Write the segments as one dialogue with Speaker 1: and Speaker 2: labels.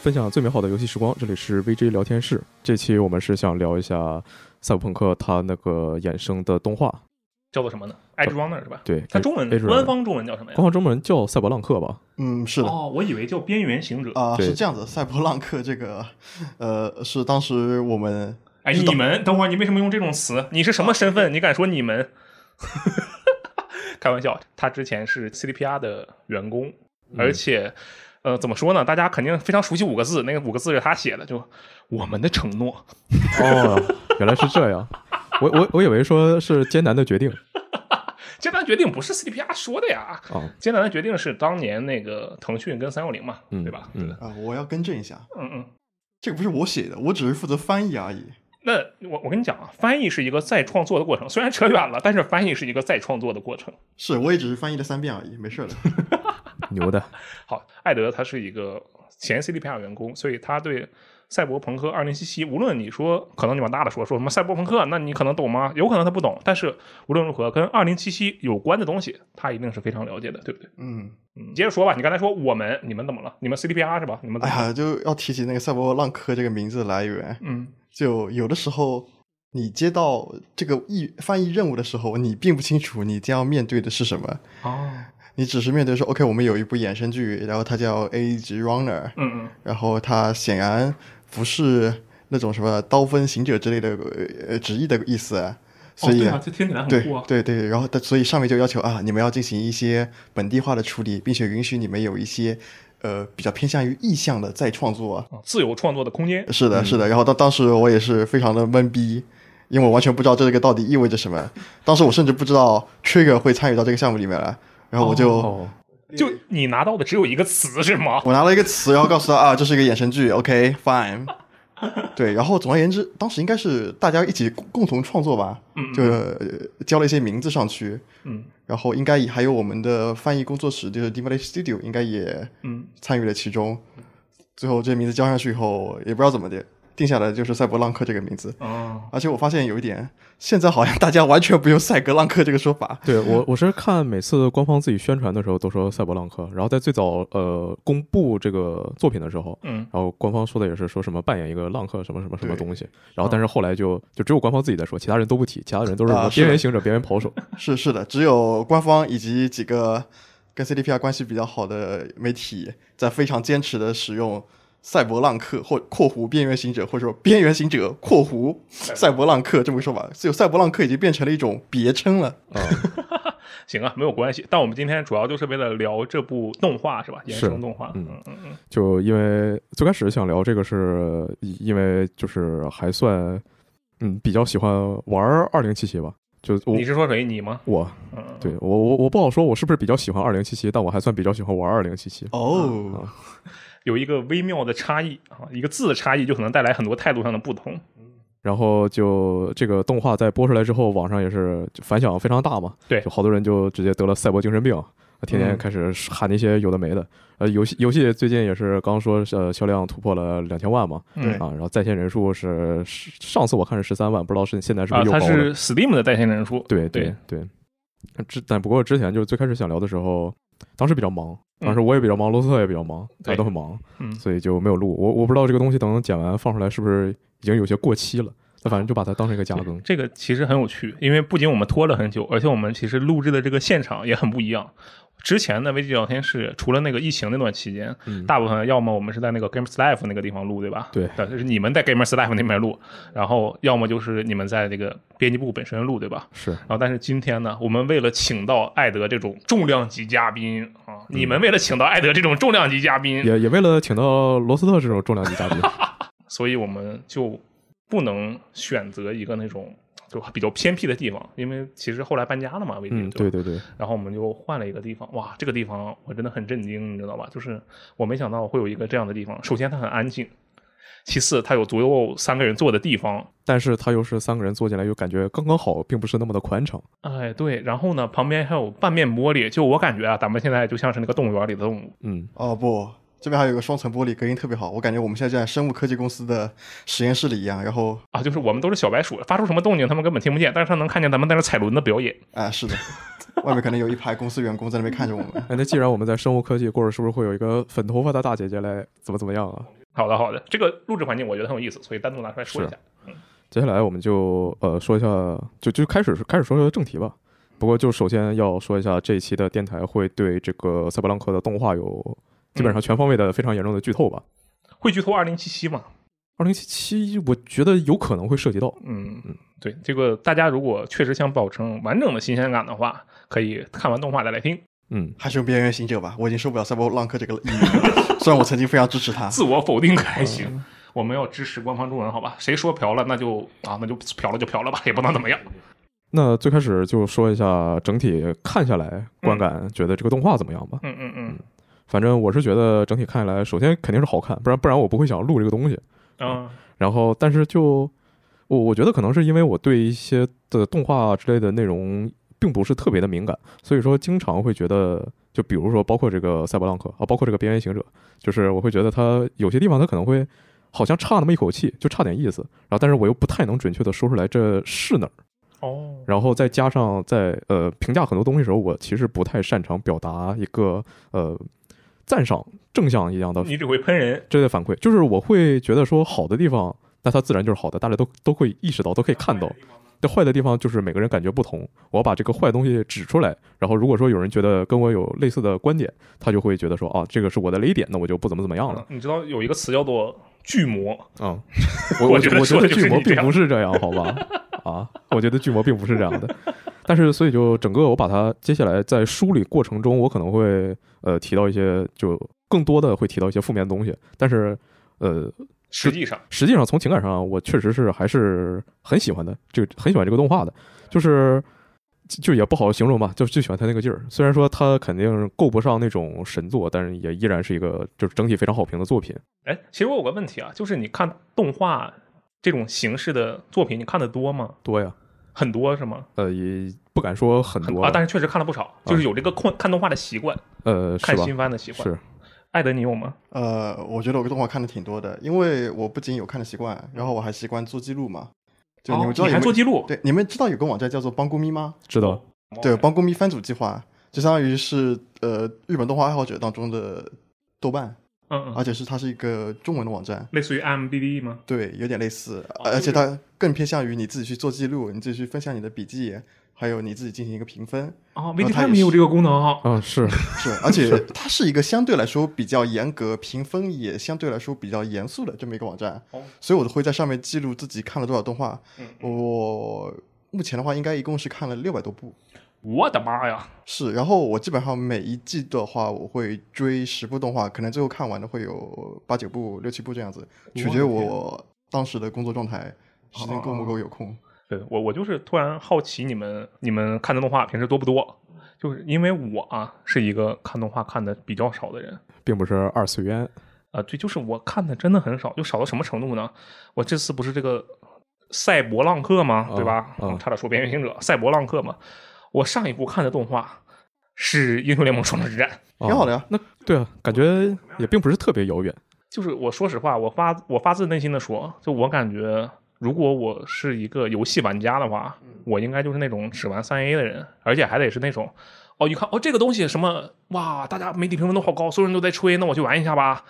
Speaker 1: 分享最美好的游戏时光，这里是 VG 聊天室。这期我们是想聊一下赛博朋克它那个衍生的动画，
Speaker 2: 叫做什么呢？Edge Runner 是吧？
Speaker 1: 对，
Speaker 2: 它中文
Speaker 1: Edge Runner
Speaker 2: 官方中文叫什么呀
Speaker 1: 官？方中文叫《赛博浪客》吧？
Speaker 3: 嗯，是的，
Speaker 2: 哦，我以为叫边缘行者。
Speaker 3: 啊、
Speaker 1: 对
Speaker 3: 是这样子，赛博浪客这个，呃，是当时我们
Speaker 2: 哎，你们等会儿，你为什么用这种
Speaker 1: 啊
Speaker 2: 词？你是什么身份？你敢说你们？ 开玩笑，他之前是 CDPR 的员工，
Speaker 1: 嗯
Speaker 2: 而且，呃，怎么说呢？大家肯定非常熟悉五个字，那个五个字是他写的，就我们的承诺。
Speaker 1: 哦， 原来是这样，我我我以为说是艰难的决定
Speaker 2: 艰难决定不是 CDPR 说的呀，
Speaker 1: 啊，
Speaker 2: 艰难的决定是当年那个腾讯跟三六零嘛，
Speaker 1: 嗯
Speaker 2: 对吧？
Speaker 1: 嗯
Speaker 3: 啊、我要更正一下，
Speaker 2: 嗯嗯。
Speaker 3: 这个不是我写的，我只是负责翻译而已。
Speaker 2: 那我我跟你讲啊，翻译是一个再创作的过程，虽然扯远了，但是翻译是一个再创作的过程。
Speaker 3: 是，我也只是翻译了三遍而已，没事儿的。
Speaker 1: 牛的，
Speaker 2: 好，艾德他是一个前 CDPR 员工，所以他对赛博朋克二零七七，无论你说可能你往大了说说什么赛博朋克，那你可能懂吗？有可能他不懂，但是无论如何，跟二零七七有关的东西，他一定是非常了解的，对不对？
Speaker 3: 嗯，
Speaker 2: 嗯，接着说吧，你刚才说我们，你们怎么了？你们 CDPR 是吧？你们
Speaker 3: 哎
Speaker 2: 怎么了？
Speaker 3: 呀，就要提起那个赛博浪客这个名字的来源，
Speaker 2: 嗯，
Speaker 3: 就有的时候你接到这个译翻译任务的时候，你并不清楚你将要面对的是什么，
Speaker 2: 哦，
Speaker 3: 你只是面对说，OK，我们有一部衍生剧，然后它叫《A 级 Runner》，
Speaker 2: 嗯嗯，
Speaker 3: 然后它显然不是那种什么刀锋行者之类的呃呃直译的意思，所以、
Speaker 2: 哦、对啊，这听起来很
Speaker 3: 对
Speaker 2: 酷啊。
Speaker 3: 对对，然后它所以上面就要求啊，你们要进行一些本地化的处理，并且允许你们有一些呃比较偏向于意向的再创作啊。
Speaker 2: 啊自由创作的空间，
Speaker 3: 是的，是的。然后当当时我也是非常的懵逼，因为我完全不知道这个到底意味着什么。当时我甚至不知道 Trigger 会参与到这个项目里面来，然后我就、
Speaker 1: 哦，
Speaker 2: 就你拿到的只有一个词是吗？
Speaker 3: 我拿了一个词，然后告诉他啊，这是一个衍生剧，OK，fine、对，然后总而言之，当时应该是大家一起共共同创作吧，
Speaker 2: 嗯嗯
Speaker 3: 就、呃交了一些名字上去，
Speaker 2: 嗯
Speaker 3: 然后应该也还有我们的翻译工作室，就是 d e m o l i s Studio，应该也
Speaker 2: 嗯，
Speaker 3: 参与了其中。最后这名字交上去以后，也不知道怎么的，定下来就是赛博浪客这个名字。
Speaker 2: 哦，
Speaker 3: 而且我发现有一点，现在好像大家完全不用赛格浪客这个说法，
Speaker 1: 对我我是看每次官方自己宣传的时候都说赛博浪客，然后在最早呃公布这个作品的时候，
Speaker 2: 嗯，
Speaker 1: 然后官方说的也是说什么扮演一个浪客什么什么什么东西，然
Speaker 2: 嗯
Speaker 1: 后但是后来就就只有官方自己在说，其他人都不提，其他人都是什么
Speaker 3: 啊是
Speaker 1: 边缘行者、边缘跑手，
Speaker 3: 是是的，只有官方以及几个跟 CDPR 关系比较好的媒体，在非常坚持的使用“赛博浪客”或（括弧边缘行者）或者说“边缘行者”（括弧赛博浪客）这么个说法，所以赛博浪客已经变成了一种别称了。
Speaker 2: 行啊，没有关系。但我们今天主要就是为了聊这部动画，是吧？衍
Speaker 1: 是
Speaker 2: 生动画。
Speaker 1: 嗯
Speaker 2: 嗯嗯嗯，
Speaker 1: 就因为最开始想聊这个是因为就是还算嗯比较喜欢玩二零七七吧，就我
Speaker 2: 你是说谁？你吗？
Speaker 1: 我
Speaker 2: 嗯，
Speaker 1: 对我我我不好说我是不是比较喜欢二零七七，但我还算比较喜欢玩二零七七。
Speaker 3: 哦，
Speaker 2: 有一个微妙的差异啊，一个字的差异就可能带来很多态度上的不同。
Speaker 1: 然后就这个动画在播出来之后，网上也是就反响非常大嘛，
Speaker 2: 对
Speaker 1: 就好多人就直接得了赛博精神病，天天
Speaker 2: 嗯
Speaker 1: 开始喊那些有的没的。呃，游戏游戏最近也是刚说呃销量突破了两千万嘛，
Speaker 2: 嗯对
Speaker 1: 啊，然后在线人数是是上次我看是十三万，不知道是现在是不
Speaker 2: 啊，
Speaker 1: 是又
Speaker 2: 它
Speaker 1: 高了？
Speaker 2: 是 Steam 的在线人数。
Speaker 1: 对
Speaker 2: 对
Speaker 1: 对。之但不过之前就是最开始想聊的时候，当时比较忙，
Speaker 2: 嗯
Speaker 1: 当时我也比较忙，罗斯特也比较忙，大
Speaker 2: 对
Speaker 1: 家都很忙，
Speaker 2: 嗯
Speaker 1: 所以就没有录。我我不知道这个东西等剪完放出来是不是已经有些过期了，但反正就把它当成一个加 更。
Speaker 2: 这个其实很有趣，因为不仅我们拖了很久，而且我们其实录制的这个现场也很不一样。之前的危机聊天室，除了那个疫情那段期间，
Speaker 1: 嗯
Speaker 2: 大部分要么我们是在那个 Gamers Life 那个地方录，对吧？
Speaker 1: 对
Speaker 2: 就是你们在 Gamers Life 那边录，然后要么就是你们在这个编辑部本身录，对吧？
Speaker 1: 是
Speaker 2: 然后，但是今天呢，我们为了请到艾德这种重量级嘉宾啊，你们为了请到艾德这种重量级嘉宾，
Speaker 1: 也也为了请到罗斯特这种重量级嘉宾，
Speaker 2: 所以我们就不能选择一个那种就比较偏僻的地方，因为其实后来搬家了嘛，微
Speaker 1: 嗯，
Speaker 2: 对
Speaker 1: 对
Speaker 2: 吧
Speaker 1: 对对，
Speaker 2: 然后我们就换了一个地方，哇，这个地方我真的很震惊，你知道吧？就是我没想到会有一个这样的地方。首先它很安静，其次它有足够三个人坐的地方，
Speaker 1: 但是他又是三个人坐进来，又感觉刚刚好，并不是那么的宽敞。
Speaker 2: 哎，对，然后呢，旁边还有半面玻璃，就我感觉啊，咱们现在就像是那个动物园里的动物。
Speaker 1: 嗯，
Speaker 3: 哦不，这边还有个双层玻璃，隔音特别好，我感觉我们现在就在生物科技公司的实验室里一样。然后
Speaker 2: 啊，就是我们都是小白鼠，发出什么动静他们根本听不见，但是他能看见咱们在那踩轮子表演。
Speaker 3: 啊，是的，外面可能有一排公司员工在那边看着我们。
Speaker 1: 哎，那既然我们在生物科技过着，是不是会有一个粉头发的大姐姐来怎么怎么样啊？
Speaker 2: 好的，好的，这个录制环境我觉得很有意思，所以单独拿出来说一下。
Speaker 1: 接下来我们就呃说一下，就就开始开始说说正题吧。不过就首先要说一下，这一期的电台会对这个赛博朋克的动画有基本上全方位的非常严重的剧透吧。
Speaker 2: 会剧透二零七七嘛？
Speaker 1: 二零七七，我觉得有可能会涉及到。
Speaker 2: 嗯，对，这个大家如果确实想保证完整的新鲜感的话，可以看完动画再来听，
Speaker 1: 嗯，
Speaker 3: 还是用边缘行者吧，我已经受不了赛博浪客这个意义了。虽然我曾经非常支持他，
Speaker 2: 自我否定可还行。我们要支持官方中文，好吧？谁说嫖了，那就啊，那就嫖了就嫖了吧，也不能怎么样。
Speaker 1: 那最开始就说一下整体看下来观感，觉得这个动画怎么样吧？
Speaker 2: 嗯嗯嗯
Speaker 1: 反正我是觉得整体看下来，首先肯定是好看，不然不然我不会想录这个东西。
Speaker 2: 嗯
Speaker 1: 然后，但是就我我觉得可能是因为我对一些的动画啊之类的内容并不是特别的敏感，所以说经常会觉得，就比如说包括这个《赛博浪客》啊，包括这个《边缘行者》，就是我会觉得它有些地方它可能会好像差那么一口气，就差点意思。然后，但是我又不太能准确的说出来这是哪儿。
Speaker 2: 哦，
Speaker 1: 然后再加上在呃评价很多东西的时候，我其实不太擅长表达一个呃赞赏正向一样的
Speaker 2: 你只会喷人，
Speaker 1: 这类反馈，就是我会觉得说好的地方，那它自然就是好的，大家都都会意识到，都可以看到。这坏的地方就是每个人感觉不同，我要把这个坏东西指出来，然后如果说有人觉得跟我有类似的观点，他就会觉得说啊，这个是我的雷点，那我就不怎么怎么样了。
Speaker 2: 嗯你知道有一个词叫做巨魔，
Speaker 1: 嗯，我
Speaker 2: 我
Speaker 1: 我
Speaker 2: 觉
Speaker 1: 觉
Speaker 2: 得
Speaker 1: 我觉
Speaker 2: 说的
Speaker 1: 得
Speaker 2: 就是
Speaker 1: 巨魔
Speaker 2: 你这
Speaker 1: 并
Speaker 2: 样
Speaker 1: 不是这样，好吧？啊，我觉得巨魔并不是这样的。但是，所以就整个我把它接下来在梳理过程中，我可能会呃提到一些，就更多的会提到一些负面的东西。但是，呃，
Speaker 2: 实际上
Speaker 1: 实际上从情感上，我确实是还是很喜欢的，就很喜欢这个动画的，就是就就也不好形容吧，就就喜欢他那个劲儿。虽然说他肯定够不上那种神作，但是也依然是一个就是整体非常好评的作品。
Speaker 2: 哎，其实我有个问题啊，就是你看动画这种形式的作品，你看的多吗？
Speaker 1: 多呀，
Speaker 2: 很多是吗？
Speaker 1: 呃，也不敢说很多
Speaker 2: 啊，但是确实看了不少，就是有这个看看动画的习惯，
Speaker 1: 呃，是
Speaker 2: 看
Speaker 1: 吧？
Speaker 2: 新番的习惯。
Speaker 1: 是，
Speaker 2: 艾德，你有吗？
Speaker 3: 呃，我觉得我动画看的挺多的，因为我不仅有看的习惯，然后我还习惯做记录嘛。就
Speaker 2: 哦
Speaker 3: 你们知道有
Speaker 2: 还
Speaker 3: 没有、
Speaker 2: 做记录？
Speaker 3: 对，你们知道有个网站叫做帮公咪吗？
Speaker 1: 知道。
Speaker 2: 哦
Speaker 3: 对，帮公咪番组计划，就相当于是呃日本动画爱好者当中的豆瓣，
Speaker 2: 嗯
Speaker 3: 而
Speaker 2: 嗯，
Speaker 3: 且是它是一个中文的网站，
Speaker 2: 类似于 IMDB 吗？
Speaker 3: 对，有点类似，
Speaker 2: 哦
Speaker 3: 而
Speaker 2: 就是
Speaker 3: 且它更偏向于你自己去做记录，你自己去分享你的笔记，还有你自己进行一个评分，
Speaker 2: 哦
Speaker 3: 然后啊它也
Speaker 2: ，VTime 也有这个功能啊。
Speaker 1: 嗯，是，
Speaker 3: 是，而且它是一个相对来说比较严格，评分也相对来说比较严肃的这么一个网站
Speaker 2: 哦，
Speaker 3: 所以我都会在上面记录自己看了多少动画
Speaker 2: 嗯。
Speaker 3: 我目前的话，应该一共是看了六百多部。
Speaker 2: 我的妈呀！
Speaker 3: 是，然后我基本上每一季的话，我会追十部动画，可能最后看完的会有八九部、六七部这样子，取决于
Speaker 2: 我的天
Speaker 3: 我当时的工作状态，时间够不够有空。
Speaker 2: 对我，我就是突然好奇你们你们看的动画平时多不多？就是因为我啊是一个看动画看的比较少的人，
Speaker 1: 并不是二次 元。
Speaker 2: 啊，对，就是我看的真的很少，就少到什么程度呢？我这次不是这个赛博浪客吗？对吧？
Speaker 1: 嗯嗯
Speaker 2: 差点说边缘行者，赛博浪客嘛。我上一部看的动画是《英雄联盟：双城之战》，
Speaker 1: 啊
Speaker 3: 挺好的呀
Speaker 1: 那对啊，感觉也并不是特别遥远。
Speaker 2: 就是我说实话，我发我发自内心的说，就我感觉，如果我是一个游戏玩家的话，我应该就是那种只玩三 A 的人，而且还得是那种。哦，一看哦，这个东西什么哇，大家媒体评分都好高，所有人都在吹，那我去玩一下吧。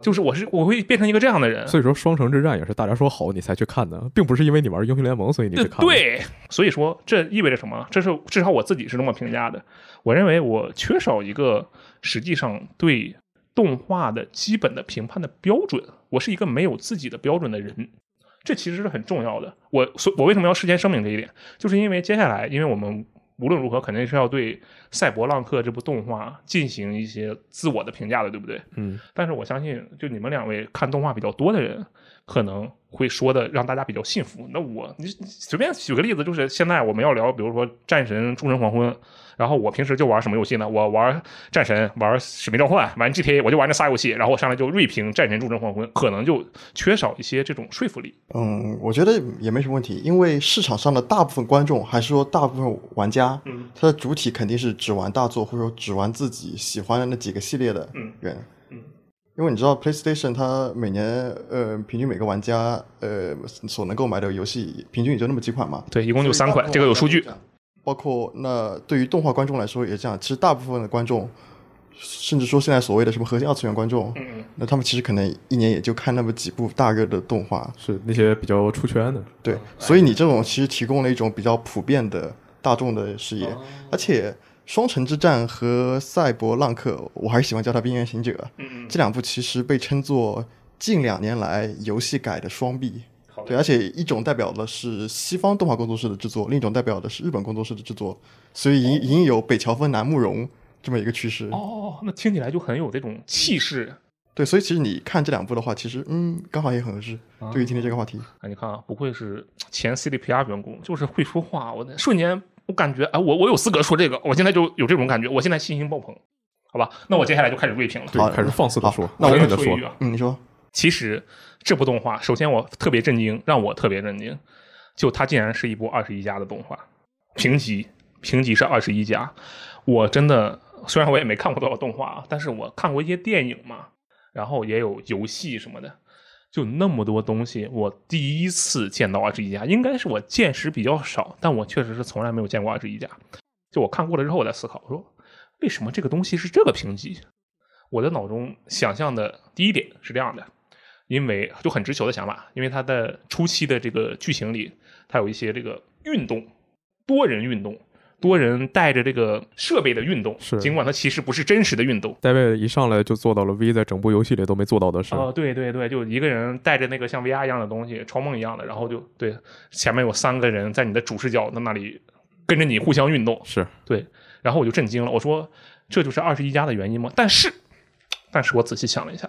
Speaker 2: 就是我是我会变成一个这样的
Speaker 3: 嗯
Speaker 2: 人，
Speaker 1: 所以说，双城之战也是大家说好你才去看的，并不是因为你玩英雄联盟所以你去
Speaker 2: 对
Speaker 1: 看的。
Speaker 2: 对，所以说这意味着什么？这是至少我自己是这么评价的。我认为我缺少一个实际上对动画的基本的评判的标准，我是一个没有自己的标准的人。这其实是很重要的。我所我为什么要事先声明这一点，就是因为接下来，因为我们无论如何肯定是要对《赛博浪客》这部动画进行一些自我的评价的，对不对？
Speaker 1: 嗯，
Speaker 2: 但是我相信，就你们两位看动画比较多的人，可能会说的让大家比较信服。那我你你随便举个例子，就是现在我们要聊，比如说《战神》《诸神黄昏》，然后我平时就玩什么游戏呢？我玩《战神》，玩《使命召唤》，玩 GTA，我就玩这仨游戏，然后我上来就锐评《战神》《诸神黄昏》，可能就缺少一些这种说服力。
Speaker 3: 嗯，我觉得也没什么问题，因为市场上的大部分观众还是说大部分玩家，
Speaker 2: 嗯，
Speaker 3: 他的主体肯定是只玩大作或者说只玩自己喜欢的那几个系列的
Speaker 2: 嗯
Speaker 3: 人。
Speaker 2: 嗯
Speaker 3: 因为你知道 PlayStation 它每年呃平均每个玩家呃所能购买的游戏平均也就那么几款嘛，
Speaker 2: 对，一共就三款，这个有数据。。
Speaker 3: 包括那对于动画观众来说也这样，其实大部分的观众甚至说现在所谓的什么核心二次元观众，
Speaker 2: 嗯嗯，
Speaker 3: 那他们其实可能一年也就看那么几部大热的动画，
Speaker 1: 是那些比较出圈的，
Speaker 2: 嗯
Speaker 3: 对，所以你这种其实提供了一种比较普遍的大众的视野，
Speaker 2: 哦
Speaker 3: 而且《双城之战》和《赛博浪客》，我还是喜欢叫它《边缘行者》
Speaker 2: 嗯嗯
Speaker 3: 这两部，其实被称作近两年来游戏改的双臂
Speaker 2: 好。的
Speaker 3: 对，而啊且一种代表的是西方动画工作室的制作，另一种代表的是日本工作室的制作，所以隐隐有北桥风南慕容这么一个趋势。
Speaker 2: 哦，那听起来就很有这种气势。
Speaker 3: 对，所以其实你看这两部的话，其实嗯，刚好也很合适，
Speaker 2: 哦
Speaker 3: 对于今天这个话题。
Speaker 2: 啊，你看啊，不愧是前 CDPR 员工，就是会说话。我那瞬间，我感觉，哎，我我有资格说这个，我现在就有这种感觉，我现在信心爆棚，好吧？那我接下来就开始锐评了。
Speaker 1: 对
Speaker 3: 好，
Speaker 1: 开始放肆的
Speaker 3: 好
Speaker 1: 说，
Speaker 3: 那我
Speaker 1: 狠狠
Speaker 2: 先
Speaker 1: 的
Speaker 2: 说
Speaker 1: 说
Speaker 2: 一句，啊，
Speaker 3: 嗯，你说，
Speaker 2: 其实这部动画，首先我特别震惊，让我特别震惊，就它竟然是一部二十一加的动画，评级评级是二十一加，我真的虽然我也没看过多少动画啊，但是我看过一些电影嘛，然后也有游戏什么的，就那么多东西，我第一次见到二十一加，应该是我见识比较少，但我确实是从来没有见过二十一加。就我看过了之后，我在思考，我说为什么这个东西是这个评级？我的脑中想象的第一点是这样的，因为就很直球的想法，因为它的初期的这个剧情里，它有一些这个运动，多人运动，多人带着这个设备的运动，
Speaker 1: 是
Speaker 2: 尽管它其实不是真实的运动，
Speaker 1: 戴维一上来就做到了 V 在整部游戏里都没做到的事，
Speaker 3: 呃
Speaker 2: 哦，对对对，就一个人带着那个像 VR 一样的东西，超梦一样的，然后就对前面有三个人在你的主视角的那里跟着你互相运动，
Speaker 1: 是
Speaker 2: 对，然后我就震惊了，我说这就是二十一家的原因吗？但是，但是我仔细想了一下，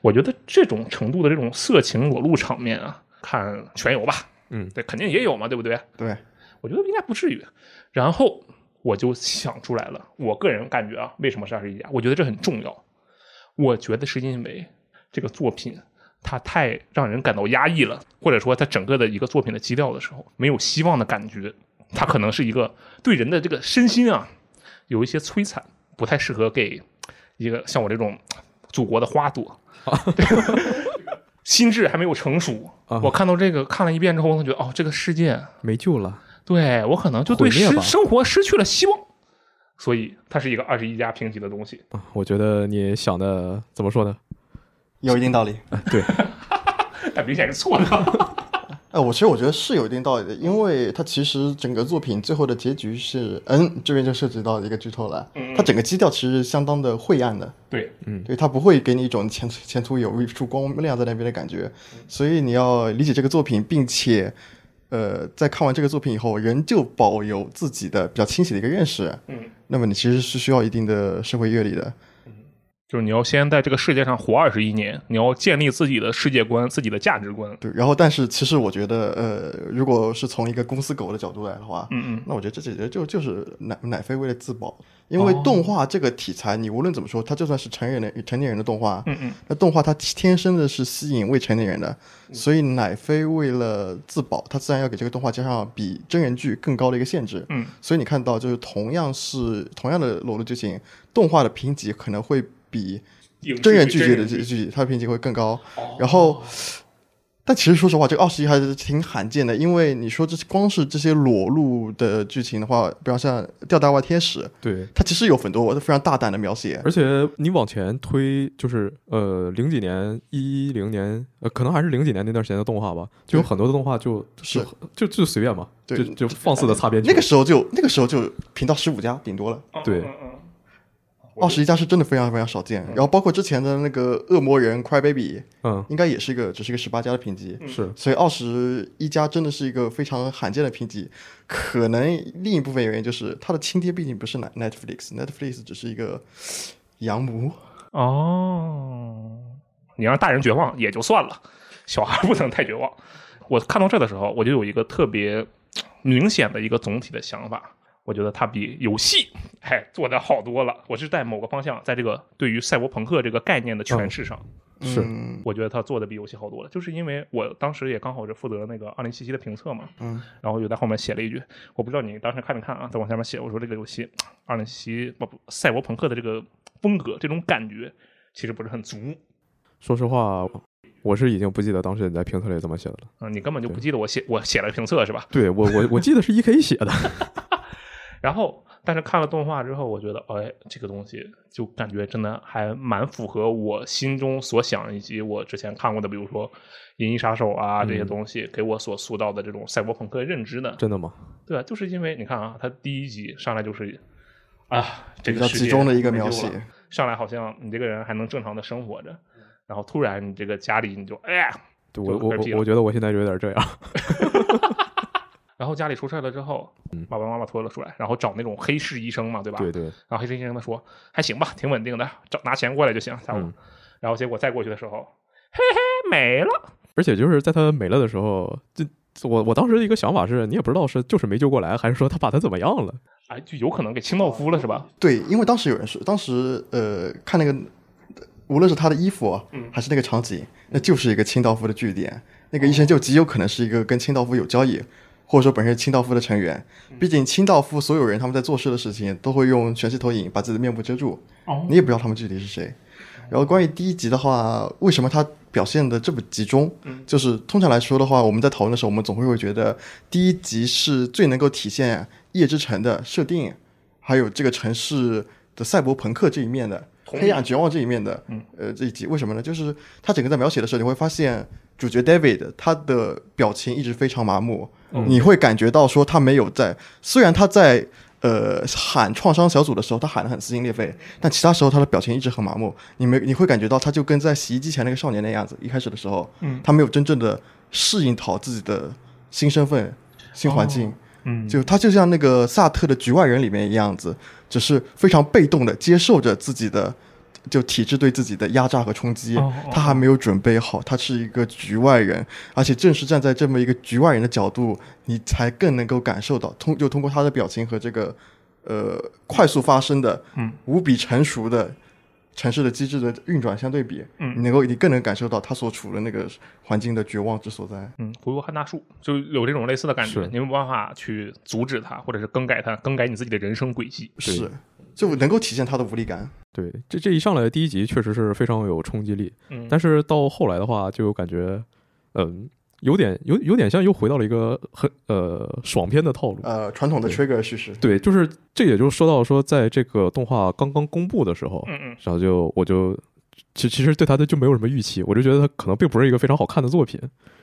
Speaker 2: 我觉得这种程度的这种色情裸露场面啊，看全有吧，
Speaker 1: 嗯
Speaker 2: 对，肯定也有嘛，对不对？
Speaker 3: 对，
Speaker 2: 我觉得应该不至于。然后我就想出来了，我个人感觉啊，为什么是二十一家？我觉得这很重要。我觉得是因为这个作品它太让人感到压抑了，或者说它整个的一个作品的基调的时候没有希望的感觉，它可能是一个对人的这个身心啊有一些摧残，不太适合给一个像我这种祖国的花朵。心智还没有成熟，
Speaker 1: 啊
Speaker 2: 我看到这个看了一遍之后，我觉得哦，这个世界
Speaker 1: 没救了，
Speaker 2: 对我可能就对
Speaker 1: 毁灭
Speaker 2: 失
Speaker 1: 吧
Speaker 2: 生活失去了希望，所以它是一个二十一加评级的东西。
Speaker 1: 啊我觉得你想的怎么说 呢？
Speaker 3: 有一定道理。
Speaker 1: 啊对，
Speaker 2: 但明显是错的。
Speaker 3: 哎，我其实我觉得是有一定道理的，因为它其实整个作品最后的结局是，嗯，这边就涉及到一个剧透了
Speaker 2: 嗯，
Speaker 3: 它整个基调其实相当的晦暗的，
Speaker 2: 对，
Speaker 3: 对，它不会给你一种前途前途有一束光亮在那边的感觉，所以你要理解这个作品，并且，呃，在看完这个作品以后，仍旧保有自己的比较清晰的一个认识，
Speaker 2: 嗯，
Speaker 3: 那么你其实是需要一定的社会阅历的，
Speaker 2: 就是你要先在这个世界上活二十一年，你要建立自己的世界观、自己的价值观。
Speaker 3: 对，然后但是其实我觉得，呃，如果是从一个公司狗的角度来的话，
Speaker 2: 嗯
Speaker 3: 那我觉得这简直就就是奶奶飞为了自保，因为动画这个题材，你无论怎么说，它就算是成人的成年人的动画，
Speaker 2: 嗯嗯
Speaker 3: 那动画它天生的是吸引未成年人的，所以奶飞为了自保，它自然要给这个动画加上比真人剧更高的一个限制。
Speaker 2: 嗯，
Speaker 3: 所以你看到就是同样是同样的裸露剧情，动画的评级可能会比
Speaker 2: 嗯，
Speaker 3: 真人剧集的
Speaker 2: 真
Speaker 3: 剧
Speaker 2: 人剧
Speaker 3: 剧集，它的评级会更高。
Speaker 2: 哦
Speaker 3: 然后，但其实说实话，这个二十一还是挺罕见的，因为你说这光是这些裸露的剧情的话，比方像《吊带袜天使》，
Speaker 1: 对，
Speaker 3: 它其实有很多非常大胆的描写。
Speaker 1: 而且你往前推，就是呃零几年、一零年，呃可能还是零几年那段时间的动画吧，就有
Speaker 3: 对
Speaker 1: 很多的动画就是就就就随便嘛，
Speaker 3: 对
Speaker 1: 就就放肆的擦边球
Speaker 3: 那个时候就那个时候就频道十五家顶多了，
Speaker 2: 嗯
Speaker 1: 对
Speaker 2: 嗯嗯
Speaker 3: 二十一家是真的非常非常少见。然后包括之前的那个《恶魔人 Cry Baby》，
Speaker 1: 嗯
Speaker 3: 应该也是一个只是一个十八家的评级。
Speaker 1: 是
Speaker 3: 所以二十一家真的是一个非常罕见的评级，可能另一部分原因就是它的亲爹毕竟不是 Net- Netflix，Netflix 只是一个洋模，
Speaker 2: 嗯哦，你让大人绝望也就算了， 小孩不能太绝望。我看到这的时候，我就有一个特别明显的一个总体的想法，我觉得它比游戏哎做的好多了。我是在某个方向，在这个对于赛博朋克这个概念的诠释上，
Speaker 1: 是
Speaker 3: 嗯
Speaker 2: 我觉得他做的比游戏好多了。就是因为我当时也刚好是负责那个二零七七的评测嘛，
Speaker 3: 嗯，
Speaker 2: 然后就在后面写了一句，我不知道你当时看没看啊，在往下面写，我说这个游戏二零七不不赛博朋克的这个风格这种感觉其实不是很足。
Speaker 1: 说实话，我是已经不记得当时你在评测里怎么写的了。
Speaker 2: 嗯，你根本就不记得我写我写了评测是吧？
Speaker 1: 对我我我记得是 E K 写的，
Speaker 2: 然后但是看了动画之后，我觉得，哎，这个东西就感觉真的还蛮符合我心中所想，以及我之前看过的，比如说《银翼杀手啊》这些
Speaker 1: 嗯
Speaker 2: 东西，给我所塑造的这种赛博朋克认知的。
Speaker 1: 真的吗？
Speaker 2: 对啊，就是因为你看啊，他第一集上来就是啊，这
Speaker 3: 比
Speaker 2: 个
Speaker 3: 较
Speaker 2: 世
Speaker 3: 集
Speaker 2: 界
Speaker 3: 中的一个
Speaker 2: 没
Speaker 3: 描
Speaker 2: 救
Speaker 3: 写嗯
Speaker 2: 了，上来好像你这个人还能正常的生活着，然后突然你这个家里你就哎呀，
Speaker 1: 对我
Speaker 2: 就
Speaker 1: 我
Speaker 2: 嗝屁
Speaker 1: 我
Speaker 2: 了
Speaker 1: 我觉得我现在就有点这样，
Speaker 2: 然后家里出事了之后，
Speaker 3: 嗯
Speaker 2: 爸爸妈妈拖了出来，然后找那种黑市医生嘛，对吧？
Speaker 1: 对对，
Speaker 2: 然后黑市医生跟他说还行吧，挺稳定的，找拿钱过来就行，下午。
Speaker 1: 嗯
Speaker 2: 然后结果再过去的时候，嘿嘿没了，
Speaker 1: 而且就是在他没了的时候，就我我当时一个想法是你也不知道是就是没救过来，还是说他把他怎么样了？
Speaker 2: 哎，就有可能给清道夫了是吧？
Speaker 3: 对，因为当时有人说，当时呃看那个，无论是他的衣服啊还是那个场景，那就是一个清道夫的据点。那个医生就极有可能是一个跟清道夫有交易，或者说本身是清道夫的成员。毕竟清道夫所有人他们在做事的事情都会用全息投影把自己的面部遮住，
Speaker 2: 哦
Speaker 3: 你也不知道他们具体是谁。然后关于第一集的话，为什么它表现的这么集中？就是通常来说的话，我们在讨论的时候，我们总会会觉得第一集是最能够体现《夜之城》的设定，还有这个城市的赛博朋克这一面的黑暗绝望这一面的。呃，这一集为什么呢？就是它整个在描写的时候，你会发现主角 David 他的表情一直非常麻木，你会感觉到说他没有在，虽然他在。呃，喊创伤小组的时候，他喊得很撕心裂肺，但其他时候他的表情一直很麻木，你没你会感觉到他就跟在洗衣机前那个少年那样子，一开始的时候，
Speaker 2: 嗯
Speaker 3: 他没有真正的适应好自己的新身份、新环境，
Speaker 2: 嗯，
Speaker 3: 就他就像那个萨特的《局外人》里面一样子，只是非常被动的接受着自己的就体制对自己的压榨和冲击，
Speaker 2: 哦哦
Speaker 3: 他还没有准备好，他是一个局外人，而且正是站在这么一个局外人的角度，你才更能够感受到通就通过他的表情和这个呃快速发生的、
Speaker 2: 嗯、
Speaker 3: 无比成熟的。城市的机制的运转相对比，
Speaker 2: 嗯
Speaker 3: 你能够你更能感受到他所处的那个环境的绝望之所在。
Speaker 2: 嗯，浮游汉大树就有这种类似的感觉，
Speaker 1: 是
Speaker 2: 你没有办法去阻止它，或者是更改它，更改你自己的人生轨迹。
Speaker 1: 对
Speaker 3: 是，就能够体现他的无力感。
Speaker 1: 对，这这一上来的第一集确实是非常有冲击力，
Speaker 2: 嗯，
Speaker 1: 但是到后来的话，就感觉，嗯，有点有有点像又回到了一个很呃爽片的套
Speaker 2: 嗯
Speaker 1: 路。
Speaker 3: 呃，传统的 trigger 叙事，
Speaker 1: 对，就是这也就说到说，在这个动画刚刚公布的时候，
Speaker 2: 嗯嗯，
Speaker 1: 然后就我就其其实对它的就没有什么预期，我就觉得它可能并不是一个非常好看的作品，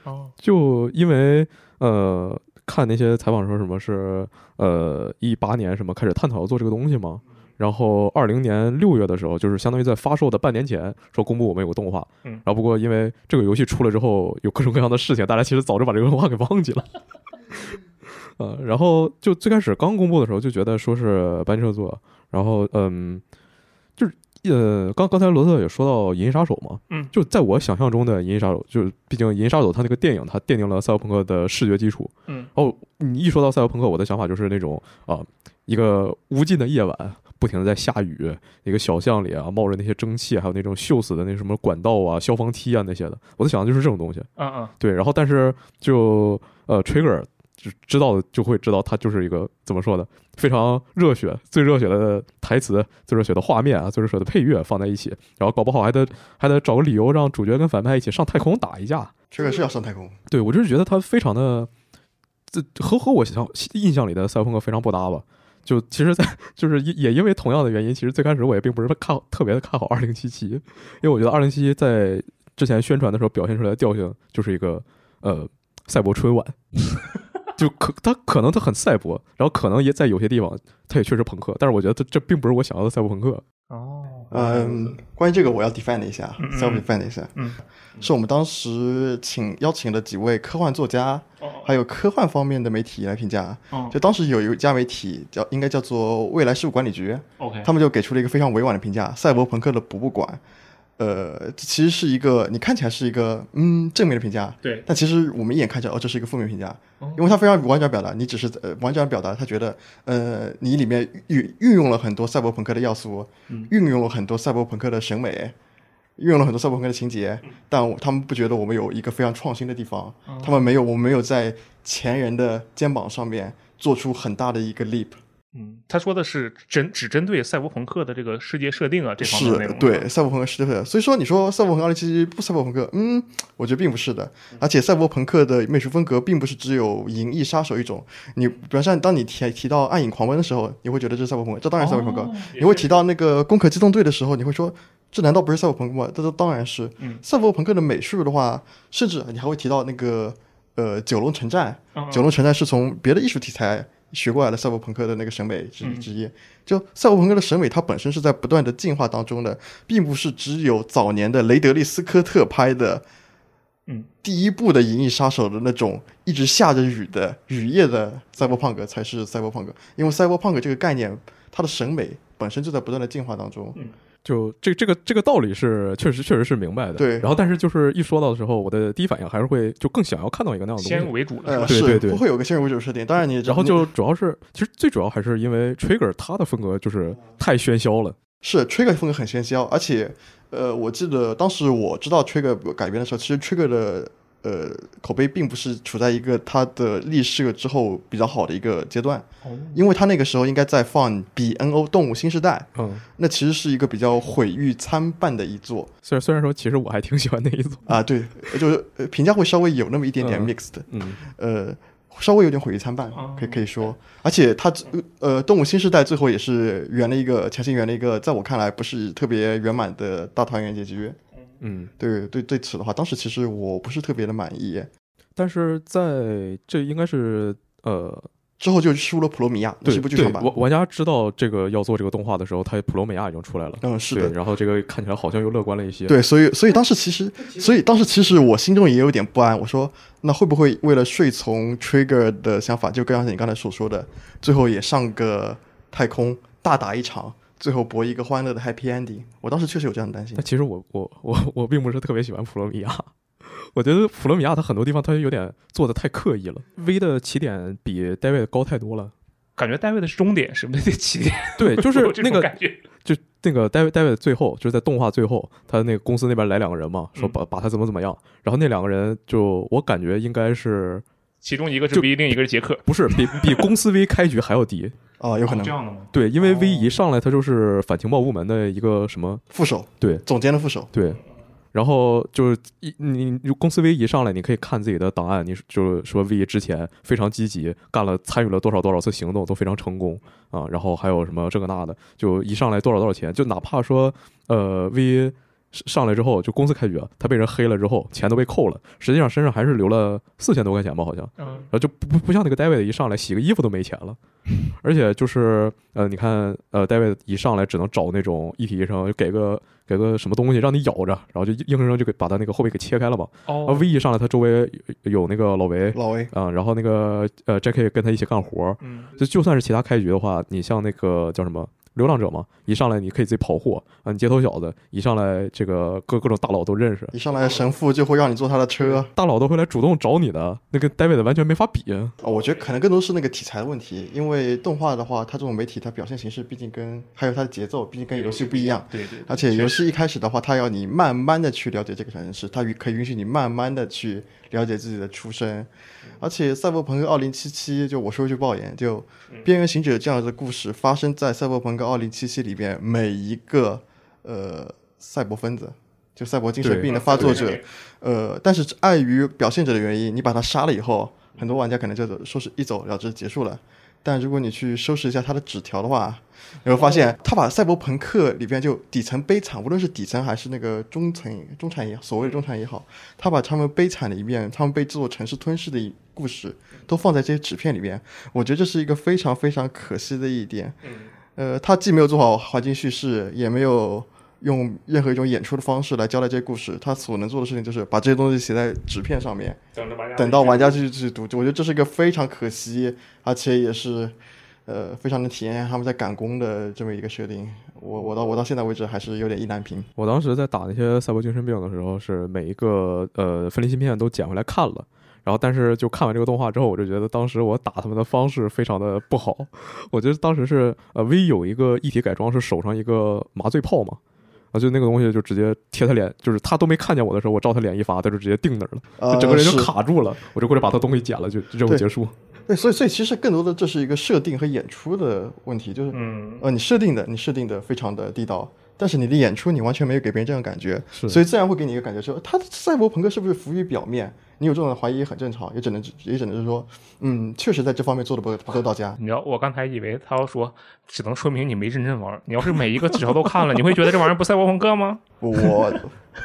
Speaker 2: 哦，
Speaker 1: 就因为呃。看那些采访说什么是呃一八年什么开始探讨要做这个东西嘛，然后二零年六月的时候，就是相当于在发售的半年前说公布我们有个动画，
Speaker 2: 嗯
Speaker 1: 然后不过因为这个游戏出了之后有各种各样的事情，大家其实早就把这个动画给忘记了。 呃，然后就最开始刚公布的时候就觉得说是班车做，然后嗯，就是呃，刚刚才罗特也说到《银翼杀手》嘛，
Speaker 2: 嗯
Speaker 1: 就在我想象中的《银翼杀手》，就是毕竟《银翼杀手》它那个电影它奠定了赛博朋克的视觉基础，
Speaker 2: 嗯，
Speaker 1: 哦，你一说到赛博朋克，我的想法就是那种啊、一个无尽的夜晚，啊不停的在下雨，一个小巷里啊，冒着那些蒸汽，还有那种锈死的那什么管道啊、消防梯啊那些的，我的想的就是这种东西。
Speaker 2: 嗯
Speaker 3: 哦
Speaker 2: 嗯，
Speaker 1: 对，然后但是就呃，Trigger 就知道就会知道，它就是一个怎么说呢，非常热血、最热血的台词、最热血的画面啊、最热血的配乐放在一起，然后搞不好还得还得找个理由让主角跟反派一起上太空打一架。
Speaker 3: 这个是要上太空，
Speaker 1: 对我就是觉得它非常的，这和和我想印象里的赛博朋克非常不搭吧。就其实在，就是也也因为同样的原因，其实最开始我也并不是看特别的看好二零七七，因为我觉得二零七七在之前宣传的时候表现出来的调性就是一个呃赛博春晚， 就可它可能它很赛博，然后可能也在有些地方它也确实朋克，但是我觉得这这并不是我想要的赛博朋克。
Speaker 2: 哦，
Speaker 3: 嗯，关于这个我要 defend 一下
Speaker 2: 嗯嗯
Speaker 3: ，self defend 一下，
Speaker 2: 嗯，
Speaker 3: 是我们当时请邀请了几位科幻作家，
Speaker 2: 哦，
Speaker 3: 还有科幻方面的媒体来评价。
Speaker 2: 哦
Speaker 3: 就当时有一家媒体叫应该叫做未来事务管理局，
Speaker 2: ，OK，
Speaker 3: 他们就给出了一个非常委婉的评价：赛博朋克的博物馆。呃，这其实是一个你看起来是一个嗯正面的评价，
Speaker 2: 对，
Speaker 3: 但其实我们一眼看起来，哦，这是一个负面评价
Speaker 2: 哦，
Speaker 3: 因为他非常婉转表达，你只是呃婉转表达，他觉得呃你里面运运用了很多赛博朋克的要素，
Speaker 2: 嗯
Speaker 3: 运用了很多赛博朋克的审美，运用了很多赛博朋克的情节，
Speaker 2: 嗯
Speaker 3: 但我他们不觉得我们有一个非常创新的地方，
Speaker 2: 哦
Speaker 3: 他们没有，我们没有在前人的肩膀上面做出很大的一个 leap，
Speaker 2: 嗯，他说的是针只针对赛博朋克的这个世界设定啊这方面的内
Speaker 3: 是
Speaker 2: 容。
Speaker 3: 对，赛博朋克是对的，所以说你说赛博朋克二零七七不赛博朋克，嗯，我觉得并不是的。而且赛博朋克的美术风格并不是只有《银翼杀手》一种。你比方像当你提提到《暗影狂奔》的时候，你会觉得这是赛博朋克，这当然是赛博朋克。
Speaker 2: 哦
Speaker 3: 你会提到那个《攻壳机动队》的时候，你会说这难道不是赛博朋克吗？这这当然是。
Speaker 2: 嗯
Speaker 3: 赛博朋克的美术的话，甚至你还会提到那个呃《九龙城寨》
Speaker 2: 嗯嗯
Speaker 3: 九龙城寨是从别的艺术题材学过来的赛博朋克的那个审美之之一。就赛博朋克的审美，它本身是在不断的进化当中的，并不是只有早年的雷德利·斯科特拍的。
Speaker 2: 嗯，
Speaker 3: 第一部的《银翼杀手》的那种一直下着雨的雨夜的赛博朋克才是赛博朋克，因为赛博朋克这个概念，它的审美本身就在不断的进化当中。
Speaker 1: 就这这个这个道理是确实确实是明白的，
Speaker 3: 对
Speaker 1: 然后但是就是一说到的时候，我的第一反应还是会就更想要看到一个那样的
Speaker 2: 先
Speaker 1: 东
Speaker 2: 入
Speaker 1: 西。
Speaker 2: 为主的是
Speaker 3: 呃，
Speaker 2: 吧？
Speaker 1: 对
Speaker 3: 是
Speaker 1: 对对
Speaker 3: 不会有个先入为主的设定，当然你
Speaker 1: 然后
Speaker 3: 你
Speaker 1: 就主要是，其实最主要还是因为 Trigger 他的风格就是太喧嚣了，
Speaker 3: 是 Trigger 风格很喧嚣，而且呃，我记得当时我知道 Trigger 改编的时候，其实 Trigger 的呃口碑并不是处在一个它的立世之后比较好的一个阶段，
Speaker 2: 哦
Speaker 3: 因为它那个时候应该在放 BNO 动物新时代，
Speaker 1: 嗯，
Speaker 3: 那其实是一个比较毁誉参半的一作
Speaker 1: 虽然虽然说其实我还挺喜欢那一组，
Speaker 3: 啊，对，就是呃评价会稍微有那么一点点
Speaker 1: 嗯
Speaker 3: mixed，、
Speaker 1: 嗯，
Speaker 3: 呃，稍微有点毁誉参半
Speaker 2: 哦，
Speaker 3: 可以可以说。而且它呃，《动物新时代》最后也是圆了一个强行圆了一个，在我看来不是特别圆满的大团圆结局。
Speaker 1: 嗯，
Speaker 3: 对对对此的话，当时其实我不是特别的满意。
Speaker 1: 但是在这应该是呃，
Speaker 3: 之后就输了《普罗米亚》，那
Speaker 1: 对
Speaker 3: 是一部剧
Speaker 1: 对
Speaker 3: 场，版。
Speaker 1: 玩玩家知道这个要做这个动画的时候，他普罗美亚已经出来了，
Speaker 3: 嗯，是
Speaker 1: 对，
Speaker 3: 的，
Speaker 1: 然后这个看起来好像又乐观了一些，
Speaker 3: 对，所以所以当时其实，所以当时其实我心中也有点不安。我说，那会不会为了顺从 Trigger 的想法，就刚才你刚才所说的，最后也上个太空大打一场，最后博一个欢乐的 Happy Ending？我当时确实有这样的担
Speaker 2: 嗯
Speaker 3: 心
Speaker 1: 但。其实我我我我并不是特别喜欢普罗米亚，我觉得普罗米亚它很多地方它有点做的太刻意了。V
Speaker 2: 嗯
Speaker 1: 的起点比 David 高太多了，
Speaker 2: 感觉戴维的是终点，是不是得起点？
Speaker 1: 对，就是
Speaker 2: 有这种
Speaker 1: 那个
Speaker 2: 感觉，
Speaker 1: 就那个 David David 最后就是在动画最后，他那个公司那边来两个人嘛，说
Speaker 2: 嗯
Speaker 1: 把把他怎么怎么样，然后那两个人就我感觉应该是
Speaker 2: 其中一个是
Speaker 1: 就
Speaker 2: V，另一个是杰克。
Speaker 1: 不是比比公司 V 开局还要低？
Speaker 3: 啊，有可能
Speaker 2: 这样的吗？
Speaker 1: 对，因为
Speaker 2: 哦
Speaker 1: V 一上来他就是反情报部门的一个什么
Speaker 3: 副手，
Speaker 1: 对
Speaker 3: 总监的副手，
Speaker 1: 对，然后就是一你你公司 V 一上来，你可以看自己的档案，你就是说 V 之前非常积极，干了参与了多少多少次行动都非常成功啊，然后还有什么这个那的，就一上来多少多少钱，就哪怕说呃 V 上来之后就公司开局啊，他被人黑了之后钱都被扣了，实际上身上还是留了四千多块钱吧，好像。
Speaker 2: 嗯
Speaker 1: 然后就不不不像那个 David 一上来洗个衣服都没钱了，而且就是呃，你看呃，David 一上来只能找那种一体医生，就给个给个什么东西让你咬着，然后就硬生生就给把他那个后背给切开了嘛。然后
Speaker 2: 哦
Speaker 1: V 一上来，他周围有有那个老维，
Speaker 3: 老 A
Speaker 1: 啊、然后那个呃 Jackie 跟他一起干活，
Speaker 2: 嗯
Speaker 1: 就就算是其他开局的话，你像那个叫什么流浪者嘛，一上来你可以自己跑货啊，你街头小子一上来这个各各种大佬都认识，
Speaker 3: 一上来神父就会让你坐他的车，
Speaker 1: 大佬都会来主动找你的，那跟 David 完全没法比。
Speaker 3: 啊，我觉得可能更多是那个题材的问题，因为动画的话，它这种媒体它表现形式毕竟跟还有它的节奏，毕竟跟游戏不一样。
Speaker 2: 对对，
Speaker 3: 而且游戏一开始的话，它要你慢慢的去了解这个城市，它允可以允许你慢慢的去了解自己的出身。而且《赛博朋克2077》就我说一句爆言，就《边缘行者》这样的故事发生在《赛博朋克2077》里边，每一个呃赛博分子，就赛博精神
Speaker 1: 对
Speaker 3: 病的发作
Speaker 2: 对
Speaker 3: 者
Speaker 2: 对，
Speaker 3: 呃，但是碍于表现者的原因，你把他杀了以后，很多玩家可能就说是一走了之结束了。但如果你去收拾一下他的纸条的话，你会发现他把赛博朋克里边就底层悲惨，无论是底层还是那个中层中产也好，所谓的中产也好，他把他们悲惨的一面，他们被这座城市吞噬的一故事，都放在这些纸片里面。我觉得这是一个非常非常可惜的一点。
Speaker 2: 嗯
Speaker 3: 呃，他既没有做好环境叙事，也没有用任何一种演出的方式来交代这些故事。他所能做的事情就是把这些东西写在纸片上面，
Speaker 2: 等着玩家
Speaker 3: 等到玩家去去读。我觉得这是一个非常可惜，而且也是呃非常能体验他们在赶工的这么一个设定。我我到我到现在为止还是有点意难平。
Speaker 1: 我当时在打那些赛博精神病的时候，是每一个呃分离芯片都捡回来看了。然后，但是就看完这个动画之后，我就觉得当时我打他们的方式非常的不好。我觉得当时是呃 V 有一个一体改装是手上一个麻醉炮嘛，啊，就那个东西就直接贴他脸，就是他都没看见我的时候，我照他脸一发，他就直接定那儿了，
Speaker 3: 呃
Speaker 1: 就整个人就是卡住了。我就过来把他东西捡了，就就任务
Speaker 3: 对
Speaker 1: 结束。
Speaker 3: 对，所以所以其实更多的这是一个设定和演出的问题，就是
Speaker 2: 嗯，
Speaker 3: 呃，你设定的你设定的非常的地道，但是你的演出你完全没有给别人这样的感觉，
Speaker 1: 是
Speaker 3: 所以自然会给你一个感觉说，呃他赛博朋克是不是浮于表面？你有这种的怀疑也很正常，也只能也只能是说，嗯，确实在这方面做的不不够到家。
Speaker 2: 你知道，我刚才以为他要说，只能说明你没认真玩儿。你要是每一个纸条都看了，你会觉得这玩意儿不赛博朋克吗？
Speaker 3: 我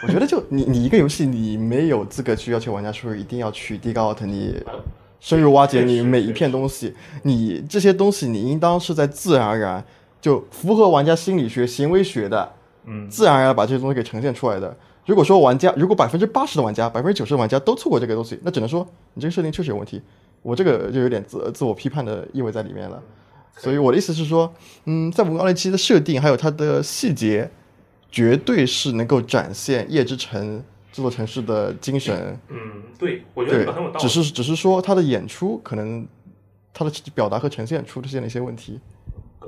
Speaker 3: 我觉得就你你一个游戏，你没有资格去要求玩家说一定要去 dig out 你深入挖掘你每一片东西，你这些东西你应当是在自然而然就符合玩家心理学、行为学的，
Speaker 2: 嗯，
Speaker 3: 自然而然把这些东西给呈现出来的。如果说玩家，如果百分之八十的玩家、百分之九十的玩家都错过这个东西，那只能说你这个设定确实有问题。我这个就有点自自我批判的意味在里面了。所以我的意思是说，嗯，在《五个二零七》的设定还有它的细节，绝对是能够展现《夜之城》这座城市的精神。
Speaker 2: 嗯，对，我
Speaker 3: 对，只是只是说它的演出可能它的表达和呈现出现了一些问题。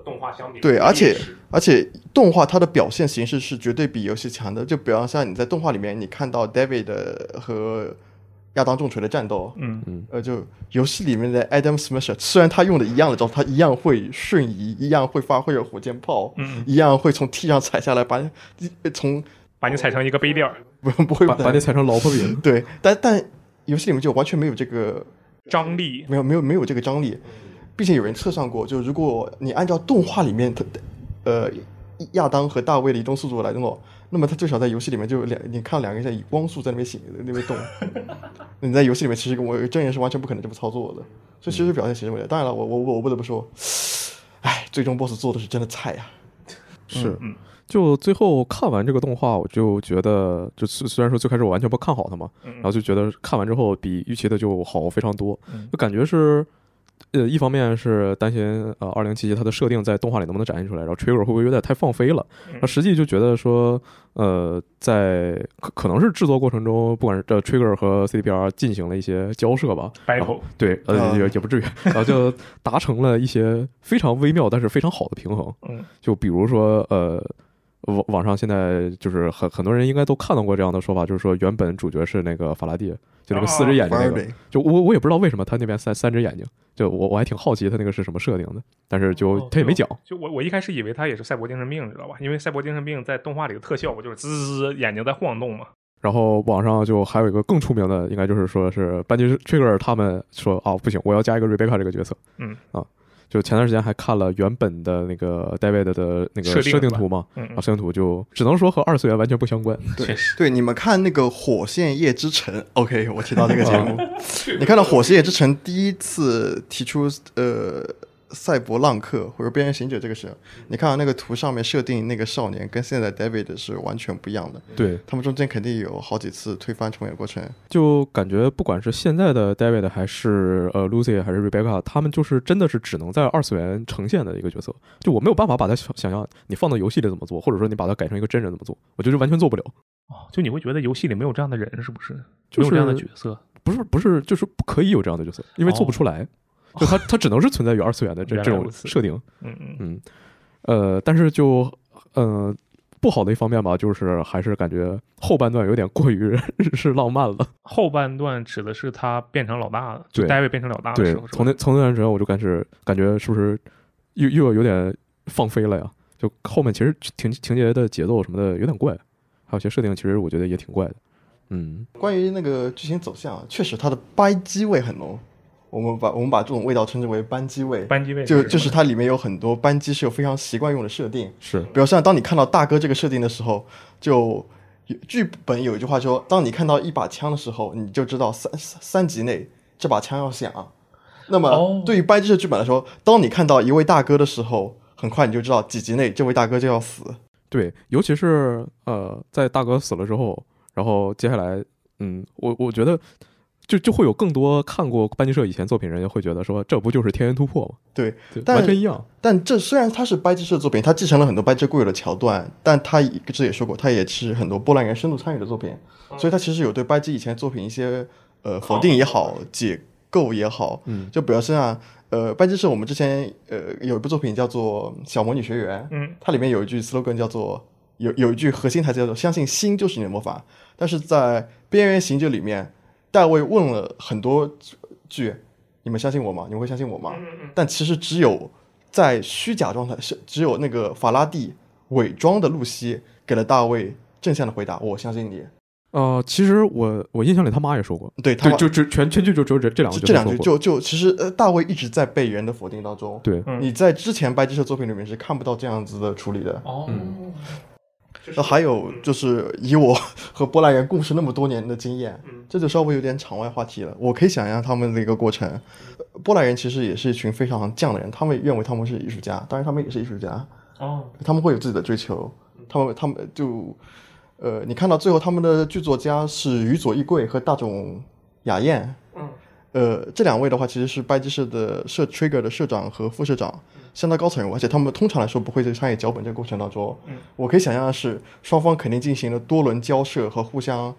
Speaker 2: 动画相比
Speaker 3: 对，而且而且动画它的表现形式是绝对比游戏强的。就比方像你在动画里面，你看到 David 的和亚当重锤的战斗，
Speaker 2: 嗯
Speaker 3: 呃，就游戏里面的 Adam Smasher，虽然他用的一样的招，他一样会瞬移，一样会发挥火箭炮，
Speaker 2: 嗯，
Speaker 3: 一样会从梯上踩下来，把呃从
Speaker 2: 把你踩成一个杯垫儿，
Speaker 3: 不不会
Speaker 1: 把把你踩成老婆饼。
Speaker 3: 对，但但游戏里面就完全没有这个
Speaker 2: 张力，
Speaker 3: 没有没有没有这个张力，并且有人测算过，就如果你按照动画里面的，呃，亚当和大卫的移动速度来弄，那么他最少在游戏里面就两，你看到两个人在以光速在那边行那边动，你在游戏里面其实跟我真人是完全不可能这么操作的，所以其实表现形式问题。当然了，我我我我不得不说，哎，最终 BOSS 做的是真的菜啊呀、
Speaker 1: 是
Speaker 2: 嗯，
Speaker 1: 就最后看完这个动画，我就觉得，就虽虽然说最开始我完全不看好它嘛，
Speaker 2: 然
Speaker 1: 然后就觉得看完之后比预期的就好非常多
Speaker 2: 嗯，
Speaker 1: 就感觉是。呃，一方面是担心呃，二零七七它的设定在动画里能不能展现出来，然后 Trigger 会不会有点太放飞了？
Speaker 2: 嗯
Speaker 1: 那实际就觉得说，呃，在可可能是制作过程中，不管是这 Trigger 和 CDPR 进行了一些交涉吧，
Speaker 2: 白头，
Speaker 1: 对，呃，
Speaker 3: 啊
Speaker 1: 也也不至于， 然后就达成了一些非常微妙但是非常好的平衡。
Speaker 2: 嗯，
Speaker 1: 就比如说，呃，网网上现在就是很很多人应该都看到过这样的说法，就是说原本主角是那个法拉第，就那个四只眼睛那个，
Speaker 3: Faraday
Speaker 1: 就我我也不知道为什么他那边三三只眼睛，就我我还挺好奇他那个是什么设定的，但是就
Speaker 2: 哦
Speaker 1: 他也没
Speaker 2: 对
Speaker 1: 讲，
Speaker 2: 就我我一开始以为他也是赛博精神病，你知道吧？因为赛博精神病在动画里的特效，我就是滋滋滋眼睛在晃动嘛。
Speaker 1: 然后网上就还有一个更出名的，应该就是说是班级 Trigger 他们说啊，不行，我要加一个 Rebecca 这个角色。
Speaker 2: 嗯
Speaker 1: 啊，就前段时间还看了原本的那个 David 的那
Speaker 2: 设
Speaker 1: 个
Speaker 2: 定
Speaker 1: 设定图嘛，
Speaker 2: 嗯
Speaker 1: 啊，设定图就只能说和二次元完全不相关。
Speaker 3: 对
Speaker 2: 确实
Speaker 3: 对，你们看那个《火线夜之城》，OK，我 提到这个节目，
Speaker 2: 嗯，
Speaker 3: 你看到《火线夜之城》第一次提出呃赛博浪客或者边缘行者这个时候，你看到那个图上面设定那个少年跟现在 David 是完全不一样的，
Speaker 1: 对，
Speaker 3: 他们中间肯定有好几次推翻重演过程。
Speaker 1: 就感觉不管是现在的 David 还是呃 Lucy 还是 Rebecca，他们就是真的是只能在二次元呈现的一个角色，就我没有办法把它想想象你放到游戏里怎么做，或者说你把它改成一个真人怎么做，我觉得完全做不了。
Speaker 2: 哦就你会觉得游戏里没有这样的人，是不是？
Speaker 1: 就
Speaker 2: 没有这样的
Speaker 1: 是
Speaker 2: 角色，
Speaker 1: 不是不是，就是不可以有这样的角色，因为做不出来，就它它只能是存在于二次元的这
Speaker 2: 哦原来
Speaker 1: 这
Speaker 2: 如
Speaker 1: 种
Speaker 2: 此
Speaker 1: 设定。
Speaker 2: 嗯嗯
Speaker 1: 嗯，呃，但是就呃不好的一方面吧，就是还是感觉后半段有点过于 日式浪漫了。
Speaker 2: 后半段指的是他变成老大了，就
Speaker 1: 对
Speaker 2: 戴维变成老大的
Speaker 1: 对
Speaker 2: 时候，，是吧
Speaker 1: 从那从那段时间我就开始感觉是不是又又有点放飞了呀？就后面其实情情节的节奏什么的有点怪，还有些设定其实我觉得也挺怪的。嗯，
Speaker 3: 关于那个剧情走向啊，确实它的掰鸡味很浓，我们把我们把这种味道称之为扳机味，
Speaker 2: 班级位置
Speaker 3: 就
Speaker 2: 吧
Speaker 3: 就是它里面有很多扳机是有非常习惯用的设定，
Speaker 1: 是
Speaker 3: 比如像当你看到大哥这个设定的时候，就有剧本有一句话说，当你看到一把枪的时候，你就知道三三三级内这把枪要响。那
Speaker 2: 哦
Speaker 3: 么对于掰这些剧本来说，当你看到一位大哥的时候，很快你就知道几级内这位大哥就要死。
Speaker 1: 对，尤其是呃，在大哥死了之后，然后接下来，嗯，我我觉得就就会有更多看过班级社以前作品人会觉得说，这不就是天元突破吗？
Speaker 3: 对，
Speaker 1: 对
Speaker 3: 但
Speaker 1: 完全一样。
Speaker 3: 但这虽然它是掰机社的作品，它继承了很多掰机固有的桥段，但它一直也说过，它也是很多波兰人深度参与的作品，所以它其实有对掰机以前作品一些呃否定也好，解构也好，
Speaker 1: 嗯，
Speaker 3: 就比如像呃掰机社，我们之前呃有一部作品叫做《小魔女学园》，
Speaker 2: 嗯，
Speaker 3: 它里面有一句 slogan 叫做有有一句核心台词叫做“相信心就是你的魔法”，但是在《边缘行者》里面，大卫问了很多句，你你们相信我吗？你们会相信我吗？
Speaker 2: 嗯嗯
Speaker 3: 但其实只有在虚假状态，是只有那个法拉第伪装的露西给了大卫正向的回答，我相信你。
Speaker 1: 呃，其实我我印象里他妈也说过，
Speaker 3: 对他
Speaker 1: 对，就就全全剧就只有这这两个角
Speaker 3: 这这
Speaker 1: 色
Speaker 3: 两
Speaker 1: 说
Speaker 3: 句
Speaker 1: 过，
Speaker 3: 就就其实呃，大卫一直在被人的否定当中。
Speaker 1: 对，
Speaker 2: 嗯
Speaker 3: 你在之前白吉社作品里面是看不到这样子的处理的。
Speaker 2: 哦，
Speaker 1: 嗯
Speaker 3: 那还有就是以我和波兰人共事那么多年的经验
Speaker 2: 嗯，
Speaker 3: 这就稍微有点场外话题了。我可以想象他们的一个过程。
Speaker 2: 嗯
Speaker 3: 呃波兰人其实也是一群非常犟的人，他们认为他们是艺术家，当然他们也是艺术家，
Speaker 2: 哦，
Speaker 3: 他们会有自己的追求，
Speaker 2: 嗯
Speaker 3: 他们他们就，呃，你看到最后他们的剧作家是宇佐义贵和大冢雅彦，
Speaker 2: 嗯
Speaker 3: 呃，这两位的话其实是拜基社的社 Trigger 的社长和副社长，相当高层人物，而且他们通常来说不会在参与脚本这个过程当中。
Speaker 2: 嗯
Speaker 3: 我可以想象的是，双方肯定进行了多轮交涉和互相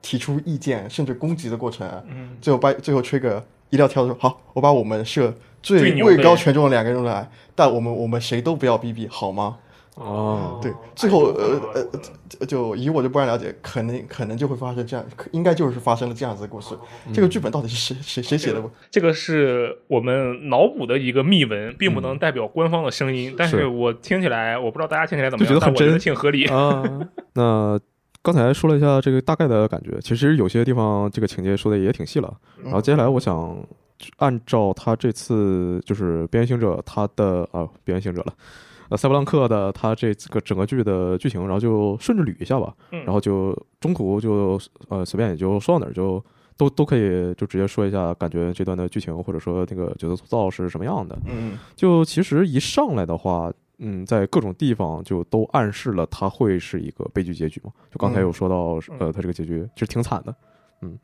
Speaker 3: 提出意见，甚至攻击的过程。
Speaker 2: 嗯，
Speaker 3: 最后拜最后 Trigger 一撂挑子说：“好，我把我们社
Speaker 2: 最
Speaker 3: 最
Speaker 2: 牛的
Speaker 3: 位高
Speaker 2: 人
Speaker 3: 权重的两个人来，但我们我们谁都不要逼逼，好吗？”
Speaker 1: 哦
Speaker 3: 对最后呃呃
Speaker 2: 呃，
Speaker 3: 就就以我就不然了解，可能可能就会发生这样，可应该就是发生了这样子的故事。这个剧本到底是谁谁谁写的？
Speaker 2: 这个是我们脑补的一个密文，并不能代表官方的声音，但是
Speaker 1: 嗯是
Speaker 2: 我听起来，我不知道大家听起来怎么
Speaker 1: 就
Speaker 2: 样，
Speaker 1: 觉得
Speaker 2: 但
Speaker 1: 很
Speaker 2: 我觉得
Speaker 1: 真
Speaker 2: 挺合理。
Speaker 1: 啊，那刚才说了一下这个大概的感觉，其实有些地方这个情节说的也挺细了。然后接下来我想按照他这次就是《边缘行者》他的啊，《边缘行者》了，呃，塞布朗克的他这个整个剧的剧情，然后就顺着捋一下吧。
Speaker 2: 嗯
Speaker 1: 然后就中途就呃随便也就说到哪儿就。都都可以就直接说一下，感觉这段的剧情或者说那个角色塑造是什么样的。
Speaker 3: 嗯
Speaker 1: 就其实一上来的话，嗯，在各种地方就都暗示了它会是一个悲剧结局嘛。就刚才
Speaker 3: 嗯
Speaker 1: 有说到，呃，它这个结局其实挺惨的，嗯，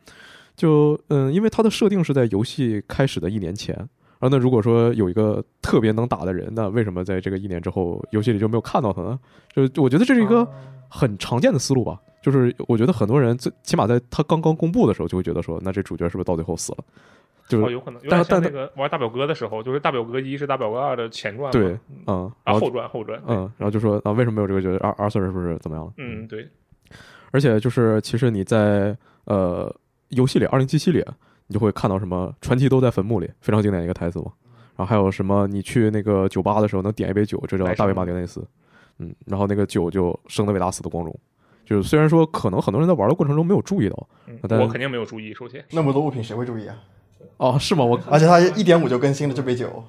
Speaker 1: 就嗯，因为它的设定是在游戏开始的一年前。啊，那如果说有一个特别能打的人，那为什么在这个一年之后游戏里就没有看到他呢？就就我觉得这是一个
Speaker 2: 哦
Speaker 1: 很常见的思路吧。就是我觉得很多人最起码在他刚刚公布的时候就会觉得说，那这主角是不是到最后死了？就是、
Speaker 2: 哦，有可能，有
Speaker 1: 但
Speaker 2: 点像
Speaker 1: 但
Speaker 2: 那个玩大表哥的时候，就是大表哥一是大表哥二的前传嘛，
Speaker 1: 对，嗯，
Speaker 2: 啊
Speaker 1: 然后
Speaker 2: 后传后传，对
Speaker 1: 嗯，然后就说啊，为什么没有这个角色？阿阿 Sir 是不是怎么样了？
Speaker 2: 嗯，对，
Speaker 1: 而且就是其实你在呃游戏里二零七七里，你就会看到什么传奇都在坟墓里，非常经典的一个台词嘛。然后还有什么你去那个酒吧的时候能点一杯酒，这叫
Speaker 2: 白
Speaker 1: 大卫
Speaker 2: 生
Speaker 1: 马丁内斯，嗯，然后那个酒就生的伟大，死的光荣。就是虽然说可能很多人在玩的过程中没有注意到，
Speaker 2: 嗯
Speaker 1: 但
Speaker 2: 我肯定没有注意，首先，
Speaker 3: 那么多物品谁会注意啊？
Speaker 1: 哦，是吗？我
Speaker 3: 而且他一点五就更新了这杯酒，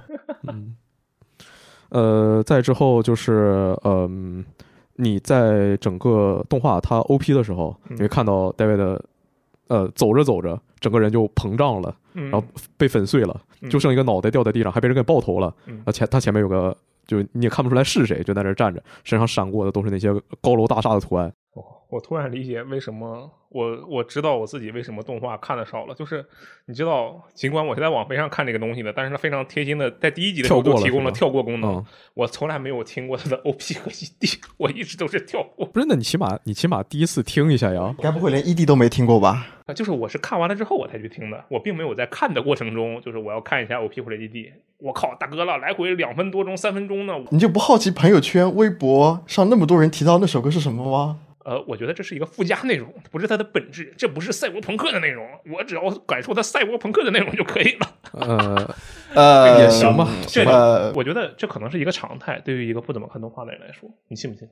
Speaker 1: 呃，再之后就是，嗯、你在整个动画它 OP 的时候，你会看到 David 的，呃，走着走着，整个人就膨胀了，
Speaker 2: 嗯，
Speaker 1: 然后被粉碎了，就剩一个脑袋掉在地上，还被人给爆头了。
Speaker 2: 嗯
Speaker 1: 然后前他前面有个，就你也看不出来是谁，就在那儿站着，身上闪过的都是那些高楼大厦的图案。
Speaker 2: 我突然理解为什么我我知道我自己为什么动画看的少了，就是你知道，尽管我是在网飞上看这个东西的，但是它非常贴心的在第一集的时候
Speaker 1: 跳
Speaker 2: 就
Speaker 1: 过了
Speaker 2: 提供了
Speaker 1: 是吧
Speaker 2: 跳过功能，
Speaker 1: 嗯
Speaker 2: 我从来没有听过它的 OP 和 ED，我一直都是跳过。
Speaker 1: 不是，那你起码你起码第一次听一下 呀。
Speaker 3: 该不会连 ED 都没听过吧？
Speaker 2: 啊，就是我是看完了之后我才去听的，我并没有在看的过程中，就是我要看一下 OP 或者 ED。我靠，大哥了，来回两分多钟、三分钟呢。我
Speaker 3: 你就不好奇朋友圈、微博上那么多人提到那首歌是什么吗？
Speaker 2: 呃，我觉得这是一个附加内容，不是它的本质，这不是赛博朋克的内容。我只要感受它赛博朋克的内容就可以了。
Speaker 1: 呃，
Speaker 3: 呃，
Speaker 1: 也行吧
Speaker 2: 这
Speaker 3: 呃，
Speaker 2: 我觉得这可能是一个常态，对于一个不怎么看动画的人来说，你信不信？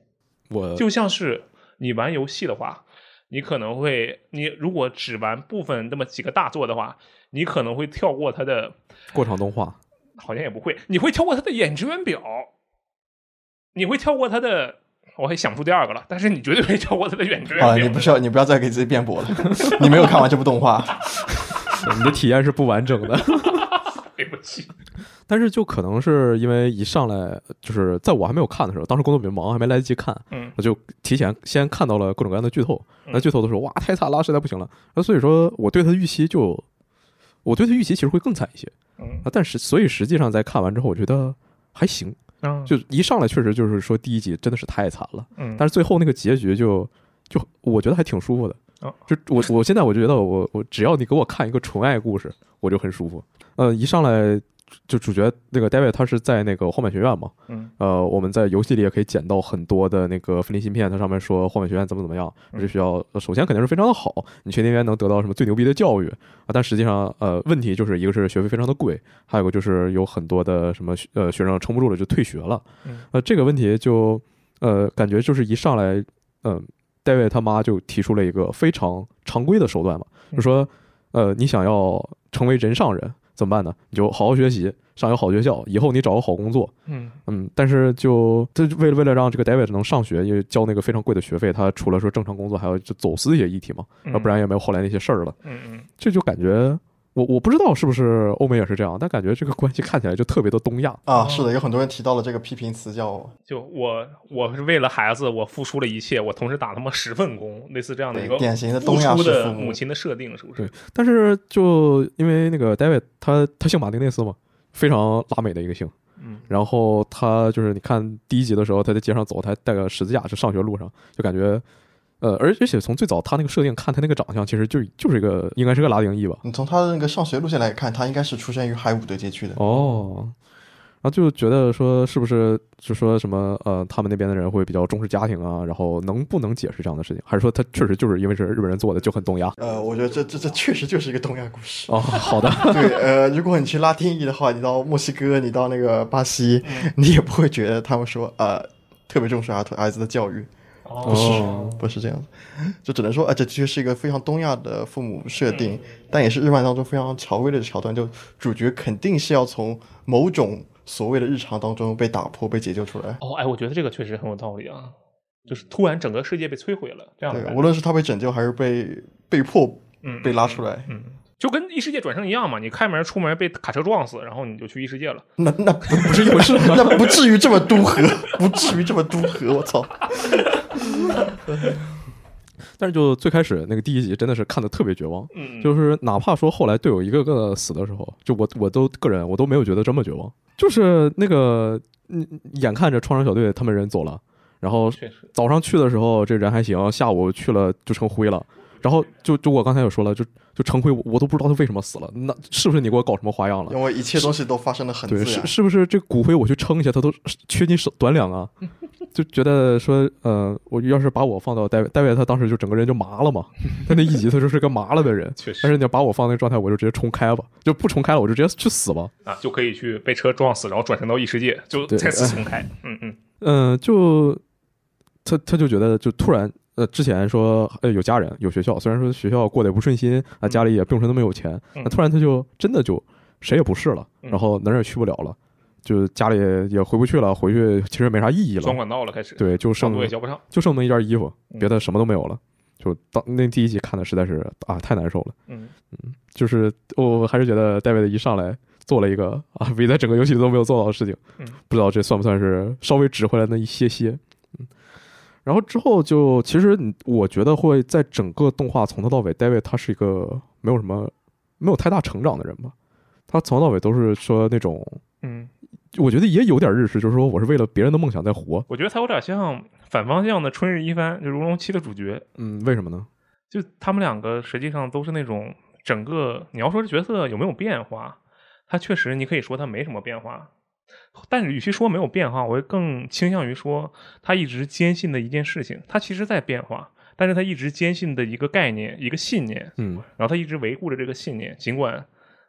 Speaker 1: 我
Speaker 2: 就像是你玩游戏的话，你可能会，你如果只玩部分那么几个大作的话，你可能会跳过它的，
Speaker 1: 过场动 画，
Speaker 2: 好像也不会，你会跳过它的哦演职员表，你会跳过它的，我还想不出第二个了，但是你绝对会跳过它的演职员
Speaker 3: 好
Speaker 2: 表
Speaker 3: 了，
Speaker 2: 的。
Speaker 3: 你 不需要，你不要再给自己辩驳了， 你没有看完这部动画，
Speaker 1: 你的体验是不完整的。
Speaker 2: 对不起，
Speaker 1: 但是就可能是因为一上来就是在我还没有看的时候，当时工作比较忙，还没来得及看，
Speaker 2: 嗯，
Speaker 1: 我就提前先看到了各种各样的剧透。
Speaker 2: 嗯
Speaker 1: 那剧透的时候，哇，太惨了，实在不行了。那所以说，我对它的预期就，我对它预期其实会更惨一些
Speaker 2: 嗯
Speaker 1: 啊。但是，所以实际上在看完之后，我觉得还行。
Speaker 2: 嗯，
Speaker 1: 就一上来确实就是说第一集真的是太惨了，
Speaker 2: 嗯，
Speaker 1: 但是最后那个结局就就我觉得还挺舒服的
Speaker 2: 哦。
Speaker 1: 就我我现在我觉得我我只要你给我看一个纯爱故事，我就很舒服。呃，一上来就主角那个 David 他是在那个荒坂学院嘛，
Speaker 2: 嗯，
Speaker 1: 呃，我们在游戏里也可以捡到很多的那个分离芯片，它上面说荒坂学院怎么怎么样，
Speaker 2: 嗯
Speaker 1: 这学校呃首先肯定是非常的好，你去那边能得到什么最牛逼的教育啊，但实际上呃问题就是一个是学费非常的贵，还有个就是有很多的什么学呃学生撑不住了就退学了
Speaker 2: 嗯，
Speaker 1: 呃这个问题就呃感觉就是一上来嗯、戴 David 他妈就提出了一个非常常规的手段嘛，
Speaker 2: 嗯
Speaker 1: 就说呃你想要成为人上人怎么办呢？你就好好学习，上一个好学校，以后你找个好工作。
Speaker 2: 嗯
Speaker 1: 嗯，但是就这为了为了让这个 David 能上学，因为交那个非常贵的学费，他除了说正常工作，还要就走私一些议题嘛，
Speaker 2: 嗯，
Speaker 1: 要不然也没有后来那些事儿了。
Speaker 2: 嗯，嗯
Speaker 1: 这就感觉我我不知道是不是欧美也是这样，但感觉这个关系看起来就特别的东亚。
Speaker 3: 啊，是的，有很多人提到了这个批评词叫
Speaker 2: 嗯，就我我是为了孩子，我付出了一切，我同时打他妈十份工，类似这样的一个
Speaker 3: 对典型的
Speaker 2: 付
Speaker 3: 东亚
Speaker 2: 出
Speaker 3: 式
Speaker 2: 的
Speaker 3: 父母
Speaker 2: 母亲的设定，是不是
Speaker 1: 对？但是就因为那个 David 他他姓马丁内斯嘛，非常拉美的一个姓。
Speaker 2: 嗯
Speaker 1: 然后他就是你看第一集的时候，他在街上走，他还带个十字架，是上学路上，就感觉，呃，而而且从最早他那个设定看，他那个长相其实就就是一个应该是个拉丁裔吧，
Speaker 3: 你从他的那个上学路线来看，他应该是出生于海伍德街区的。
Speaker 1: 哦，然后就觉得说是不是就说什么呃，他们那边的人会比较重视家庭啊，然后能不能解释这样的事情，还是说他确实就是因为是日本人做的就很东亚？
Speaker 3: 呃，我觉得这这这确实就是一个东亚故事。
Speaker 1: 哦，好的，
Speaker 3: 对，呃，如果你去拉丁裔的话，你到墨西哥，你到那个巴西，你也不会觉得他们说呃特别重视儿童孩子的教育，
Speaker 2: 哦
Speaker 3: 不是、
Speaker 1: 哦
Speaker 3: 不是这样的，就只能说啊、呃这的确是一个非常东亚的父母设定，
Speaker 1: 嗯
Speaker 3: 但也是日漫当中非常常规的桥段，就主角肯定是要从某种所谓的日常当中被打破、被解救出来。
Speaker 2: 哦，哎，我觉得这个确实很有道理啊，就是突然整个世界被摧毁了，这样的
Speaker 3: 对，
Speaker 2: 感
Speaker 3: 无
Speaker 2: 觉，
Speaker 3: 论是他被拯救还是被被迫
Speaker 2: 嗯，
Speaker 3: 被拉出来，
Speaker 2: 嗯，嗯，就跟异世界转生一样嘛，你开门出门被卡车撞死，然后你就去异世界了。
Speaker 1: 嗯
Speaker 3: 那那不 不是一回事，那不至于这么都合，不至于这么都合，我操！
Speaker 1: 但是就最开始那个第一集真的是看的特别绝望，
Speaker 2: 嗯，
Speaker 1: 就是哪怕说后来队友一个个死的时候，就我我都个人我都没有觉得这么绝望，就是那个嗯，眼看着创伤小队他们人走了，然后
Speaker 2: 确实，
Speaker 1: 早上去的时候这人还行，下午去了就成灰了，然后就就我刚才也说了，就就成灰我我都不知道他为什么死了，那是不是你给我搞什么花样了？
Speaker 3: 因为一切东西都发生的很自
Speaker 1: 对，
Speaker 3: 然
Speaker 1: 是。是不是这骨灰我去称一下，他都缺斤少短两啊？就觉得说，呃，我要是把我放到戴维戴维，他当时就整个人就麻了嘛， 他那一集他就是个麻了的人，
Speaker 2: 确实
Speaker 1: 但是你要把我放那个状态，我就直接重开吧，就不重开了，我就直接去死吧。
Speaker 2: 啊，就可以去被车撞死，然后转生到异世界，就
Speaker 1: 对哎
Speaker 2: 再次重开。嗯嗯
Speaker 1: 嗯，就他他就觉得就突然呃，之前说呃有家人有学校，虽然说学校过得也不顺心啊，家里也并不是那么有钱，那、
Speaker 2: 嗯
Speaker 1: 突然他就真的就谁也不是了，
Speaker 2: 嗯
Speaker 1: 然后哪儿也去不了了，就家里也回不去了，回去其实没啥意义
Speaker 2: 钻
Speaker 1: 了，
Speaker 2: 管道了，开始
Speaker 1: 对，就
Speaker 2: 上
Speaker 1: 剩
Speaker 2: 路也交不上。
Speaker 1: 就剩那一件衣服，
Speaker 2: 嗯
Speaker 1: 别的什么都没有了。就当那第一集看的实在是啊太难受了，
Speaker 2: 嗯，
Speaker 1: 就是我还是觉得戴维的一上来做了一个啊，伟在整个游戏里都没有做到的事情，
Speaker 2: 嗯
Speaker 1: 不知道这算不算是稍微指回来那一些些。嗯，然后之后就其实你我觉得会在整个动画从头到尾，戴维他是一个没有什么没有太大成长的人吧，他从头到尾都是说那种。
Speaker 2: 嗯，
Speaker 1: 我觉得也有点日式，就是说我是为了别人的梦想在活。
Speaker 2: 我觉得他有点像反方向的春日一番，就《如龙七》的主角，
Speaker 1: 嗯，为什么呢？
Speaker 2: 就他们两个实际上都是那种整个你要说这角色有没有变化，他确实你可以说他没什么变化，但是与其说没有变化，我会更倾向于说他一直坚信的一件事情，他其实在变化，但是他一直坚信的一个概念、一个信念，
Speaker 1: 嗯，
Speaker 2: 然后他一直维护着这个信念，尽管。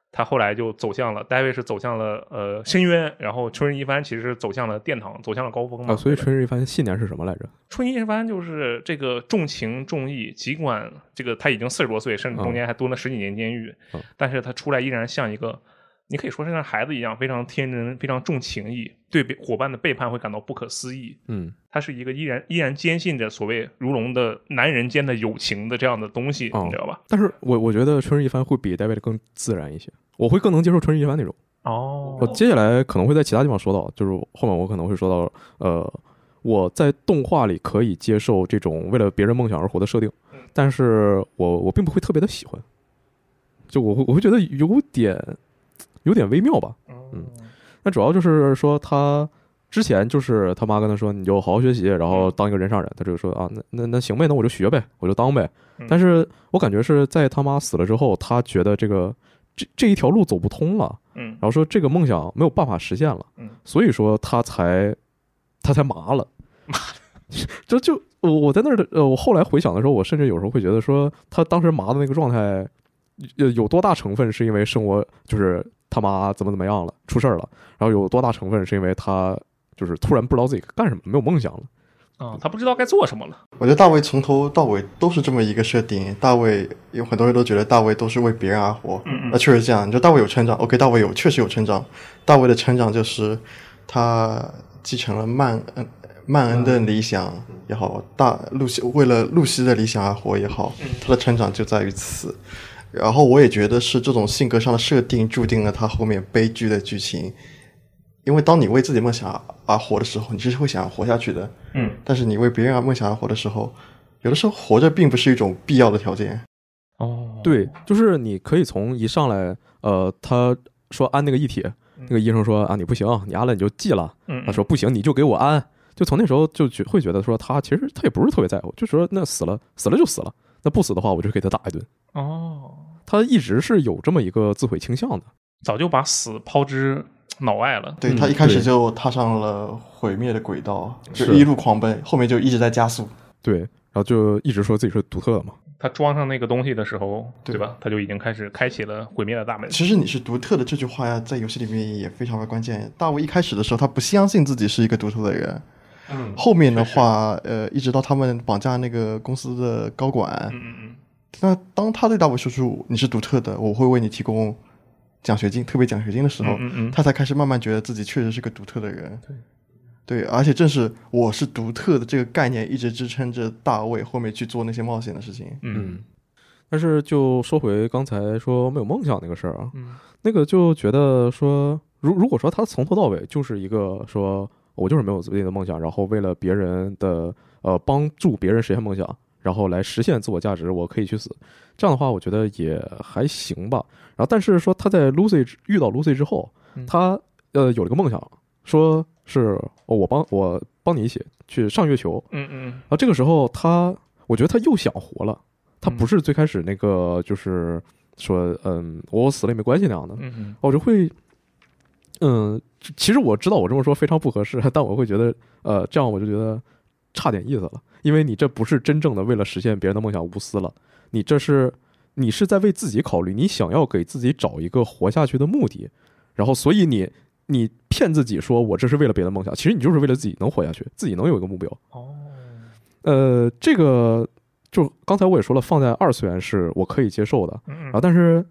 Speaker 2: 他后来就走向了，戴维是走向了呃深渊，然后春日一番其实是走向了殿堂，走向了高峰嘛。
Speaker 1: 啊，所以
Speaker 2: 对吧
Speaker 1: 春日一番信念是什么来着？
Speaker 2: 春一帆就是这个重情重义，尽管这个他已经四十多岁，甚至中间还蹲了十几年监狱，
Speaker 1: 嗯
Speaker 2: 但是他出来依然像一个，你可以说是像孩子一样，非常天真，非常重情义，对别伙伴的背叛会感到不可思议。
Speaker 1: 嗯，
Speaker 2: 他是一个依然依然坚信着所谓如龙的男人间的友情的这样的东西，
Speaker 1: 哦
Speaker 2: 你知道吧？
Speaker 1: 但是我我觉得春日一番会比戴维的更自然一些，我会更能接受春日一番那种。
Speaker 2: 哦
Speaker 1: 我接下来可能会在其他地方说到，就是后面我可能会说到，呃，我在动画里可以接受这种为了别人梦想而活的设定，
Speaker 2: 嗯
Speaker 1: 但是我我并不会特别的喜欢，就我会我会觉得有点有点微妙吧。
Speaker 2: 嗯
Speaker 1: 那主要就是说他之前就是他妈跟他说你就好好学习，然
Speaker 2: 嗯
Speaker 1: 后当一个人上人，他就说啊那那那行呗，那我就学呗，我就当呗
Speaker 2: 嗯。
Speaker 1: 但是我感觉是在他妈死了之后，他觉得这个这这一条路走不通了，
Speaker 2: 嗯
Speaker 1: 然后说这个梦想没有办法实现了，
Speaker 2: 嗯
Speaker 1: 所以说他才他才麻了，麻了，这就我我在那儿的呃，我后来回想的时候，我甚至有时候会觉得说他当时麻的那个状态，呃，有多大成分是因为生活就是他妈怎么怎么样了，出事儿了，然后有多大成分是因为他就是突然不知道自己干什么，没有梦想了，
Speaker 2: 啊，他不知道该做什么了。
Speaker 3: 我觉得大卫从头到尾都是这么一个设定。大卫有很多人都觉得大卫都是为别人而活，
Speaker 2: 嗯嗯
Speaker 3: 那确实这样。你说大卫有成长，OK，大卫有确实有成长。大卫的成长就是他继承了曼恩曼恩的理想
Speaker 2: 嗯
Speaker 3: 也好，大露西为了露西的理想而活也好，
Speaker 2: 嗯
Speaker 3: 他的成长就在于此。然后我也觉得是这种性格上的设定注定了他后面悲剧的剧情，因为当你为自己梦想而活的时候，你是会想要活下去的。
Speaker 2: 嗯，
Speaker 3: 但是你为别人而梦想而活的时候，有的时候活着并不是一种必要的条件。
Speaker 2: 哦，
Speaker 1: 对，就是你可以从一上来，呃，他说安那个一铁，那个医生说啊你不行，你安了你就记了。
Speaker 2: 嗯，嗯
Speaker 1: 他说不行，你就给我安。就从那时候就觉会觉得说他其实他也不是特别在乎，就说那死了死了就死了，那不死的话我就给他打一顿。
Speaker 2: 哦，
Speaker 1: 他一直是有这么一个自毁倾向的。
Speaker 2: 早就把死抛之脑外了。
Speaker 3: 对
Speaker 1: 嗯
Speaker 3: 他一开始
Speaker 1: 对
Speaker 3: 就踏上了毁灭的轨道，就是一路狂奔，后面就一直在加速。
Speaker 1: 对，然后就一直说自己是独特的嘛。
Speaker 2: 他装上那个东西的时候，
Speaker 3: 对
Speaker 2: 对吧？他就已经开始开启了毁灭的大门。
Speaker 3: 其实你是独特的这句话呀，在游戏里面也非常的关键。大卫一开始的时候，他不相信自己是一个独特的人，
Speaker 2: 嗯
Speaker 3: 后面的话，呃，一直到他们绑架那个公司的高管，
Speaker 2: 嗯嗯
Speaker 3: 那当他对大卫说出你是独特的，我会为你提供奖学金，特别奖学金的时候，
Speaker 2: 嗯嗯嗯
Speaker 3: 他才开始慢慢觉得自己确实是个独特的人。
Speaker 2: 对
Speaker 3: 对，而且正是我是独特的这个概念，一直支撑着大卫后面去做那些冒险的事情。
Speaker 2: 嗯
Speaker 1: 但是就说回刚才说没有梦想那个事儿啊，
Speaker 2: 嗯
Speaker 1: 那个就觉得说，如如果说他从头到尾就是一个说我就是没有自己的梦想，然后为了别人的呃帮助别人实现梦想，然后来实现自我价值，我可以去死，这样的话我觉得也还行吧。然后但是说他在 Lucy 之遇到 Lucy 之后
Speaker 2: 嗯，
Speaker 1: 他呃有了个梦想，说是、哦我帮我帮你一起去上月球，
Speaker 2: 嗯嗯
Speaker 1: 然后这个时候他，我觉得他又想活了，他
Speaker 2: 嗯
Speaker 1: 不是最开始那个就是说，嗯，我死了也没关系那样的，
Speaker 2: 嗯嗯
Speaker 1: 我就会，嗯，其实我知道我这么说非常不合适，但我会觉得，呃，这样我就觉得差点意思了，因为你这不是真正的为了实现别人的梦想无私了，你这是你是在为自己考虑，你想要给自己找一个活下去的目的，然后所以你你骗自己说我这是为了别的梦想，其实你就是为了自己能活下去，自己能有一个目标。
Speaker 2: 哦，
Speaker 1: 呃，这个就刚才我也说了，放在二次元是我可以接受的，
Speaker 2: 嗯
Speaker 1: 然后但是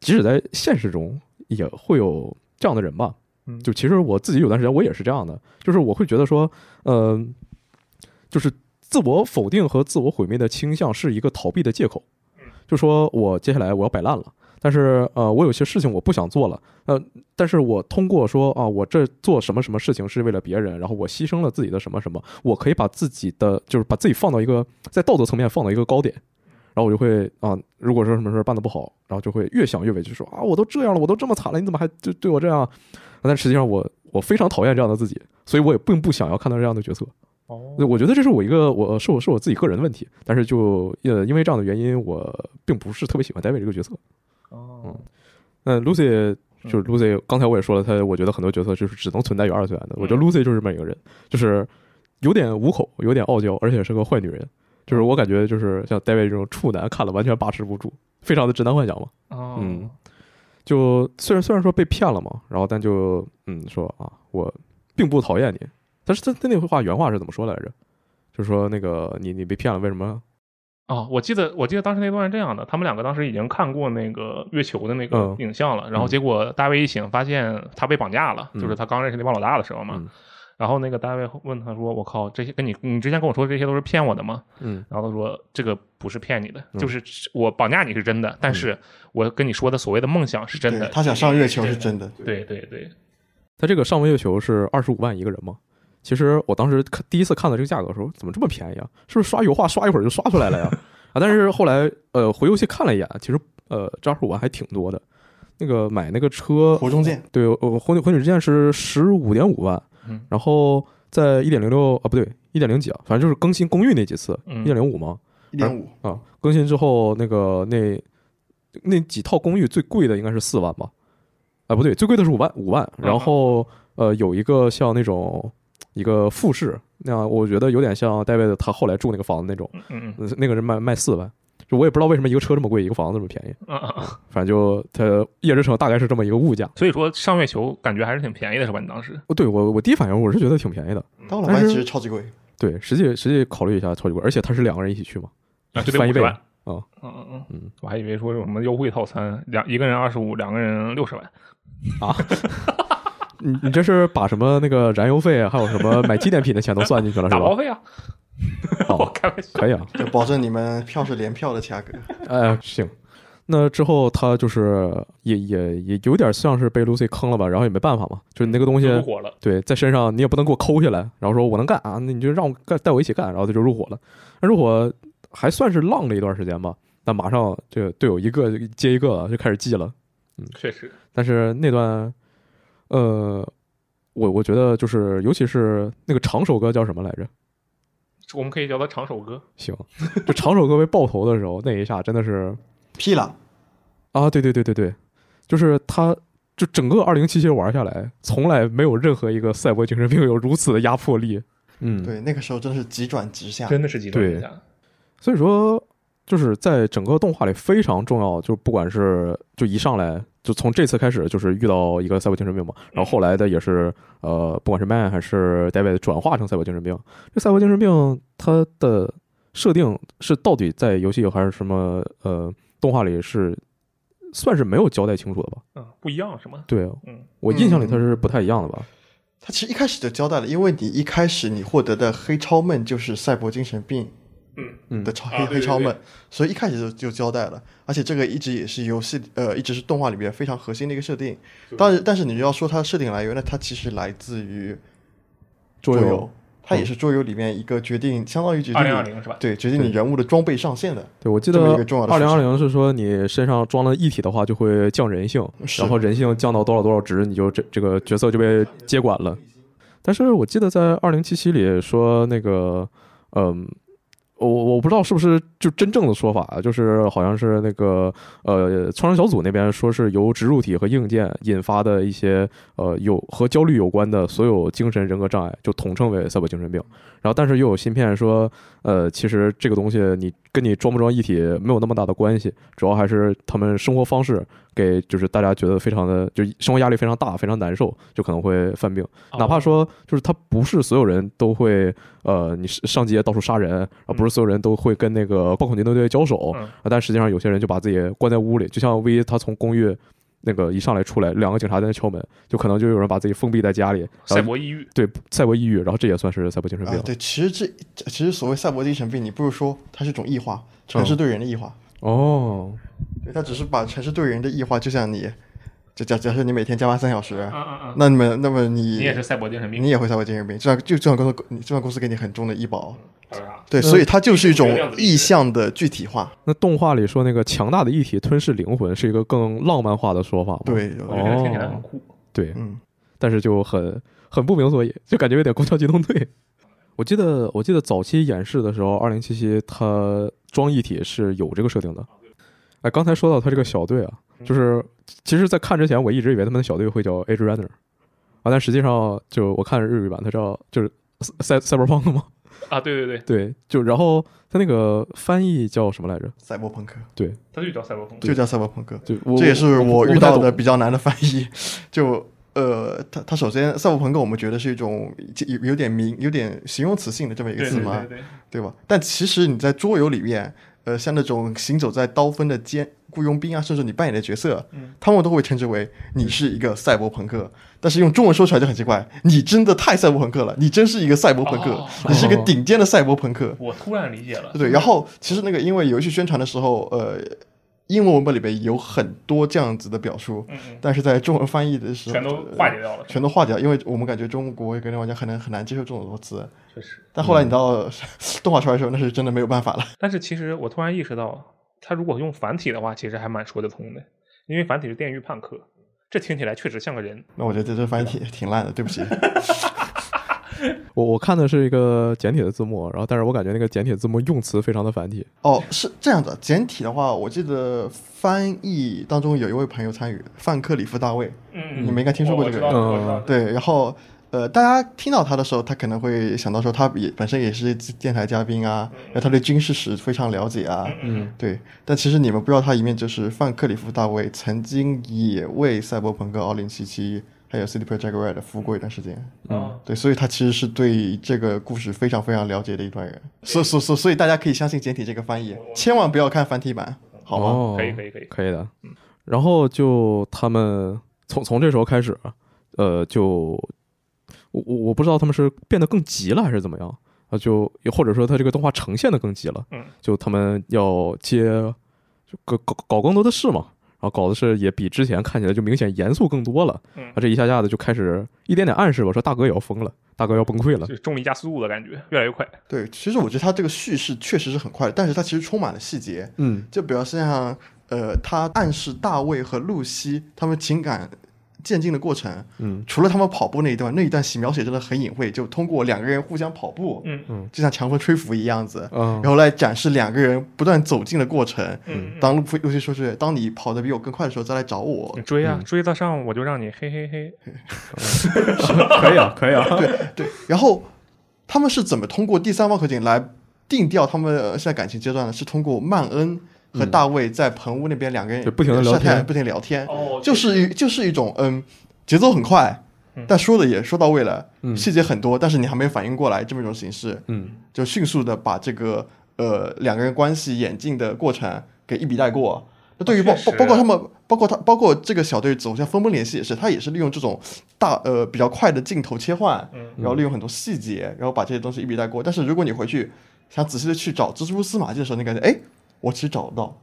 Speaker 1: 即使在现实中也会有这样的人吧。
Speaker 2: 嗯
Speaker 1: 就其实我自己有段时间我也是这样的，就是我会觉得说，呃，就是自我否定和自我毁灭的倾向是一个逃避的借口，就说我接下来我要摆烂了。但是，呃，我有些事情我不想做了，呃，但是我通过说啊，我这做什么什么事情是为了别人，然后我牺牲了自己的什么什么，我可以把自己的就是把自己放到一个在道德层面放到一个高点，然后我就会啊、如果说什么事儿办得不好，然后就会越想越委屈，说啊，我都这样了，我都这么惨了，你怎么还就对我这样啊？但实际上我我非常讨厌这样的自己，所以我也并不想要看到这样的角色。
Speaker 2: 哦
Speaker 1: 我觉得这是我一个我是我是我自己个人的问题，但是就呃因为这样的原因，我并不是特别喜欢 David 这个角色。
Speaker 2: 哦
Speaker 1: 那 Lucy 就是 Lucy，刚才我也说了，她我觉得很多角色就是只能存在于二次元的。我觉得 Lucy 就是这么一个人，就是有点无口，有点傲娇，而且是个坏女人。就是我感觉就是像 David 这种处男看了完全把持不住，非常的直男幻想嘛。
Speaker 2: 哦
Speaker 1: 嗯就虽然虽然说被骗了嘛，然后但就嗯说啊，我并不讨厌你，但是他他那句话原话是怎么说来着？就是说那个你你被骗了，为什么？
Speaker 2: 哦，我记得我记得当时那段是这样的，他们两个当时已经看过那个月球的那个
Speaker 1: 嗯
Speaker 2: 影像了，然后结果大卫一醒，发现他被绑架了，
Speaker 1: 嗯
Speaker 2: 就是他刚认识那帮老大的时候嘛。
Speaker 1: 嗯
Speaker 2: 然后那个大卫问他说：“我靠，这些跟你你之前跟我说的这些都是骗我的吗？”
Speaker 1: 嗯
Speaker 2: 然后他说：“这个不是骗你的，
Speaker 1: 嗯
Speaker 2: 就是我绑架你是真的，但是我跟你说的所谓的梦想是真的
Speaker 3: 对，。他想上月球是真的。
Speaker 2: 对对对，
Speaker 1: 他这个上月球是二十五万一个人嘛？其实我当时看第一次看到这个价格的时候，怎么这么便宜啊？是不是刷油画刷一会儿就刷出来了呀？啊！但是后来呃回游戏看了一眼，其实呃这二十五万还挺多的。那个买那个车
Speaker 3: 火中剑，
Speaker 1: 对，呃，火女火女之剑是十五点五万，
Speaker 2: 嗯
Speaker 1: 然后在一点零六啊，不对，一点零几啊，反正就是更新公寓那几次，
Speaker 2: 嗯
Speaker 1: 一点零五嘛，
Speaker 3: 一点五，
Speaker 1: 啊，更新之后那个那那几套公寓最贵的应该是四万吧？啊，不对，最贵的是五万，五万。
Speaker 2: 嗯
Speaker 1: 然后呃，有一个像那种一个复式，那我觉得有点像戴维的他后来住那个房子那种，
Speaker 2: 嗯嗯
Speaker 1: 呃那个人卖卖四万。就我也不知道为什么一个车这么贵，一个房子这么便宜，
Speaker 2: 嗯嗯嗯。
Speaker 1: 反正就它夜之城大概是这么一个物价。
Speaker 2: 所以说上月球感觉还是挺便宜的，是吧？你当时
Speaker 1: 哦对我我第一反应我是觉得挺便宜的，
Speaker 3: 当我老
Speaker 1: 但
Speaker 3: 白
Speaker 1: 是
Speaker 3: 其实超级贵，
Speaker 1: 对，实际实际考虑一下超级贵，而且他是两个人一起去嘛，
Speaker 2: 啊，就得
Speaker 1: 翻一
Speaker 2: 50
Speaker 1: 倍
Speaker 2: 万。
Speaker 1: 哦
Speaker 2: 嗯嗯嗯
Speaker 1: 嗯
Speaker 2: 我还以为说有什么优惠套餐，两一个人二十五，两个人六十万。
Speaker 1: 啊！你你这是把什么那个燃油费啊，还有什么买纪念品的钱都算进 去了是
Speaker 2: 打包
Speaker 1: 吧？
Speaker 2: 费啊！我
Speaker 1: 哦，
Speaker 2: 开玩笑，
Speaker 1: 可以啊，
Speaker 3: 就保证你们票是联票的价格。
Speaker 1: 哎，行。那之后他就是也也也有点像是被 Lucy 坑了吧，然后也没办法嘛，就是你那个东西
Speaker 2: 入伙了。
Speaker 1: 对，在身上你也不能给我抠下来，然后说我能干啊，那你就让我干，带我一起干，然后他就入伙了。那入伙还算是浪了一段时间吧，但马上这个队友一个接一个就开始记了。
Speaker 2: 确实，
Speaker 1: 但是那段，呃，我我觉得就是，尤其是那个长首歌叫什么来着？
Speaker 2: 我们可以叫他长手哥。
Speaker 1: 行，就长首歌被爆头的时候， 那一下真的是
Speaker 3: 屁了，
Speaker 1: 啊，对对对对对，就是他。就整个二零七七玩下来，从来没有任何一个赛博精神病有如此的压迫力。嗯，
Speaker 3: 对，那个时候真的是急转直下。
Speaker 2: 真的是极端一下。
Speaker 1: 所以说，就是在整个动画里非常重要，就是不管是就一上来就从这次开始，就是遇到一个赛博精神病嘛，然后后来的也是呃，不管是 Man 还是 David 转化成赛博精神病，这赛博精神病它的设定是到底在游戏里还是什么呃动画里是算是没有交代清楚的吧？
Speaker 2: 嗯，不一样是吗？
Speaker 1: 对啊
Speaker 2: 嗯，
Speaker 1: 我印象里它是不太一样的吧？
Speaker 3: 他其实一开始就交代了，因为你一开始你获得的黑超梦就是赛博精神病
Speaker 1: 嗯
Speaker 3: 的超
Speaker 2: 啊
Speaker 3: 黑
Speaker 2: 对
Speaker 3: 黑超
Speaker 2: 对
Speaker 3: 梦，所以一开始就就交代了，而且这个一直也是游戏呃一直是动画里面非常核心的一个设定。但是但是你要说它的设定来源，那它其实来自于
Speaker 1: 桌游
Speaker 3: 游，它也是桌游里面一个决定，相当于决定
Speaker 2: 二零二
Speaker 3: 你
Speaker 2: 零是吧？
Speaker 3: 对决定你人物的装备上限的。
Speaker 1: 对，我记得
Speaker 3: 这么一个重要的
Speaker 1: 二
Speaker 3: 事
Speaker 1: 零
Speaker 3: 情
Speaker 1: 二零是说你身上装了一体的话，就会降人性，
Speaker 3: 是
Speaker 1: 然后人性降到多少多少值，你就这这个角色就被接管了。但是我记得在二零七七里说那个，嗯。我我不知道是不是就真正的说法，啊就是好像是那个呃，创伤小组那边说是由植入体和硬件引发的一些呃有和焦虑有关的所有精神人格障碍，就统称为赛博精神病。然后但是又有芯片说，呃，其实这个东西你跟你装不装一体没有那么大的关系，主要还是他们生活方式给就是大家觉得非常的就生活压力非常大，非常难受，就可能会犯病。
Speaker 2: 哦
Speaker 1: 哪怕说就是他不是所有人都会，呃，你是上街到处杀人，啊，不是所有人都会跟那个暴恐军队队交手，
Speaker 2: 嗯
Speaker 1: 啊，但实际上有些人就把自己关在屋里，就像 V 他从公寓那个一上来出来，两个警察在那敲门，就可能就有人把自己封闭在家里，
Speaker 2: 赛
Speaker 1: 然后
Speaker 2: 博抑郁，
Speaker 1: 对赛博抑郁，然后这也算是赛博精神
Speaker 3: 啊
Speaker 1: 病，，
Speaker 3: 对，其实这这其实所谓赛博精神病，你不如说它是一种异化，城市对人的异化。
Speaker 1: 哦，
Speaker 3: 对，它只是把城市对人的异化，就像你，就假假设你每天加班三小时，
Speaker 2: 嗯嗯嗯，
Speaker 3: 那你们那么你
Speaker 2: 你也是赛博精神病
Speaker 3: 你，也会赛博精神病，就像就就像公司你就像公司给你很重的医保，
Speaker 2: 还有啥？
Speaker 3: 对，
Speaker 1: 嗯
Speaker 3: 所以它就是一种
Speaker 2: 这个样子理解
Speaker 3: 意象的具体化。
Speaker 1: 那动画里说那个强大的一体吞噬灵魂是一个更浪漫化的说法吗？
Speaker 3: 对，
Speaker 2: 我觉得这个听起来很酷。
Speaker 1: 对，
Speaker 3: 嗯，
Speaker 1: 但是就很很不明所以，就感觉有点公交机动队。我记得我记得早期演示的时候，二零七七它装一体是有这个设定的。哎，刚才说到他这个小队啊，就是其实，在看之前我一直以为他们的小队会叫 Age Runner 啊，但实际上就我看日语版，它叫就是赛赛博朋克嘛，
Speaker 2: 啊，对对对，
Speaker 1: 对，就然后它那个翻译叫什么来着？
Speaker 3: 赛博朋克
Speaker 2: 他就叫赛博朋克
Speaker 3: 就叫赛博朋克，
Speaker 1: 就我
Speaker 3: 这也是
Speaker 1: 我
Speaker 3: 我
Speaker 1: 不
Speaker 3: 遇
Speaker 1: 太
Speaker 3: 到
Speaker 1: 懂
Speaker 3: 的比较难的翻译。就呃，它它首先赛博朋克，我们觉得是一种有有点名有点形容词性的这么一个
Speaker 2: 对
Speaker 3: 词
Speaker 2: 对
Speaker 3: 嘛
Speaker 2: 对，对，
Speaker 3: 对吧？但其实你在桌游里面，呃，像那种行走在刀锋的尖雇佣兵啊，甚至你扮演的角色，
Speaker 2: 嗯
Speaker 3: 他们都会称之为你是一个赛博朋克。但是用中文说出来就很奇怪，你真的太赛博朋克了，你真是一个赛博朋克，
Speaker 2: 哦
Speaker 3: 你是一个顶尖的赛博朋克。
Speaker 2: 我突然理解了。
Speaker 3: 对，然后其实那个因为游戏宣传的时候，呃，英文文本里面有很多这样子的表述，
Speaker 2: 嗯嗯，
Speaker 3: 但是在中文翻译的时候，
Speaker 2: 全都化解掉了，
Speaker 3: 全都化掉，因为我们感觉中国跟玩家很难很难接受这种多词。
Speaker 2: 确实。
Speaker 3: 但后来你到 动画出来的时候，那是真的没有办法了。
Speaker 2: 但是其实我突然意识到，他如果用繁体的话，其实还蛮说得通的，因为繁体是电狱判克，这听起来确实像个人。
Speaker 3: 那我觉得这翻译挺挺烂的，对不起。
Speaker 1: 我我看的是一个简体的字幕，然后但是我感觉那个简体字幕用词非常的繁体，
Speaker 3: 哦，是这样的，简体的话，我记得翻译当中有一位朋友参与，范克里夫大卫，
Speaker 2: 嗯，
Speaker 3: 你们应该听说过
Speaker 2: 我
Speaker 3: 这
Speaker 2: 知
Speaker 3: 个
Speaker 2: 道
Speaker 1: 人
Speaker 2: 我知道，
Speaker 3: 对，然后呃，大家听到他的时候，他可能会想到说他也本身也是电台嘉宾啊，然后他对军事史非常了解啊，
Speaker 1: 嗯，
Speaker 3: 对。但其实你们不知道他一面就是范克里夫大卫曾经也为赛博朋克二零七七还有 CD Projekt Red 服务过一段时间，
Speaker 2: 嗯，
Speaker 3: 对，所以他其实是对这个故事非常非常了解的一段人，所所所所以大家可以相信简体这个翻译，千万不要看繁体版，好吗？
Speaker 1: 哦，
Speaker 2: 可以可嗯以可以，
Speaker 1: 可以的。然后就他们从从这时候开始，呃，就我我我不知道他们是变得更急了还是怎么样啊，就或者说他这个动画呈现的更急了，
Speaker 2: 嗯，
Speaker 1: 就他们要接就搞搞搞更多的事嘛。然后搞的是也比之前看起来就明显严肃更多了，
Speaker 2: 嗯
Speaker 1: 啊，这一下下的就开始一点点暗示吧，说大哥也要疯了，大哥要崩溃了，
Speaker 2: 就是重力加速度的感觉，越来越快。
Speaker 3: 对，其实我觉得它这个叙事确实是很快的，但是它其实充满了细节，
Speaker 1: 嗯
Speaker 3: 就比如像呃，它暗示大卫和露西他们情感渐进的过程，
Speaker 1: 嗯
Speaker 3: 除了他们跑步那一段，那一段描写真的很隐晦，就通过两个人互相跑步，
Speaker 2: 嗯
Speaker 1: 嗯
Speaker 3: 就像强风吹拂一样子，
Speaker 1: 啊
Speaker 3: 然后来展示两个人不断走近的过程。
Speaker 2: 嗯，
Speaker 3: 当露露西说是当你跑得比我更快的时候再来找我
Speaker 2: 你，追啊，追得上我就让你嘿嘿嘿。
Speaker 1: 可以啊， 可以啊，
Speaker 3: 对，然后他们是怎么通过第三方口径来定调他们呃现在感情阶段呢？是通过曼恩和大卫在棚屋那边两个人
Speaker 1: 嗯就不停地聊
Speaker 3: 晒太阳
Speaker 1: 天
Speaker 3: 不停地聊天，
Speaker 2: 哦
Speaker 3: 就是一就是一种嗯，节奏很快
Speaker 2: 嗯，
Speaker 3: 但说的也说到位了，
Speaker 1: 嗯
Speaker 3: 细节很多，但是你还没有反应过来这么一种形式，
Speaker 1: 嗯
Speaker 3: 就迅速的把这个呃两个人关系演进的过程给一笔带过。那对于包
Speaker 2: 哦确
Speaker 3: 包
Speaker 2: 实
Speaker 3: 包括他们，包括他，包括这个小队走向分崩离析也是，他也是利用这种大呃比较快的镜头切换，
Speaker 2: 嗯
Speaker 3: 然后利用很多细节，然后把这些东西一笔带过。但是如果你回去想仔细的去找蜘蛛丝马迹的时候，你感觉哎，我其实找不到。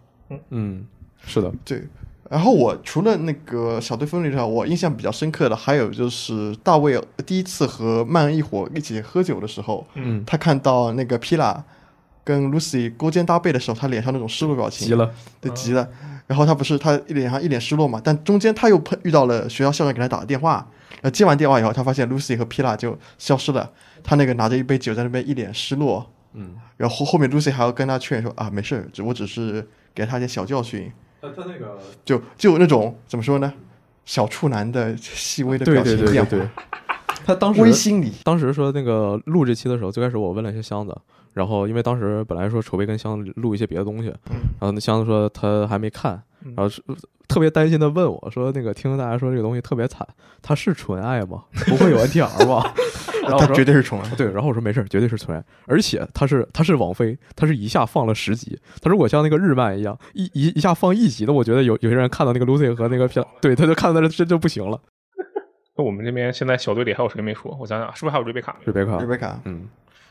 Speaker 1: 嗯，是的，
Speaker 3: 对，然后我除了那个小队分离之外，我印象比较深刻的还有就是大卫第一次和曼恩一伙一起喝酒的时候，
Speaker 1: 嗯，
Speaker 3: 他看到那个皮拉跟 Lucy 勾肩搭背的时候，他脸上那种失落表情，
Speaker 1: 急，了，
Speaker 3: 对，急了。然后他不是他一脸上一脸失落嘛，但中间他又碰遇到了学校校长给他打的电话，然后接完电话以后，他发现 Lucy 和皮拉就消失了，他那个拿着一杯酒在那边一脸失落，
Speaker 1: 嗯，
Speaker 3: 然后后面 Lucy 还要跟他劝说啊，没事儿，只我只是给他一些小教训，
Speaker 1: 他他那个
Speaker 3: 就就有那种怎么说呢，小处男的细微的
Speaker 1: 对
Speaker 3: 表
Speaker 1: 对
Speaker 3: 情
Speaker 1: 对
Speaker 3: 变
Speaker 1: 对
Speaker 3: 化，
Speaker 1: 对，他当
Speaker 3: 微
Speaker 1: 时
Speaker 3: 心理，
Speaker 1: 当时说那个录这期的时候，最开始我问了一些箱子，然后因为当时本来说筹备跟箱子录一些别的东西，然后那箱子说他还没看，然后是特别担心的问我说那个听大家说这个东西特别惨，它是纯爱吗？不会有 NTR 吧？然后
Speaker 3: 他
Speaker 1: 我
Speaker 3: 绝
Speaker 1: 说。
Speaker 3: 对是宠爱，
Speaker 1: 啊对，然后我说没事，绝对是纯爱，而且它是它是网飞，它是一下放了十集。它如果像那个日漫一样，一一一下放一集的，我觉得有有些人看到那个 Lucy 和那个片，对，他就看到那这就不行了。
Speaker 2: 那我们这边现在小队里还有谁没说？我想啊想，是不是还有瑞贝卡？
Speaker 1: 瑞贝卡
Speaker 3: 瑞，贝卡
Speaker 1: 嗯，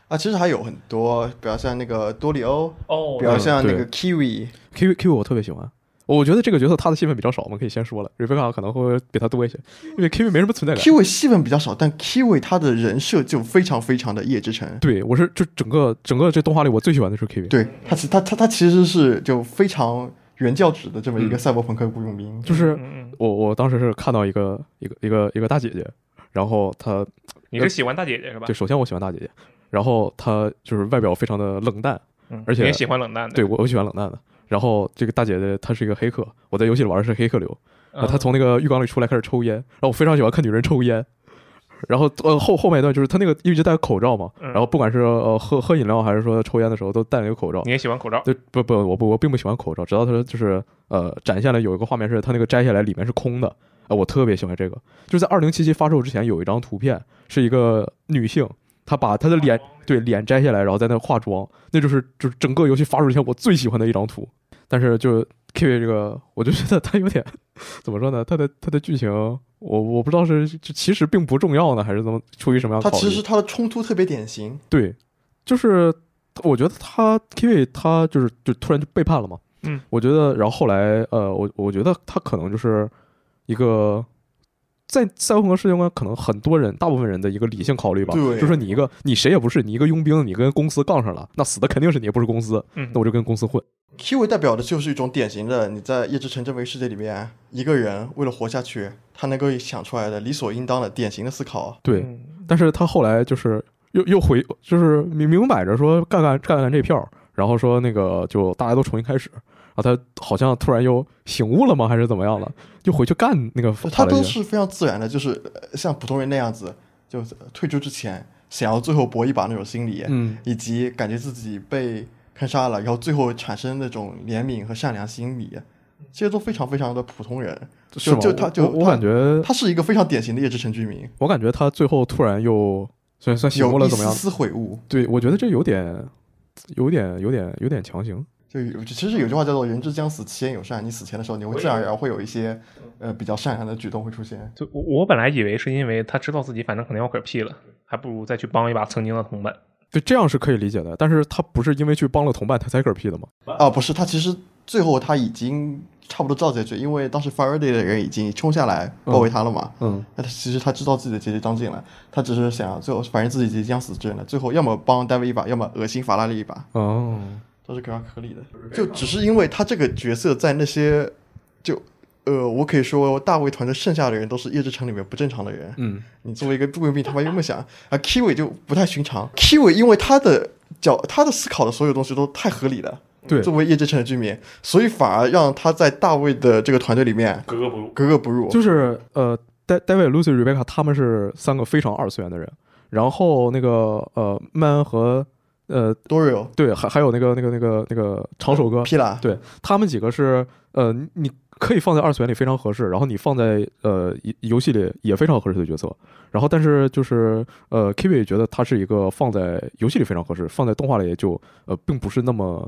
Speaker 3: 啊，其实还有很多，比如像那个多里欧，
Speaker 2: 哦
Speaker 3: 比如像那
Speaker 1: 对
Speaker 3: 个 Kiwi，
Speaker 1: Q Q 我特别喜欢，我觉得这个角色他的戏份比较少，我们可以先说了。Rebecca 可能会比他多一些，因为 Q 没什么存在感。
Speaker 3: Kiwi 戏份比较少，但 Kiwi 他的人设就非常非常的叶之城。
Speaker 1: 对，我是就整个整个这动画里我最喜欢的是 Q，
Speaker 3: 对他其他他他其实是就非常原教旨的这么
Speaker 1: 嗯
Speaker 3: 一个赛博朋克雇佣兵，
Speaker 1: 就是
Speaker 2: 嗯嗯，
Speaker 1: 我我当时是看到一个一个一个一个大姐姐，然后她
Speaker 2: 你是喜欢大姐姐是吧？
Speaker 1: 呃对，首先我喜欢大姐姐，然后她就是外表非常的冷淡，
Speaker 2: 嗯，
Speaker 1: 而且
Speaker 2: 你也喜欢冷淡的。
Speaker 1: 对我我喜欢冷淡的。然后这个大姐姐她是一个黑客，我在游戏里玩的是黑客流，
Speaker 2: 嗯，
Speaker 1: 她从那个浴缸里出来开始抽烟，然后我非常喜欢看女人抽烟。然后呃后后面一段就是她那个一直戴口罩嘛，
Speaker 2: 嗯
Speaker 1: 然后不管是呃喝喝饮料还是说抽烟的时候都戴了一个口罩
Speaker 2: 你。也喜欢口罩。
Speaker 1: 对，不不，我不我并不喜欢口罩，直到她就是呃展现了有一个画面是她那个摘下来里面是空的，啊、我特别喜欢这个。就是在二零七七发售之前有一张图片是一个女性，她把她的脸对脸摘下来，然后在那化妆，那就是就是整个游戏发售之前我最喜欢的一张图。但是就 K 这个，我就觉得它有点 怎么说呢？它的它的剧情，我我不知道是就其实并不重要呢，还是怎么出于什么样
Speaker 3: 他
Speaker 1: 的考虑？
Speaker 3: 其实他的冲突特别典型。
Speaker 1: 对，就是我觉得他 Kiwi 他就是就突然就背叛了嘛。
Speaker 2: 嗯，
Speaker 1: 我觉得，然后后来呃，我我觉得他可能就是一个在赛博朋克世界观，可能很多人大部分人的一个理性考虑吧，
Speaker 3: 对
Speaker 1: 就是你一个你谁也不是，你一个佣兵，你跟公司杠上了，那死的肯定是你，也不是公司，
Speaker 2: 嗯
Speaker 1: 那我就跟公司混。
Speaker 3: Q 位代表的就是一种典型的，你在夜之城这个世界里面，一个人为了活下去，他能够想出来的理所应当的典型的思考。
Speaker 1: 对，
Speaker 2: 嗯
Speaker 1: 但是他后来就是又又回，就是明明摆着说干干干干这票，然后说那个就大家都重新开始，然后他好像突然又醒悟了吗，还是怎么样了，又回去干那个
Speaker 3: 他
Speaker 1: 法雷
Speaker 3: 都
Speaker 1: 军
Speaker 3: 是非常自然的，就是呃像普通人那样子，就是退出之前想要最后搏一把那种心理，
Speaker 1: 嗯，
Speaker 3: 以及感觉自己被坑杀了，然后最后产生那种怜悯和善良心理，这些都非常非常的普通人。
Speaker 1: 是吗？
Speaker 3: 就他
Speaker 1: 我
Speaker 3: 就
Speaker 1: 我我
Speaker 3: 他
Speaker 1: 感觉，
Speaker 3: 他是一个非常典型的夜之城居民，
Speaker 1: 我感觉他最后突然又算算醒悟
Speaker 3: 有
Speaker 1: 了，
Speaker 3: 一
Speaker 1: 怎么样
Speaker 3: 丝？丝悔悟。
Speaker 1: 对，我觉得这有点，有点，有点，有点强行。
Speaker 3: 就有其实有句话叫做“人之将死，其言有善”。你死前的时候，你会自然而然会有一些呃比较善良的举动会出现。
Speaker 2: 就我我本来以为是因为他知道自己反正肯定要嗝屁了，还不如再去帮一把曾经的同伴。
Speaker 1: 对，这样是可以理解的，但是他不是因为去帮了同伴他才嗝屁的吗？
Speaker 3: 啊，不是，他其实最后他已经差不多知道结局，因为当时 Faraday 的人已经冲下来包围他了嘛。
Speaker 1: 嗯，
Speaker 3: 那、他其实他知道自己的结局将近了，他只是想最后反正自己即将死之人了，最后要么帮戴维一把，要么恶心法拉利一把，
Speaker 1: 哦，
Speaker 3: 都是非常合理的。就只是因为他这个角色在那些就呃，我可以说大卫团的剩下的人都是夜之城里面不正常的人。
Speaker 1: 嗯，
Speaker 3: 你作为一个雇佣兵，他妈有梦想啊！Kiwi 就不太寻常，Kiwi 因为他的角，他的思考的所有东西都太合理了。
Speaker 1: 对
Speaker 3: 作为夜之城的居民，所以反而让他在大卫的这个团队里面
Speaker 2: 格格不入。
Speaker 3: 格格不入。
Speaker 1: 就是呃，戴戴维、Lucy、Rebecca 他们是三个非常二次元的人，然后那个呃，曼恩和呃，
Speaker 3: Dorio、
Speaker 1: 对，还还有那个那个那个那个长手哥，
Speaker 3: 皮拉，
Speaker 1: 对他们几个是呃，你可以放在二次元里非常合适，然后你放在呃游游戏里也非常合适的角色。然后但是就是呃，Kiwi 觉得他是一个放在游戏里非常合适，放在动画里也就呃并不是那么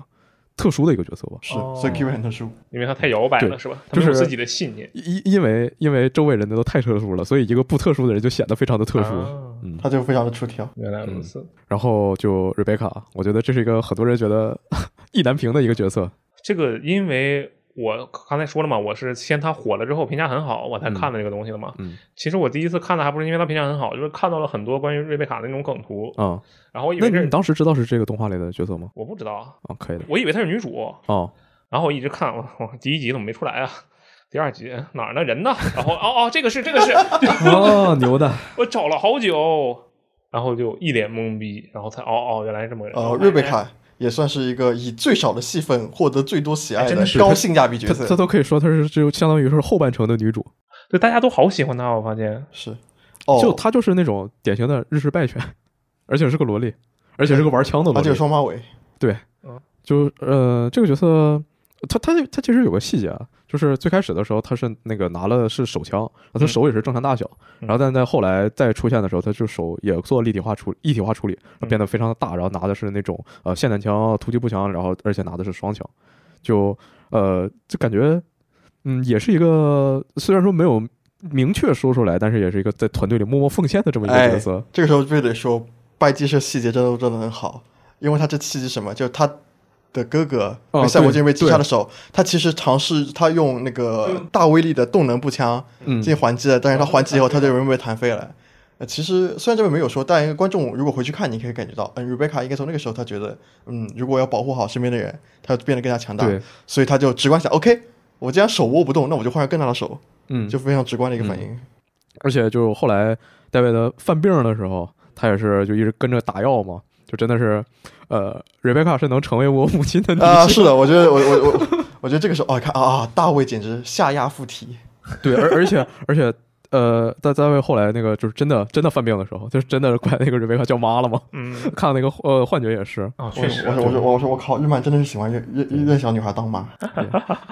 Speaker 1: 特殊的一个角色吧。
Speaker 3: 是，
Speaker 2: 哦
Speaker 3: 所以 Kiwi 很特殊。
Speaker 2: 因为他太摇摆了，
Speaker 1: 对
Speaker 2: 是吧？他
Speaker 1: 就
Speaker 2: 没有
Speaker 1: 是
Speaker 2: 自己的信念，
Speaker 1: 因因为因为周围人的都太特殊了，所以一个不特殊的人就显得非常的特殊。
Speaker 2: 啊
Speaker 1: 嗯，
Speaker 3: 他就非常的出挑。
Speaker 2: 原来如此。
Speaker 1: 然后就 Rebecca，我觉得这是一个很多人觉得 意难平的一个角色。
Speaker 2: 这个因为我刚才说了嘛，我是先他火了之后评价很好，我才看的这个东西的嘛。
Speaker 1: 嗯，
Speaker 2: 其实我第一次看的还不是因为他评价很好，就是看到了很多关于瑞贝卡的那种梗图，
Speaker 1: 啊、
Speaker 2: 然后我以
Speaker 1: 那
Speaker 2: 为这
Speaker 1: 你当时知道是这个动画里的角色吗？
Speaker 2: 我不知道啊，
Speaker 1: 啊，可以的。
Speaker 2: 我以为她是女主，
Speaker 1: 哦，
Speaker 2: 然后我一直看，我我第一集怎么没出来啊？第二集哪儿呢？人呢？然后哦哦，这个是这 个是，
Speaker 1: 哦，牛的。
Speaker 2: 我找了好久，然后就一脸懵逼，然后才哦哦，原来是这么个人。
Speaker 3: 呃，瑞贝卡也算是一个以最少的戏份获得最多喜爱
Speaker 2: 哎真的是
Speaker 3: 高性价 比角
Speaker 1: 他他
Speaker 3: 色。
Speaker 1: 都可以说她是就相当于是后半程的女主，
Speaker 2: 对，大家都好喜欢她，我发现。
Speaker 3: 是，哦，
Speaker 1: 就她就是那种典型的日式败犬，而且是个萝莉，而且是个玩枪的
Speaker 3: 而
Speaker 1: 萝
Speaker 3: 且有
Speaker 1: 莉。
Speaker 3: 双马尾，
Speaker 1: 就呃，这个角色，她她她其实有个细节啊，就是最开始的时候她是那个拿了是手枪，然后她
Speaker 2: 嗯
Speaker 1: 手也是正常大小，
Speaker 2: 嗯
Speaker 1: 然后但在后来再出现的时候，她就手也做立体化处一体化处理，
Speaker 2: 嗯
Speaker 1: 变得非常大，然后拿的是那种呃霰弹枪、突击步枪，然后而且拿的是双枪，就呃就感觉嗯也是一个虽然说没有明确说出来，但是也是一个在团队里默默奉献的这么一个角色。
Speaker 3: 这个时候就得说，拜基社细节真的真的很好，因为他这契机什么，就是他的哥哥
Speaker 1: 哦
Speaker 3: 被赛博
Speaker 1: 对
Speaker 3: 军被击杀的时候，他其实尝试他用那个大威力的动能步枪
Speaker 1: 嗯
Speaker 3: 进行还击了，但是他还击以后，他就容易被弹飞了。呃，其实虽然这边没有说，但观众如果回去看，你可以感觉到，嗯，瑞贝卡应该从那个时候，他觉得，嗯，如果要保护好身边的人，他变得更加强大，
Speaker 1: 对，
Speaker 3: 所以他就直观想，OK，我既然手握不动，那我就换上更大的手，
Speaker 1: 嗯，
Speaker 3: 就非常直观的一个反应。
Speaker 1: 而且就后来戴维的犯病的时候，他也是就一直跟着打药嘛，就真的是，呃，瑞贝卡是能成为我母亲 的女性，
Speaker 3: 啊，是的，我觉得我我我我觉得这个时候，哦，看啊啊，大卫简直下压附体，
Speaker 1: 对，而而 且而且。呃，在在为后来那个就是真的真的犯病的时候，就是真的管那个瑞贝卡叫妈了嘛，
Speaker 2: 嗯
Speaker 1: 看那个呃幻觉也是，
Speaker 2: 啊，
Speaker 3: 我
Speaker 2: 确实，
Speaker 3: 我说我说我说我靠，日漫真的是喜欢认认认小女孩当妈，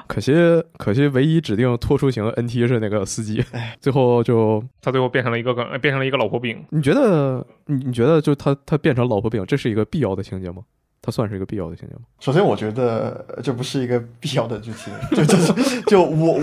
Speaker 1: 可惜可惜唯一指定拖出型的 NT 是那个司机，最后就
Speaker 2: 他最后变成了一个梗，呃变成了一个老婆饼。
Speaker 1: 你觉得你你觉得就他他变成老婆饼，这是一个必要的情节吗？他算是一个必要的情节吗？
Speaker 3: 首先我觉得呃这不是一个必要的剧情，就就是就我。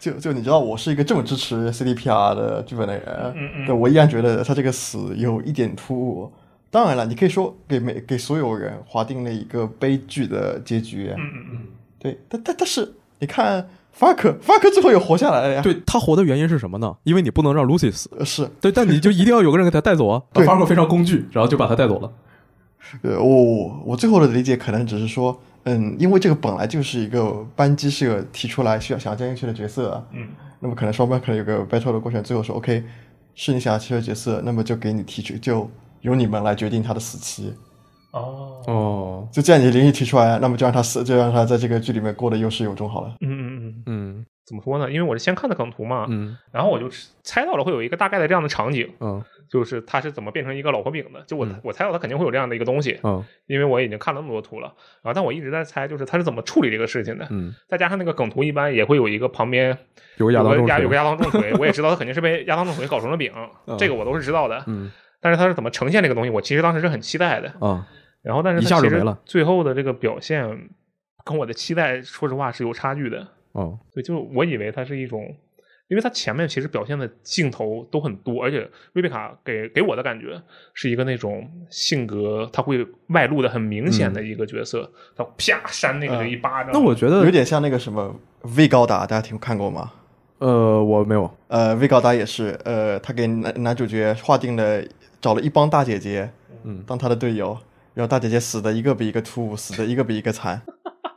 Speaker 3: 就就你知道，我是一个这么支持 CDPR 的剧本的人，
Speaker 2: 嗯嗯
Speaker 3: 对我依然觉得他这个死有一点突兀。当然了，你可以说给每给所有人划定了一个悲剧的结局，
Speaker 2: 嗯嗯嗯，
Speaker 3: 对，但但但是你看 fuck fuck 最后也活下来了呀。
Speaker 1: 对他活的原因是什么呢？因为你不能让 Lucy 死，
Speaker 3: 呃，是，
Speaker 1: 对，但你就一定要有个人给他带走啊。
Speaker 3: 对
Speaker 1: 法克非常工具，然后就把他带走了。
Speaker 3: 呃，我我最后的理解可能只是说，嗯，因为这个本来就是一个班机社提出来需要想要加进去的角色，
Speaker 2: 嗯，
Speaker 3: 那么可能双方可能有个 battle 的过程，最后说 OK 是你想要切的角色，那么就给你提出，就由你们来决定他的死期。
Speaker 2: 哦，
Speaker 1: 哦，
Speaker 3: 就既然你灵异提出来，那么就让他死，就让他在这个剧里面过得有始有终好了。
Speaker 2: 嗯嗯嗯，
Speaker 1: 嗯
Speaker 2: 怎么说呢？因为我是先看的梗图嘛，
Speaker 1: 嗯
Speaker 2: 然后我就猜到了会有一个大概的这样的场景，
Speaker 1: 嗯
Speaker 2: 就是它是怎么变成一个老婆饼的。就我、
Speaker 1: 嗯
Speaker 2: 我猜到它肯定会有这样的一个东西，
Speaker 1: 嗯
Speaker 2: 因为我已经看了那么多图了。然后但我一直在猜，就是它是怎么处理这个事情的。
Speaker 1: 嗯，
Speaker 2: 再加上那个梗图一般也会有一个旁边
Speaker 1: 有个亚
Speaker 2: 有
Speaker 1: 当
Speaker 2: 个
Speaker 1: 重
Speaker 2: 压有个
Speaker 1: 锤，
Speaker 2: 亚当重锤，我也知道他肯定 是被亚当重锤搞成了饼，这个我都是知道的。
Speaker 1: 嗯
Speaker 2: 但是他是怎么呈现这个东西，我其实当时是很期待的。
Speaker 1: 啊，
Speaker 2: 然后，但是
Speaker 1: 一
Speaker 2: 它
Speaker 1: 下就
Speaker 2: 其实
Speaker 1: 没了
Speaker 2: 最后的这个表现跟我的期待，说实话是有差距的。
Speaker 1: 哦
Speaker 2: 对，就我以为它是一种，因为它前面其实表现的镜头都很多，而且瑞贝卡给给我的感觉是一个那种性格他会外露的很明显
Speaker 3: 嗯
Speaker 2: 的一个角色，他啪扇那个人一巴掌。
Speaker 1: 那我觉
Speaker 3: 有
Speaker 1: 得
Speaker 3: 点像那个什么 V 高达，大家听看过吗？
Speaker 1: 呃，我没
Speaker 2: 啊
Speaker 1: 有，
Speaker 3: 呃，V 高达也是，呃，他给男男主角划定了，找了一帮大姐姐，
Speaker 1: 嗯
Speaker 3: 当他的队友，然后大姐姐死的一个比一个突兀，死的一个比一个惨，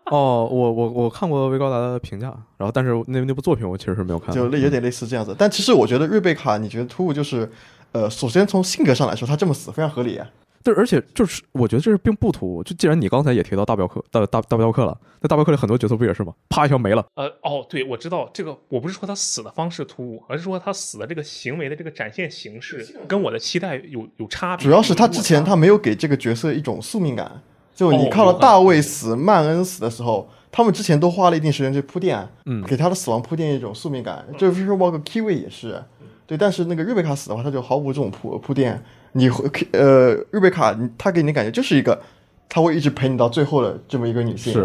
Speaker 1: 哦，我我我看过维高达的评价，然后但是那那部作品我其实是没有看的，
Speaker 3: 就类有点类似这样子。但其实我觉得瑞贝卡，你觉得突兀就是，呃，首先从性格上来说，他这么死非常合理啊。
Speaker 1: 对，而且就是我觉得这是并不突兀。就既然你刚才也提到大镖客、大大大镖客了，那大镖客里很多角色不也是吗？啪一下没了。
Speaker 2: 呃，哦，对，我知道这个，我不是说他死的方式突兀，而是说他死的这个行为的这个展现形式跟我的期待有有差别。嗯
Speaker 3: 主要是他之前
Speaker 2: 有落差
Speaker 3: 他没有给这个角色一种宿命感，就你
Speaker 2: 哦
Speaker 3: 看了
Speaker 2: 有
Speaker 3: 大卫死、曼恩死的时候，他们之前都花了一定时间去铺垫，
Speaker 1: 嗯
Speaker 3: 给他的死亡铺垫一种宿命感。这就是包括 Kiwi 也是，对，但是那个瑞贝卡死的话，他就毫无这种铺铺垫。你会呃，瑞贝卡，你他给你的感觉就是一个，他会一直陪你到最后的这么一个女性，
Speaker 1: 是，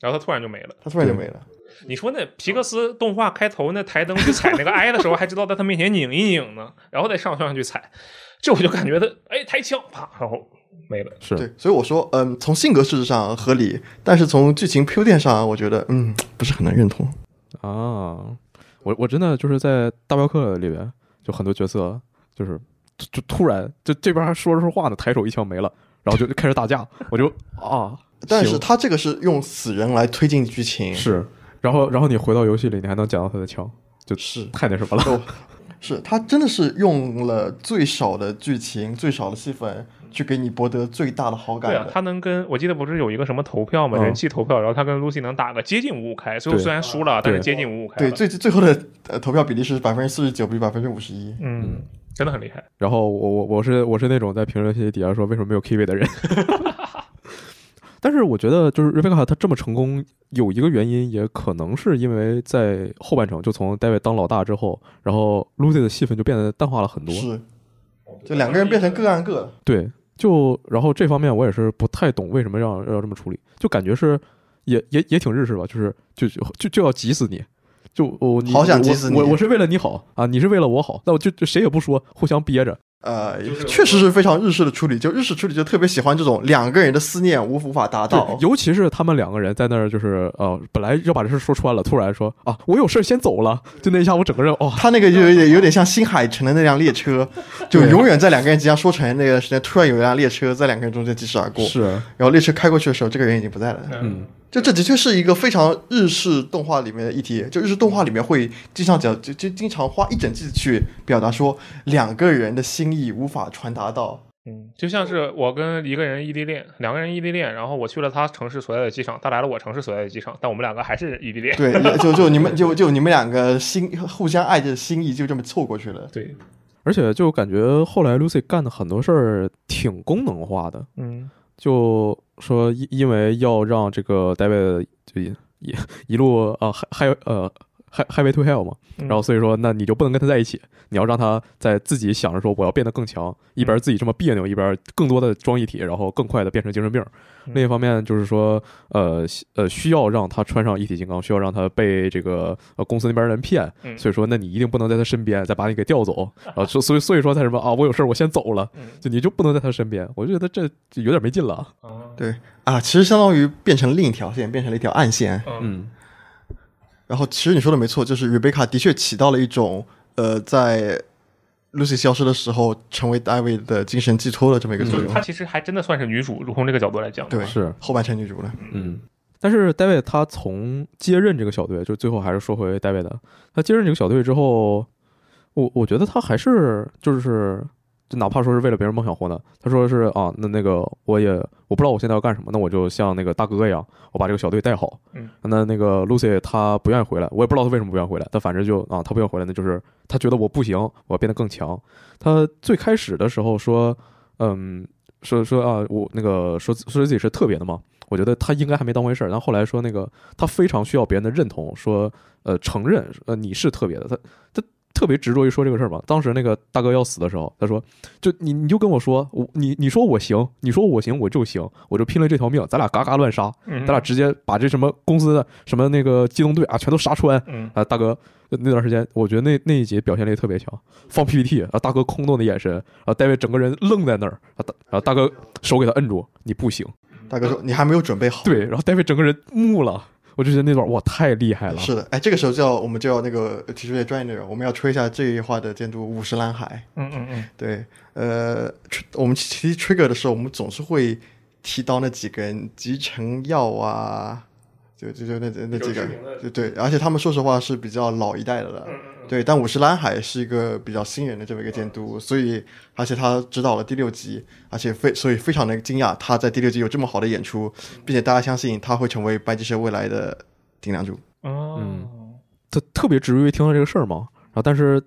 Speaker 2: 然后他突然就没了。
Speaker 3: 他突然就没了。
Speaker 1: 嗯
Speaker 2: 你说那皮克斯动画开头那台灯去踩 那个 I 的时候，还知道在他面前拧一拧呢，然后再上上去踩，这我就感觉他哎抬枪啪，然后没了。
Speaker 1: 是，
Speaker 3: 对，所以我说，嗯，从性格事实上合理，但是从剧情铺垫上，我觉得，嗯，不是很难认同。
Speaker 1: 啊，我我真的就是在大镖客里边，就很多角色就是就就突然就这边还说着说话呢，抬手一枪没了，然后就开始打架，我就啊，
Speaker 3: 但是
Speaker 1: 行
Speaker 3: 他这个是用死人来推进剧情，
Speaker 1: 是，然后然后你回到游戏里，你还能捡到他的枪，就是太那什么了。
Speaker 3: 哦，是他真的是用了最少的剧情、最少的戏份，去给你博得最大的好感
Speaker 2: 对啊
Speaker 3: 的。，
Speaker 2: 他能跟我记得不是有一个什么投票嘛，
Speaker 1: 嗯
Speaker 2: 人气投票，然后他跟 Lucy 能打个接近五五开，最后
Speaker 1: 对啊
Speaker 2: 虽然输了，但是
Speaker 1: 对
Speaker 2: 接近五五开
Speaker 3: 对
Speaker 2: 了
Speaker 3: 最最后的呃投票比例是百分之四十九比百分之五十一。
Speaker 2: 嗯，真的很厉害。
Speaker 1: 然后我我我是我是那种在评论区底下说为什么没有 Kiwi 的人。 但是我觉得，就是 Rebecca 她这么成功，有一个原因，也可能是因为在后半程，就从 David 当老大之后，然后 Lucy 的戏份就变得淡化了很多。
Speaker 3: 是，
Speaker 2: 哦
Speaker 3: 就两个人变成各干各的。
Speaker 1: 对，就然后这方面我也是不太懂为什么要要这么处理，就感觉是也也也挺日式吧，就是就就就就要急死你，就我你
Speaker 3: 好想
Speaker 1: 我
Speaker 3: 急死你
Speaker 1: 我我是为了你好啊，你是为了我好，那我就就谁也不说，互相憋着，
Speaker 3: 呃
Speaker 2: 就是，
Speaker 3: 确实是非常日式的处理，就日式处理就特别喜欢这种两个人的思念无无法达
Speaker 1: 对
Speaker 3: 到，。
Speaker 1: 尤其是他们两个人在那儿，就是呃，本来要把这事说穿了，突然说啊，我有事儿先走了，就那一下，我整个人哦，
Speaker 3: 他那个就有点有点像新海诚的那辆列车，就
Speaker 1: 对
Speaker 3: 永远在两个人即将说成那个时间，突然有一辆列车在两个人中间疾驶而过，
Speaker 1: 是，
Speaker 3: 然后列车开过去的时候，这个人已经不在了。
Speaker 1: 嗯，
Speaker 3: 就这的确是一个非常日式动画里面的议题，就日式动画里面会经常讲，就就经常花一整季去表达说两个人的心意无法传达到。
Speaker 2: 嗯，就像是我跟一个人异地恋，两个人异地恋，然后我去了他城市所在的机场，他来了我城市所在的机场，但我们两个还是异地恋。
Speaker 3: 对，也就就你们就就你们两个心互相爱着心意就这么凑过去了。
Speaker 2: 对，
Speaker 1: 而且就感觉后来 Lucy 干的很多事儿挺功能化的，
Speaker 2: 嗯，
Speaker 1: 就说因因为要让这个 David 就一一一路啊，还还有呃。还 highway to hell 嘛，
Speaker 2: 嗯
Speaker 1: 然后所以说，那你就不能跟他在一起，你要让他在自己想着说我要变得更
Speaker 2: 嗯
Speaker 1: 强，一边自己这么别扭，一边更多的装一体，然后更快的变成精神病。
Speaker 2: 嗯
Speaker 1: 另一方面就是说，呃需呃，需要让他穿上一体金刚，需要让他被这个呃公司那边人骗，
Speaker 2: 嗯
Speaker 1: 所以说，那你一定不能在他身边，再把你给调走。然 后所所以所以说他什么啊，我有事儿我先走了，
Speaker 2: 嗯
Speaker 1: 就你就不能在他身边，我就觉得这就有点没劲了。
Speaker 2: 啊，
Speaker 3: 对啊，其实相当于变成另一条线，变成了一条暗线。
Speaker 2: 嗯，
Speaker 1: 嗯，
Speaker 3: 然后其实你说的没错，就是 Rebecca 的确起到了一种呃，在 Lucy 消失的时候成为 David 的精神寄托的这么一个作
Speaker 2: 就是
Speaker 1: 嗯
Speaker 3: 用。
Speaker 2: 她其实还真的算是女主，如从这个角度来讲的话，
Speaker 3: 嗯对，
Speaker 1: 是
Speaker 3: 后半程女主了。
Speaker 1: 嗯，但是 David 他从接任这个小队，就最后还是说回 David 的，他接任这个小队之后，我我觉得他还是就是，就哪怕说是为了别人梦想活呢，他说是啊，那那个我也我不知道我现在要干什么，那我就像那个大哥一样，我把这个小队带好。
Speaker 2: 嗯，
Speaker 1: 那那个 Lucy 她不愿意回来，我也不知道她为什么不愿意回来，但反正就啊，她不愿意回来，那就是她觉得我不行，我要变得更强。她最开始的时候说，嗯。说说啊，我那个说说自己是特别的嘛，我觉得他应该还没当回事儿，但后来说那个他非常需要别人的认同，说呃承认呃你是特别的，他他特别执着于说这个事儿嘛。当时那个大哥要死的时候，他说就你你就跟我说我你你说我行，你说我行我就行，我就拼了这条命，咱俩嘎嘎乱杀，
Speaker 2: 嗯，
Speaker 1: 咱俩直接把这什么公司的什么那个机动队啊全都杀穿啊、
Speaker 2: 嗯，
Speaker 1: 大哥那段时间，我觉得那那一集表现力特别强，放 PPT 啊，大哥空洞的眼神，啊，戴维整个人愣在那儿，啊，大然后大哥手给他摁住，你不行。
Speaker 3: 大哥说：“你还没有准备 好。”
Speaker 1: 对，然后戴维整个人木了，我就觉得那段哇太厉害了。
Speaker 3: 是的，哎，这个时候就要我们就要那个呃提出一些专业内容，我们要吹一下这一话的监督五十岚海。
Speaker 2: 嗯嗯嗯，
Speaker 3: 对，呃，吹我们提 trigger 的时候，我们总是会提到那几个人，集成药啊，就就就那那几个
Speaker 2: 有知名的，
Speaker 3: 对对，而且他们说实话是比较老一代的了。对，但五十岚海是一个比较新人的这么一个监督，所以而且他指导了第六集，而且非所以非常的惊讶，他在第六集有这么好的演出，并且大家相信他会成为白吉社未来的顶梁柱。
Speaker 2: 哦，
Speaker 3: 嗯
Speaker 1: 他特别执着于听到这个事儿嘛，然后但是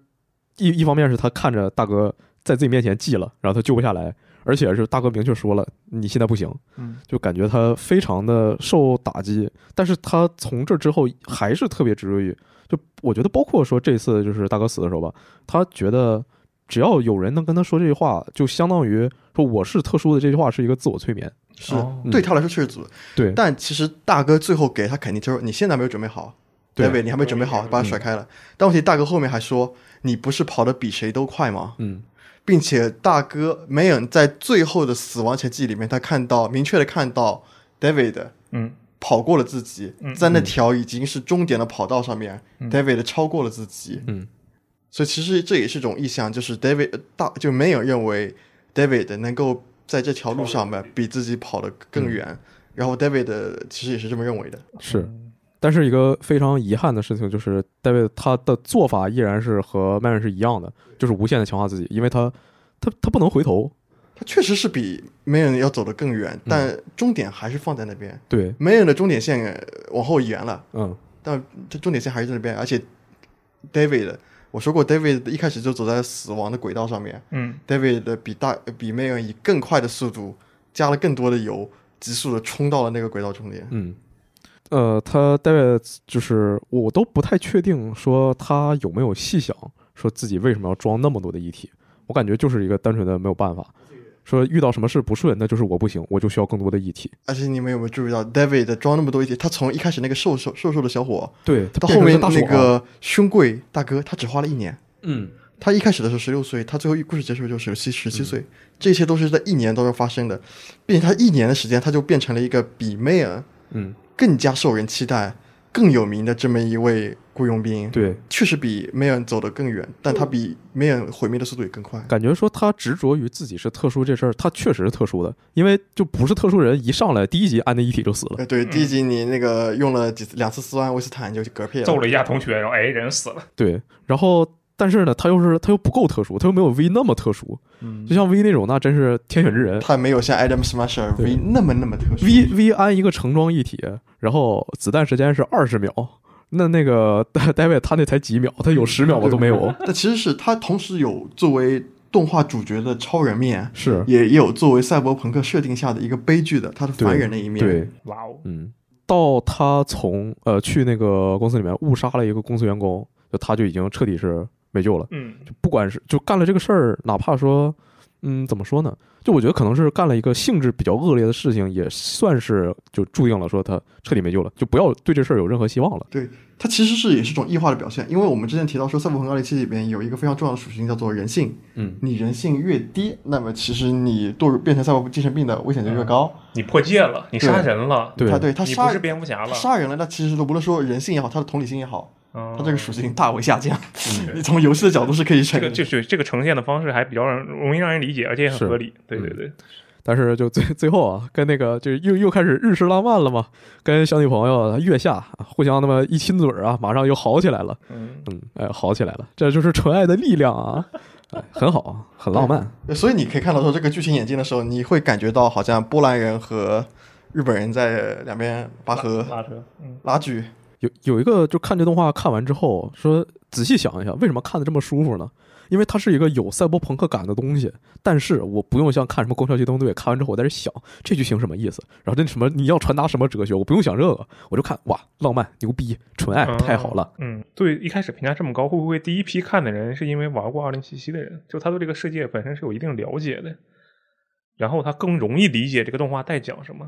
Speaker 1: 一一方面是他看着大哥在自己面前记了，然后他救不下来，而且是大哥明确说了你现在不行，
Speaker 2: 嗯，
Speaker 1: 就感觉他非常的受打击，但是他从这之后还是特别执着于，就我觉得包括说这次就是大哥死的时候吧，他觉得只要有人能跟他说这句话，就相当于说我是特殊的，这句话是一个自我催眠，
Speaker 3: 是、嗯
Speaker 2: 哦
Speaker 3: 对他来说确实足，
Speaker 1: 对
Speaker 3: 但其实大哥最后给他肯定就是你现在没有准备好，
Speaker 1: 对
Speaker 3: 对不对？你还没准备好，把他甩开了。但问题大哥后面还说你不是跑得比谁都快吗？
Speaker 1: 嗯，
Speaker 3: 并且大哥梅恩在最后的死亡前记里面，他看到明确的看到 David
Speaker 2: 嗯
Speaker 3: 跑过了自己，
Speaker 2: 嗯
Speaker 3: 在那条已经是终点的跑道上面、
Speaker 2: 嗯
Speaker 3: d a v i d 超过了自己。
Speaker 1: 嗯，
Speaker 3: 所以其实这也是一种意向，就是 David 呃大就没有认为 David 能够在这条路上面比自己跑得更远。然后 David 呃其实也是这么认为的，
Speaker 1: 是。但是一个非常遗憾的事情就是，戴维他的做法依然是和麦恩是一样的，就是无限的强化自己，因为他他他不能回头。
Speaker 3: 他确实是比梅恩要走得更远，但终点还是放在那边。
Speaker 1: 对，
Speaker 3: 梅恩的终点线呃往后延了，
Speaker 1: 嗯，
Speaker 3: 但这终点线还是在那边。而且 David，我说过，David 一开始就走在死亡的轨道上面，
Speaker 2: 嗯
Speaker 3: David 比大比 m a y o n 以更快的速度，加了更多的油，急速的冲到了那个轨道终点。
Speaker 1: 嗯，呃，他 David 就是我都不太确定说他有没有细想说自己为什么要装那么多的遗体，我感觉就是一个单纯的没有办法，说遇到什么事不顺，那就是我不行，我就需要更多的遗体。
Speaker 3: 而且你们有没有注意到，David 装那么多一体，他从一开始那个瘦瘦瘦瘦的小伙，
Speaker 1: 对，
Speaker 3: 到
Speaker 1: 他
Speaker 3: 后面
Speaker 1: 大
Speaker 3: 那个胸贵大哥，他只花了一年。
Speaker 1: 嗯，
Speaker 3: 他一开始的时候十六岁，他最后一故事结束就是十七十七岁，这些都是在一年当中发生的，并且他一年的时间，他就变成了一个比 m a y o n
Speaker 1: 嗯，
Speaker 3: 更加受人期待、更有名的这么一位雇佣兵。
Speaker 1: 对，
Speaker 3: 确实比 m a y o n 走得更远，但他比 m a y o n 毁灭的速度也更快。
Speaker 1: 感觉说他执着于自己是特殊这事儿，他确实是特殊的，因为就不是特殊人，一上来第一集安的一体就 死了。
Speaker 3: 呃，对，第一集你那个用了几次两次四万威斯坦就嗝屁了，
Speaker 2: 揍了一下同学，然后哎，人死了，
Speaker 1: 对，然后但是呢，他又是他又不够特殊，他又没有 V 那么特殊，就像 V 那种，那真是天选之 人。
Speaker 3: 嗯他没有像 Adam Smasher
Speaker 1: 对
Speaker 3: V 那么那么特殊。
Speaker 1: V V 安一个成装一体，然后子弹时间是二十秒，那那个 David 他那才几秒，他有十秒我都没 有。
Speaker 3: 但其实是他同时有作为动画主角的超人面，
Speaker 1: 是，
Speaker 3: 也也有作为赛博朋克设定下的一个悲剧的他的
Speaker 1: 对
Speaker 3: 凡人的一面。
Speaker 1: 对，
Speaker 2: 哇哦，
Speaker 1: 嗯，到他从呃去那个公司里面误杀了一个公司员工，就他就已经彻底是没救了。
Speaker 2: 嗯
Speaker 1: 就不管是就干了这个事儿，哪怕说，嗯，怎么说呢？就我觉得可能是干了一个性质比较恶劣的事情，也算是就注定了说他彻底没救了，就不要对这事儿有任何希望了。
Speaker 3: 对，它其实是也是一种异化的表现，因为我们之前提到说，《赛博朋克2077》里边有一个非常重要的属性叫做人性。
Speaker 1: 嗯，
Speaker 3: 你人性越低，那么其实你堕入变成赛博精神病的危险就越高。
Speaker 2: 你破戒了，你杀人了，
Speaker 1: 对
Speaker 3: 他对
Speaker 2: 嗯
Speaker 3: 他
Speaker 2: 你不
Speaker 3: 杀
Speaker 2: 是蝙蝠侠
Speaker 3: 他
Speaker 2: 了，
Speaker 3: 杀人了，那其实无论说人性也好，他的同理心也好，
Speaker 2: 嗯
Speaker 3: 他这个属性大为下降。你 从游戏的角度是可以
Speaker 2: 这
Speaker 3: 承
Speaker 2: 个
Speaker 3: 认的。
Speaker 2: 就是这个呈现的方式还比较让容易让人理解，而且也
Speaker 1: 是
Speaker 2: 很合理。对对对，
Speaker 1: 但是就最最后啊，跟那个就又又开始日式浪漫了嘛，跟小女朋友啊月下互相那么一亲嘴儿啊，马上又好起来了。
Speaker 2: 嗯，
Speaker 1: 嗯，哎，好起来了，这就是纯爱的力量啊，哎、很好啊，很浪漫。
Speaker 3: 所以你可以看到说，这个剧情演进的时候，你会感觉到好像波兰人和日本人在两边拔河
Speaker 2: 拉车，嗯，
Speaker 3: 拉锯。
Speaker 1: 有有一个就看这动画看完之后说，仔细想一下，为什么看的这么舒服呢？因为它是一个有赛博朋克感的东西，但是我不用像看什么《攻壳机动队》，看完之后我在这想这剧情什么意思，然后这什么你要传达什么哲学，我不用想这个，我就看哇，浪漫牛逼，纯爱太好了。
Speaker 2: 嗯，对，一开始评价这么高，会不会第一批看的人是因为玩过二零七七的人，就他对这个世界本身是有一定了解的，然后他更容易理解这个动画在讲什么，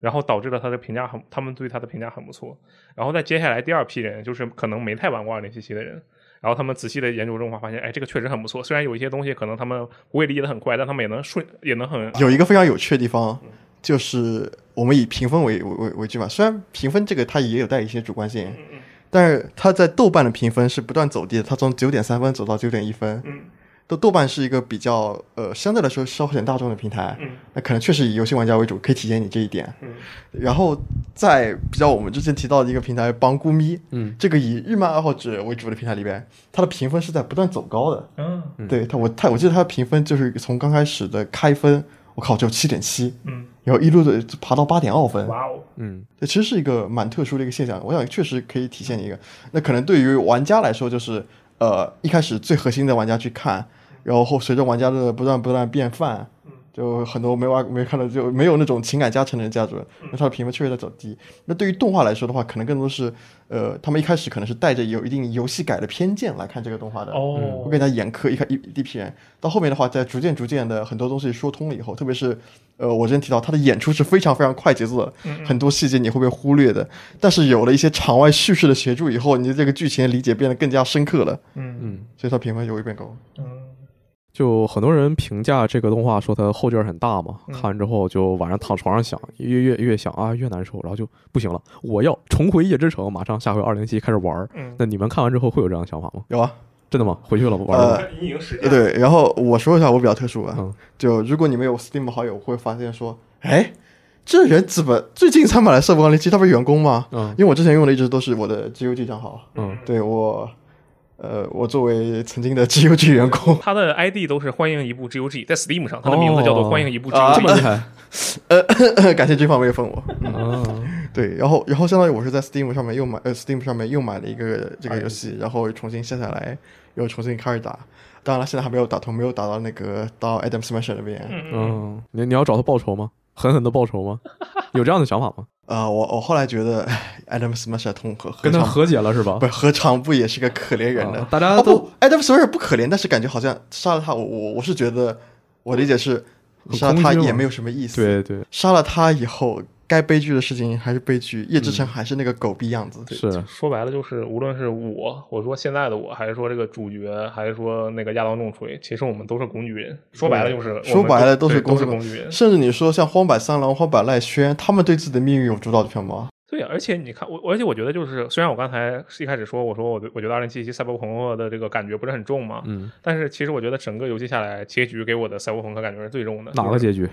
Speaker 2: 然后导致了他的评价很，他们对他的评价很不错。然后再接下来第二批人，就是可能没太玩过二零七七的人，然后他们仔细的研究动画，发现哎，这个确实很不错。虽然有一些东西可能他们不会理解的很快，但他们也能顺，也能很
Speaker 3: 有一个非常有趣的地方，就是我们以评分为为为为据嘛，虽然评分这个它也有带一些主观性，
Speaker 2: 嗯
Speaker 3: 但是它在豆瓣的评分是不断走低的，它从九点三分走到九点一分。
Speaker 2: 嗯
Speaker 3: 都豆瓣是一个比较呃相对来说稍显大众的平台，
Speaker 2: 嗯
Speaker 3: 那可能确实以游戏玩家为主，可以体现你这一点。
Speaker 2: 嗯
Speaker 3: 然后在比较我们之前提到的一个平台帮咕咪，
Speaker 1: 嗯，
Speaker 3: 这个以日漫爱好者为主的平台里边，它的评分是在不断走高的。
Speaker 2: 嗯
Speaker 1: 嗯
Speaker 3: 对它，我它我记得它的评分就是从刚开始的开分，我靠，只有七点七，
Speaker 2: 嗯，
Speaker 3: 然后一路的爬到八点二分，
Speaker 2: 哇哦，
Speaker 1: 嗯，
Speaker 3: 这其实是一个蛮特殊的一个现象。我想确实可以体现一个，那可能对于玩家来说就是，呃，一开始最核心的玩家去看，然后随着玩家的不断不断变泛，就很多没玩没看到就没有那种情感加成的价值，那它的评分确实在走低。那对于动画来说的话，可能更多是，呃，他们一开始可能是带着有一定游戏改的偏见来看这个动画的。
Speaker 2: 哦，
Speaker 3: 会更加严苛，一开一一批人，到后面的话，再逐渐逐渐的很多东西说通了以后，特别是，呃，我之前提到他的演出是非常非常快节奏的，很多细节你会被忽略的，但是有了一些场外叙事的协助以后，你对这个剧情的理解变得更加深刻了，
Speaker 2: 嗯
Speaker 1: 嗯，
Speaker 3: 所以它评分就会变高。
Speaker 2: 嗯
Speaker 1: 就很多人评价这个动画说它后劲儿很大嘛，看完之后就晚上躺床上想，越越越想啊越难受，然后就不行了，我要重回夜之城，马上下回二零七开始玩儿。
Speaker 2: 嗯，
Speaker 1: 那你们看完之后会有这样的想法吗？
Speaker 3: 有啊，
Speaker 1: 真的吗？回去了玩了吗？
Speaker 2: 阴影世
Speaker 3: 呃对，然后我说一下我比较特殊啊，
Speaker 1: 嗯
Speaker 3: 就如果你们有 Steam 好友，会发现说，哎，这人怎么最近才买了《赛博朋克零七》，他不是员工吗？
Speaker 1: 嗯
Speaker 3: 因为我之前用的一直都是我的 GOG 账号，
Speaker 1: 嗯，
Speaker 3: 对我，呃，我作为曾经的 GOG 员工，
Speaker 2: 他的 ID 都是欢迎一部 GOG，在 Steam 上，他的名字叫做欢迎一部
Speaker 3: 啊
Speaker 1: 这么厉
Speaker 2: GOG。
Speaker 1: 害
Speaker 3: 感谢军方没有分我。嗯
Speaker 1: 啊！
Speaker 3: 对，然后然后相当于我是在 Steam 上面又买呃 Steam 上面又买了一个这个游戏，然后重新下下来，又重新开始打。当然了，现在还没有打通，没有打到那个到 Adam Smasher 那边。
Speaker 2: 嗯嗯
Speaker 1: 嗯，你你要找他报仇吗？狠狠的报仇吗？有这样的想法吗？
Speaker 3: 啊、我我后来觉得唉 Adam Smasher 同何何
Speaker 1: 跟他
Speaker 3: 尝
Speaker 1: 和解了是吧
Speaker 3: 不？何尝不也是个可怜人呢？
Speaker 1: 啊大家
Speaker 3: 哦
Speaker 1: 都
Speaker 3: 不 Adam Smasher 不可怜，但是感觉好像杀了他，我我我是觉得我理解是
Speaker 1: 很
Speaker 3: 杀了
Speaker 1: 空
Speaker 3: 他
Speaker 1: 虚嘛
Speaker 3: 也没有什么意思。
Speaker 1: 对对
Speaker 3: 杀了他以后，该悲剧的事情还是悲剧，叶之城
Speaker 1: 嗯
Speaker 3: 还是那个狗逼样子。对
Speaker 1: 是，
Speaker 2: 说白了就是，无论是我，我说现在的我，还是说这个主角，还是说那个亚当重锤，其实我们都是工具人。说白了就是，我们
Speaker 3: 说白了
Speaker 2: 都
Speaker 3: 都是
Speaker 2: 对都
Speaker 3: 工具
Speaker 2: 工具人。
Speaker 3: 甚至你说像荒坂三郎、荒坂赖宣，他们对自己的命运有主导权吗？
Speaker 2: 对，而且你看，我我而且我觉得就是，虽然我刚才一开始说，我说我对我觉得二零七七赛博朋克的这个感觉不是很重嘛，
Speaker 1: 嗯，
Speaker 2: 但是其实我觉得整个游戏下来，结局给我的赛博朋克感觉是最重的。
Speaker 1: 哪个结局？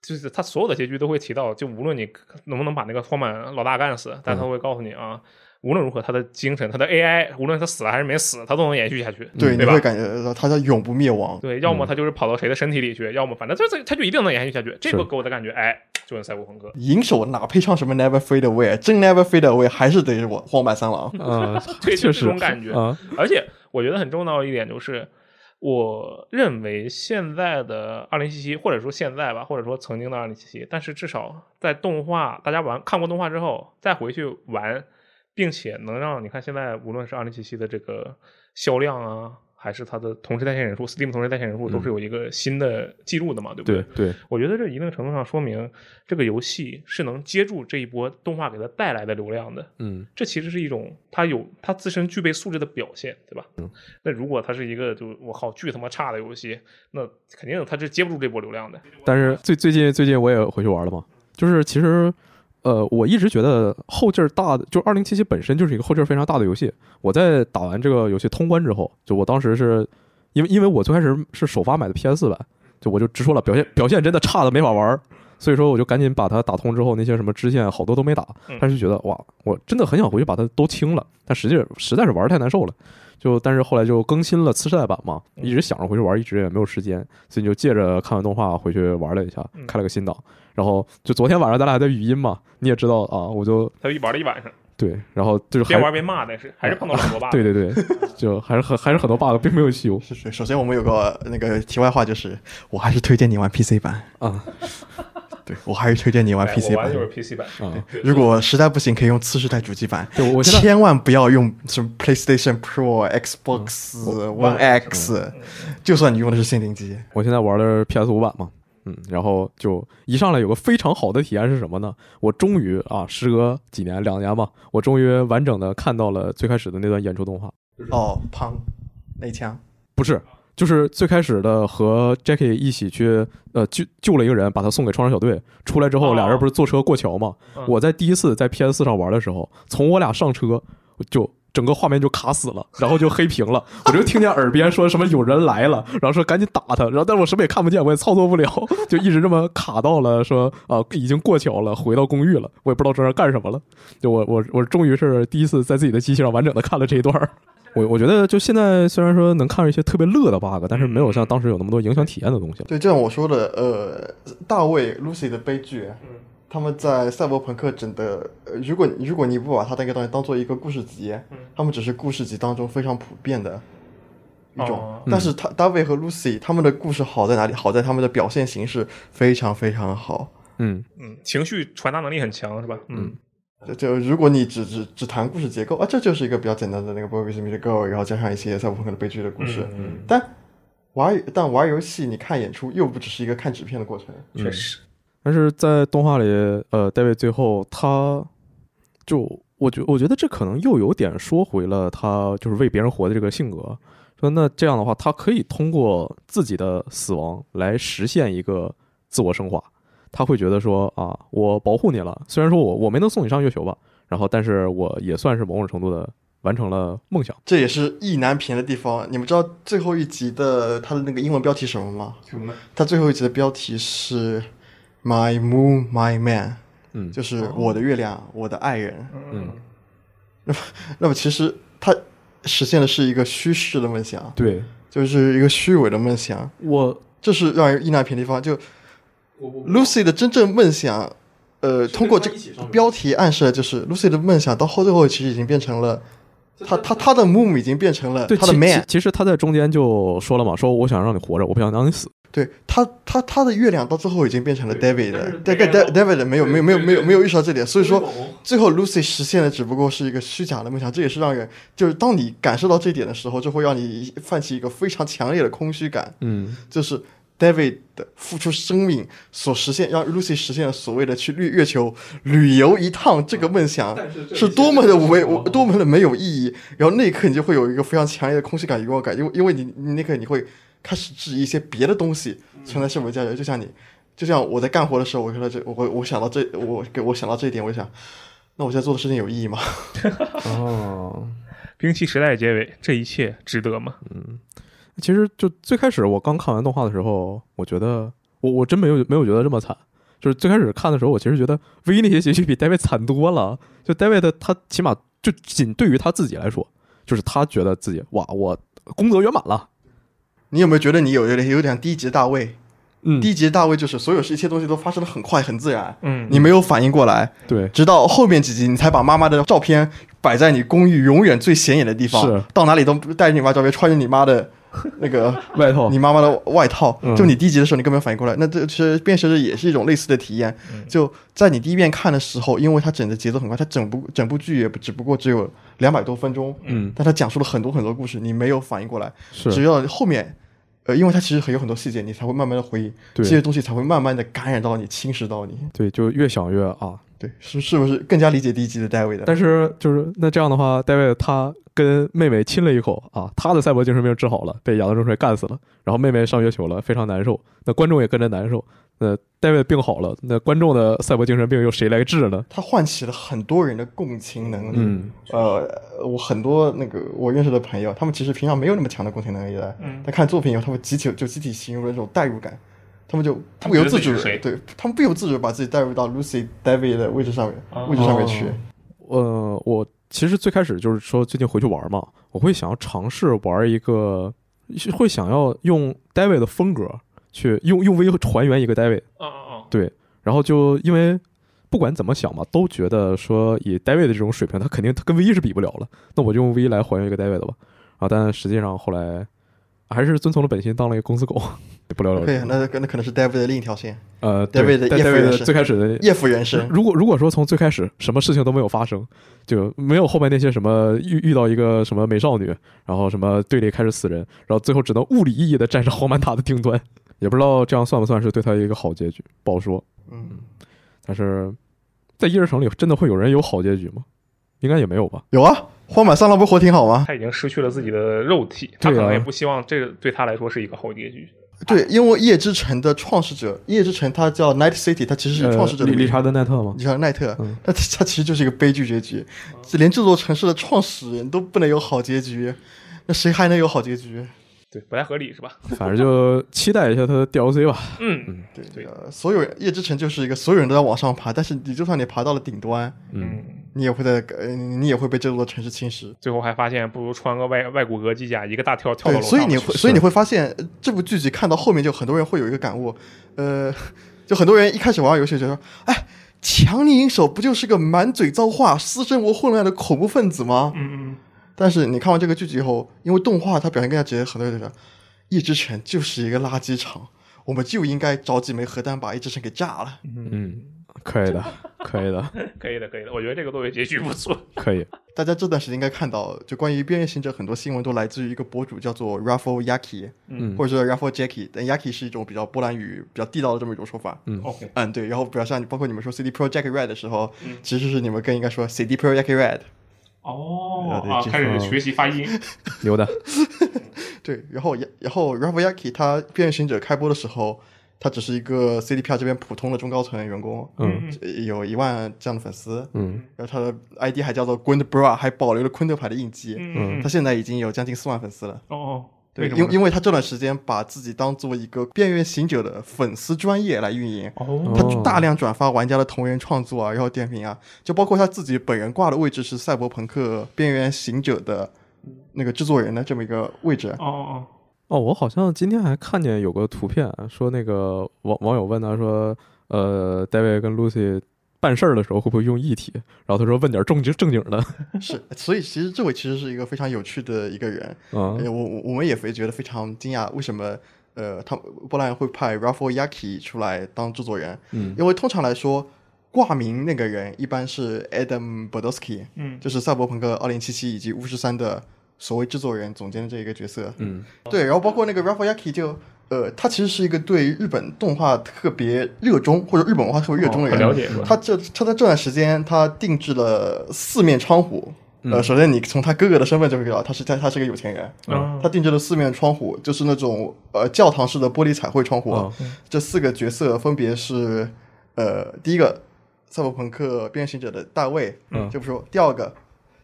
Speaker 2: 就是他所有的结局都会提到，就无论你能不能把那个荒坂老大干死，但
Speaker 3: 嗯
Speaker 2: 他会告诉你啊，无论如何他的精神、他的 AI，无论他死了还是没死，他都能延续下去，
Speaker 3: 对，你
Speaker 2: 嗯吧
Speaker 3: 会？感嗯觉呃到他叫永不灭亡。
Speaker 2: 对，要么他就是跑到谁的身体里去，要么反正就是他就一定能延续下去。这
Speaker 1: 是
Speaker 2: 个给我的感觉，哎，就跟赛博朋克。
Speaker 3: 银手哪配上什么 Never Fade Away，真 Never Fade Away 还是得我荒坂三
Speaker 2: 嗯
Speaker 3: 郎。
Speaker 1: 啊，
Speaker 2: 对
Speaker 1: 确
Speaker 2: 就
Speaker 1: 实
Speaker 2: 这种感觉
Speaker 1: 啊，
Speaker 2: 而且我觉得很重要的一点就是，我认为现在的二零七七，或者说现在吧，或者说曾经的二零七七，但是至少在动画大家玩看过动画之后，再回去玩，并且能让你看现在无论是二零七七的这个销量啊，还是它的同时在线人数，Steam 同时在线人数都是有一个新的记录的嘛，对不
Speaker 1: 对对，
Speaker 2: 我觉得这一定程度上说明这个游戏是能接住这一波动画给它带来的流量的。
Speaker 1: 嗯
Speaker 2: 这其实是一种它有它自身具备素质的表现，对吧？嗯。那如果它是一个就我靠巨他妈差的游戏，那肯定它是接不住这波流量的。
Speaker 1: 但是最最近最近我也回去玩了嘛，就是其实呃，我一直觉得后劲儿大的，就二零七七本身就是一个后劲儿非常大的游戏。我在打完这个游戏通关之后，就我当时是因为因为我最开始是首发买的 PS 版，就我就直说了，表现表现真的差的没法玩儿。所以说，我就赶紧把它打通之后，那些什么支线好多都没打
Speaker 2: 嗯，
Speaker 1: 但是觉得哇，我真的很想回去把它都清了，但实际实在是玩儿太难受了。就但是后来就更新了次世代版嘛，
Speaker 2: 嗯
Speaker 1: 一直想着回去玩，一直也没有时间，所以就借着看完动画回去玩了一下
Speaker 2: 嗯，
Speaker 1: 开了个新档。然后就昨天晚上咱俩还在语音嘛，你也知道啊，我就
Speaker 2: 它一玩了一晚上，
Speaker 1: 对，然后就是还
Speaker 2: 边玩边骂，但是还是碰到了很多 bug。
Speaker 1: 对对对，就还是很还是很多 bug 并没有修
Speaker 3: 是是，首先我们有个呃那个题外话，就是我还是推荐你玩 PC 版，
Speaker 1: 啊
Speaker 3: 对我还是推荐你玩
Speaker 2: 哎
Speaker 3: PC
Speaker 2: 我玩的。
Speaker 3: 版
Speaker 2: 就是 PC 版，
Speaker 1: 啊！
Speaker 3: 如果实在不行，可以用次世代主机版。
Speaker 1: 对，我现在
Speaker 3: 千万不要用什么 PlayStation Pro、Xbox
Speaker 2: 嗯
Speaker 3: One X，就算你用的是限定机，
Speaker 1: 我现在玩的 PS 五版嘛，嗯，然后就一上来有个非常好的体验是什么呢？我终于啊，时隔几年两年吧，我终于完整的看到了最开始的那段演出动画，
Speaker 3: 哦，砰，内枪，
Speaker 1: 不是。就是最开始的和 Jackie 一起去，呃，救救了一个人，把他送给创伤小队。出来之后，
Speaker 2: 哦
Speaker 1: 俩人不是坐车过桥嘛？
Speaker 2: 嗯
Speaker 1: 我在第一次在 PS 四上玩的时候，从我俩上车就整个画面就卡死了，然后就黑屏了。我就听见耳边说什么有人来了，然后说赶紧打他，然后但是我什么也看不见，我也操作不了，就一直这么卡到了说啊、已经过桥了，回到公寓了，我也不知道这是干什么了。就我我我终于是第一次在自己的机器上完整的看了这一段儿。 我我觉得就现在虽然说能看到一些特别乐的 bug，但是没有像当时有那么多影响体验的东西了。
Speaker 3: 对，就像我说的，呃，大卫 Lucy 的悲剧，
Speaker 2: 嗯
Speaker 3: 他们在赛博朋克整的，呃，如果如果你不把它那个东西当做一个故事集，
Speaker 2: 嗯
Speaker 3: 他们只是故事集当中非常普遍的一种。
Speaker 2: 哦
Speaker 3: 但是他大卫和 Lucy 他们的故事好在哪里？好在他们的表现形式非常非常好。
Speaker 1: 嗯，
Speaker 2: 嗯，情绪传达能力很强，是吧？嗯，
Speaker 3: 就就如果你只只只谈故事结构啊，这就是一个比较简单的那个《Boy With Me 的 Girl》，然后加上一些赛博朋克的悲剧的故事。
Speaker 2: 嗯
Speaker 3: 但玩但玩游戏，你看演出又不只是一个看纸片的过程。
Speaker 2: 确实，
Speaker 1: 但是在动画里，呃，戴维最后他就我觉我觉得这可能又有点说回了他就是为别人活的这个性格。说那这样的话，他可以通过自己的死亡来实现一个自我升华。他会觉得说啊，我保护你了，虽然说我我没能送你上月球吧，然后但是我也算是某种程度的完成了梦想。
Speaker 3: 这也是意难平的地方。你们知道最后一集的它的那个英文标题什么吗？它最后一集的标题是 “My Moon, My Man”，
Speaker 1: 嗯
Speaker 3: 就是我的月亮，我的爱人。
Speaker 1: 嗯，
Speaker 3: 那么其实它实现的是一个虚饰的梦想，
Speaker 1: 对
Speaker 3: 就是一个虚伪的梦想。
Speaker 1: 我，
Speaker 3: 这是让人意难平的地方。就 Lucy 的真正梦想，呃，通过这
Speaker 1: 一起上
Speaker 3: 个
Speaker 1: 去
Speaker 3: 标题暗示的就是 Lucy 的梦想到后最后其实已经变成了，她她她的 moon 已经变成了
Speaker 1: 对
Speaker 3: 她的
Speaker 1: 其
Speaker 3: man
Speaker 1: 其。其实他在中间就说了嘛，说我想让你活着，我不想让你死。
Speaker 3: 对他，他他的月亮到最后已经变成了 David 的，
Speaker 2: 但
Speaker 3: 但
Speaker 2: 是
Speaker 3: David David 没有没有没有没有没有意识到这点，所以说
Speaker 2: 对对对
Speaker 3: 最后 Lucy 实现的只不过是一个虚假的梦想，这也是让人就是当你感受到这点的时候，就会让你泛起一个非常强烈的空虚感，
Speaker 1: 嗯，
Speaker 3: 就是 David 的付出生命所实现，让 Lucy 实现了所谓的去月月球旅游一趟这个梦想，是多么的没我多么的没有意义。然后那一刻你就会有一个非常强烈的空虚感、遗忘感，因为因为你你那刻你会开始质疑一些别的东西存在是否价值，就像你。就像我在干活的时候，我看到这，我我想到这，我给我想到这一点，我就想，那我现在做的事情有意义吗？
Speaker 1: 哦，
Speaker 2: 兵器时代的结尾，这一切值得吗？
Speaker 1: 其实就最开始我刚看完动画的时候，我觉得我我真没有没有觉得这么惨。就是最开始看的时候，我其实觉得 V 那些结局比 David 惨多了。就 David 他起码就仅对于他自己来说，就是他觉得自己哇，我功德圆满了。
Speaker 3: 你有没有觉得你有有点有点低级大卫？
Speaker 1: 嗯
Speaker 3: 低级大卫就是所有一切东西都发生的很快很自然，
Speaker 2: 嗯
Speaker 3: 你没有反应过来，
Speaker 1: 对，
Speaker 3: 直到后面几集你才把妈妈的照片摆在你公寓永远最显眼的地方，
Speaker 1: 是
Speaker 3: 到哪里都带着你妈照片，穿着你妈的那个
Speaker 1: 外套
Speaker 3: 你妈妈的外套
Speaker 1: 嗯，
Speaker 3: 就你第一集的时候你根本反应过来，那这其实变身日也是一种类似的体验。
Speaker 1: 嗯
Speaker 3: 就在你第一遍看的时候，因为它整的节奏很快，它整部整部剧也只不过只有两百多分钟，
Speaker 1: 嗯，
Speaker 3: 但它讲述了很多很多故事，你没有反应过来，只
Speaker 1: 是
Speaker 3: 有后面，呃，因为它其实有很多细节，你才会慢慢的回忆，
Speaker 1: 对
Speaker 3: 这些东西才会慢慢的感染到你，侵蚀到你。
Speaker 1: 对，就越想越啊。
Speaker 3: 对，是是不是更加理解第一集的戴维的？
Speaker 1: 但是就是那这样的话，戴维他跟妹妹亲了一口啊，他的赛博精神病治好了，被亚当中水干死了，然后妹妹上月球了，非常难受，那观众也跟着难受。那戴维病好了，那观众的赛博精神病由谁来治呢？
Speaker 3: 它唤起了很多人的共情能力。
Speaker 1: 嗯，
Speaker 3: 呃，我很多那个我认识的朋友，他们其实平常没有那么强的共情能力的，
Speaker 2: 嗯
Speaker 3: 但看作品以后，他们集体就集体形容了一种代入感，他们就不由自
Speaker 2: 他
Speaker 3: 主
Speaker 2: 们觉得自己是谁，
Speaker 3: 对他们不由自主地把自己带入到 Lucy、David 的位置上
Speaker 2: 哦
Speaker 3: 面，位置上面去。
Speaker 1: 呃，我其实最开始就是说最近回去玩嘛，我会想要尝试玩一个，会想要用 David 的风格去用用 V 还原一个 David，
Speaker 2: 嗯嗯
Speaker 1: 对，然后就因为不管怎么想嘛，都觉得说以 David 的这种水平，他肯定他跟 V 是比不了了。那我就用 V 来还原一个 David 的吧。啊，但实际上后来还是遵从了本心，当了一个公司狗， 不了了
Speaker 3: 可以
Speaker 1: 之，。
Speaker 3: 那那可能是 David 的另一条线，
Speaker 1: 呃，对
Speaker 3: David 的
Speaker 1: 但
Speaker 3: 叶夫
Speaker 1: David
Speaker 3: 人
Speaker 1: 的
Speaker 3: 是
Speaker 1: 最开始的
Speaker 3: 叶夫人 生。
Speaker 1: 如果如果说从最开始什么事情都没有发生，就没有后面那些什么遇遇到一个什么美少女，然后什么队里开始死人，然后最后只能物理意义的站上黄曼达的顶端，也不知道这样算不算是对他一个好结局，不好说。
Speaker 3: 嗯，
Speaker 1: 但是在夜之城里，真的会有人有好结局吗？应该也没有吧。
Speaker 3: 有啊，荒坂三郎不活挺好吗？
Speaker 2: 他已经失去了自己的肉体，他
Speaker 1: 对
Speaker 2: 可
Speaker 1: 啊
Speaker 2: 能也不希望这个对他来说是一个好结局。
Speaker 3: 对，因为夜之城的创始者，夜之城它叫 Night City，它其实是创始者
Speaker 1: 呃理
Speaker 3: 的名字
Speaker 1: 理查德奈特吗
Speaker 3: 你？像奈特
Speaker 1: 嗯，
Speaker 3: 那他他其实就是一个悲剧结局，这连这座城市的创始人都不能有好结局，那谁还能有好结局？
Speaker 2: 对，不太合理是吧？
Speaker 1: 反正就期待一下他的 DLC 吧。
Speaker 2: 嗯
Speaker 3: 对
Speaker 2: 对
Speaker 3: 呃，所有人夜之城就是一个所有人都在往上爬，但是你就算你爬到了顶端，
Speaker 1: 嗯，
Speaker 2: 嗯，
Speaker 3: 你也会在呃你也会被这座城市侵蚀。
Speaker 2: 最后还发现不如穿个外外骨骼机甲，一个大跳跳到
Speaker 3: 对，
Speaker 2: 楼上去。
Speaker 3: 所以你会所以你会发现呃这部剧集看到后面，就很多人会有一个感悟，呃，就很多人一开始玩游戏就说，哎。强力银手不就是个满嘴脏话、私生活混乱的恐怖分子吗？
Speaker 2: 嗯嗯
Speaker 3: 但是你看完这个剧集以后，因为动画它表现更加直接，很多人就说，一之城就是一个垃圾场，我们就应该找几枚核弹把一之城给炸了。
Speaker 1: 嗯，可 以的，可以的，
Speaker 2: 嗯， 可以的可以的，我觉得这个作为结局不错。
Speaker 1: 可以。
Speaker 3: 大家这段时间应该看到，就关于边缘行者很多新闻都来自于一个博主叫做 Raffle Yaki，
Speaker 1: 嗯
Speaker 3: 或者说 Raffle Jacky，但 Yaki 是一种比较波兰语、比较地道的这么一种说法。
Speaker 1: 嗯
Speaker 2: OK，
Speaker 3: 嗯，对。然后比较像包括你们说 CD Project Red 的时候，
Speaker 2: 嗯
Speaker 3: 其实是你们更应该说 CD Project Red。
Speaker 2: 哦
Speaker 3: 对
Speaker 2: 啊，
Speaker 3: 这
Speaker 2: 开始
Speaker 1: 个
Speaker 2: 学习发音。
Speaker 1: 牛的。
Speaker 3: 对，然后然后 Ravayaki 他变形者开播的时候，他只是一个 CDPR 这边普通的中高层员工，
Speaker 1: 嗯
Speaker 2: 嗯
Speaker 3: 呃有一万这样的粉丝，
Speaker 1: 嗯
Speaker 3: 然后他的 ID 还叫做 Gund Bra，还保留了昆特牌的印记。
Speaker 2: 嗯嗯
Speaker 3: 他现在已经有将近四万粉丝了。
Speaker 2: 哦哦，为
Speaker 3: 对，
Speaker 2: 什
Speaker 3: 因
Speaker 2: 么呢？
Speaker 3: 因为他这段时间把自己当做一个边缘行者的粉丝专业来运营，
Speaker 2: 哦
Speaker 3: 他
Speaker 1: 哦
Speaker 3: 大量转发玩家的同人创作啊，然后点评啊，就包括他自己本人挂的位置是赛博朋克边缘行者的那个制作人的这么一个位置。
Speaker 2: 哦哦
Speaker 1: 哦，我好像今天还看见有个图片，啊说那个网网友问他说，呃，戴维跟 Lucy 办事儿的时候会不会用异体？然后他说问点正经正经的。
Speaker 3: 是，所以其实这位其实是一个非常有趣的一个人，
Speaker 1: 嗯
Speaker 3: 呃我我我们也非觉得非常惊讶，为什么呃，他波兰会派 Rafael Yaki 出来当制作人？
Speaker 1: 嗯
Speaker 3: 因为通常来说，挂名那个人一般是 Adam Bodowski，
Speaker 2: 嗯
Speaker 3: 就是《赛博朋克2077》以及《巫师三》的所谓制作人、总监的这一个角色。
Speaker 1: 嗯
Speaker 3: 对，然后包括那个 Rafael Yaki 就。呃，他其实是一个对日本动画特别热衷，或者日本文化特别热衷的
Speaker 2: 哦
Speaker 3: 人。
Speaker 2: 很了解是吧
Speaker 3: 他这他在这段时间，他定制了四面窗户。呃，首先你从他哥哥的身份就会知道，他是他他是个有钱人。
Speaker 2: 哦，
Speaker 1: 嗯
Speaker 3: 他定制了四面窗户，就是那种呃教堂式的玻璃彩绘窗户。啊
Speaker 1: 哦
Speaker 3: 这四个角色分别是，呃，第一个赛博朋克变形者的大卫，
Speaker 1: 嗯
Speaker 3: 这不说；第二个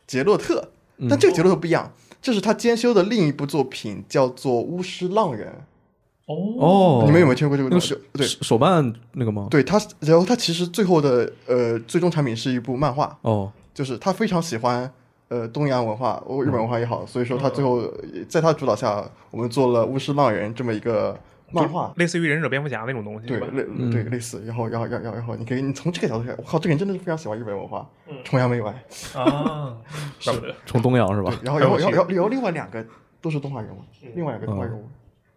Speaker 3: 杰洛特，但这个杰洛特不一样，这是他兼修的另一部作品，叫做《巫师浪人》。
Speaker 1: 哦，
Speaker 3: 你们有没有听过这
Speaker 1: 那个
Speaker 3: 个东西
Speaker 1: 手？
Speaker 3: 对
Speaker 1: 手手办那个吗？
Speaker 3: 对，他然后他其实最后的呃最终产品是一部漫画，
Speaker 1: 哦，
Speaker 3: 就是他非常喜欢呃东洋文化，欧日本文化也好，所以说他最后呃在他主导下，我们做了《巫师浪人》这么一个漫画。
Speaker 2: 类似于忍者蝙蝠侠那种东西，
Speaker 3: 对
Speaker 2: 吧？
Speaker 3: 类对类似，然后然后然后然后然后，你可以你从这个角度看，我靠，这个人真的是非常喜欢日本文化，崇洋媚外。
Speaker 2: 啊，怪不得。
Speaker 1: 冲东洋是吧？
Speaker 3: 然后然后
Speaker 1: 啊
Speaker 2: 很有
Speaker 3: 然后
Speaker 2: 趣
Speaker 3: 然后然后另外两个都是动画人物，另外两个动画人物，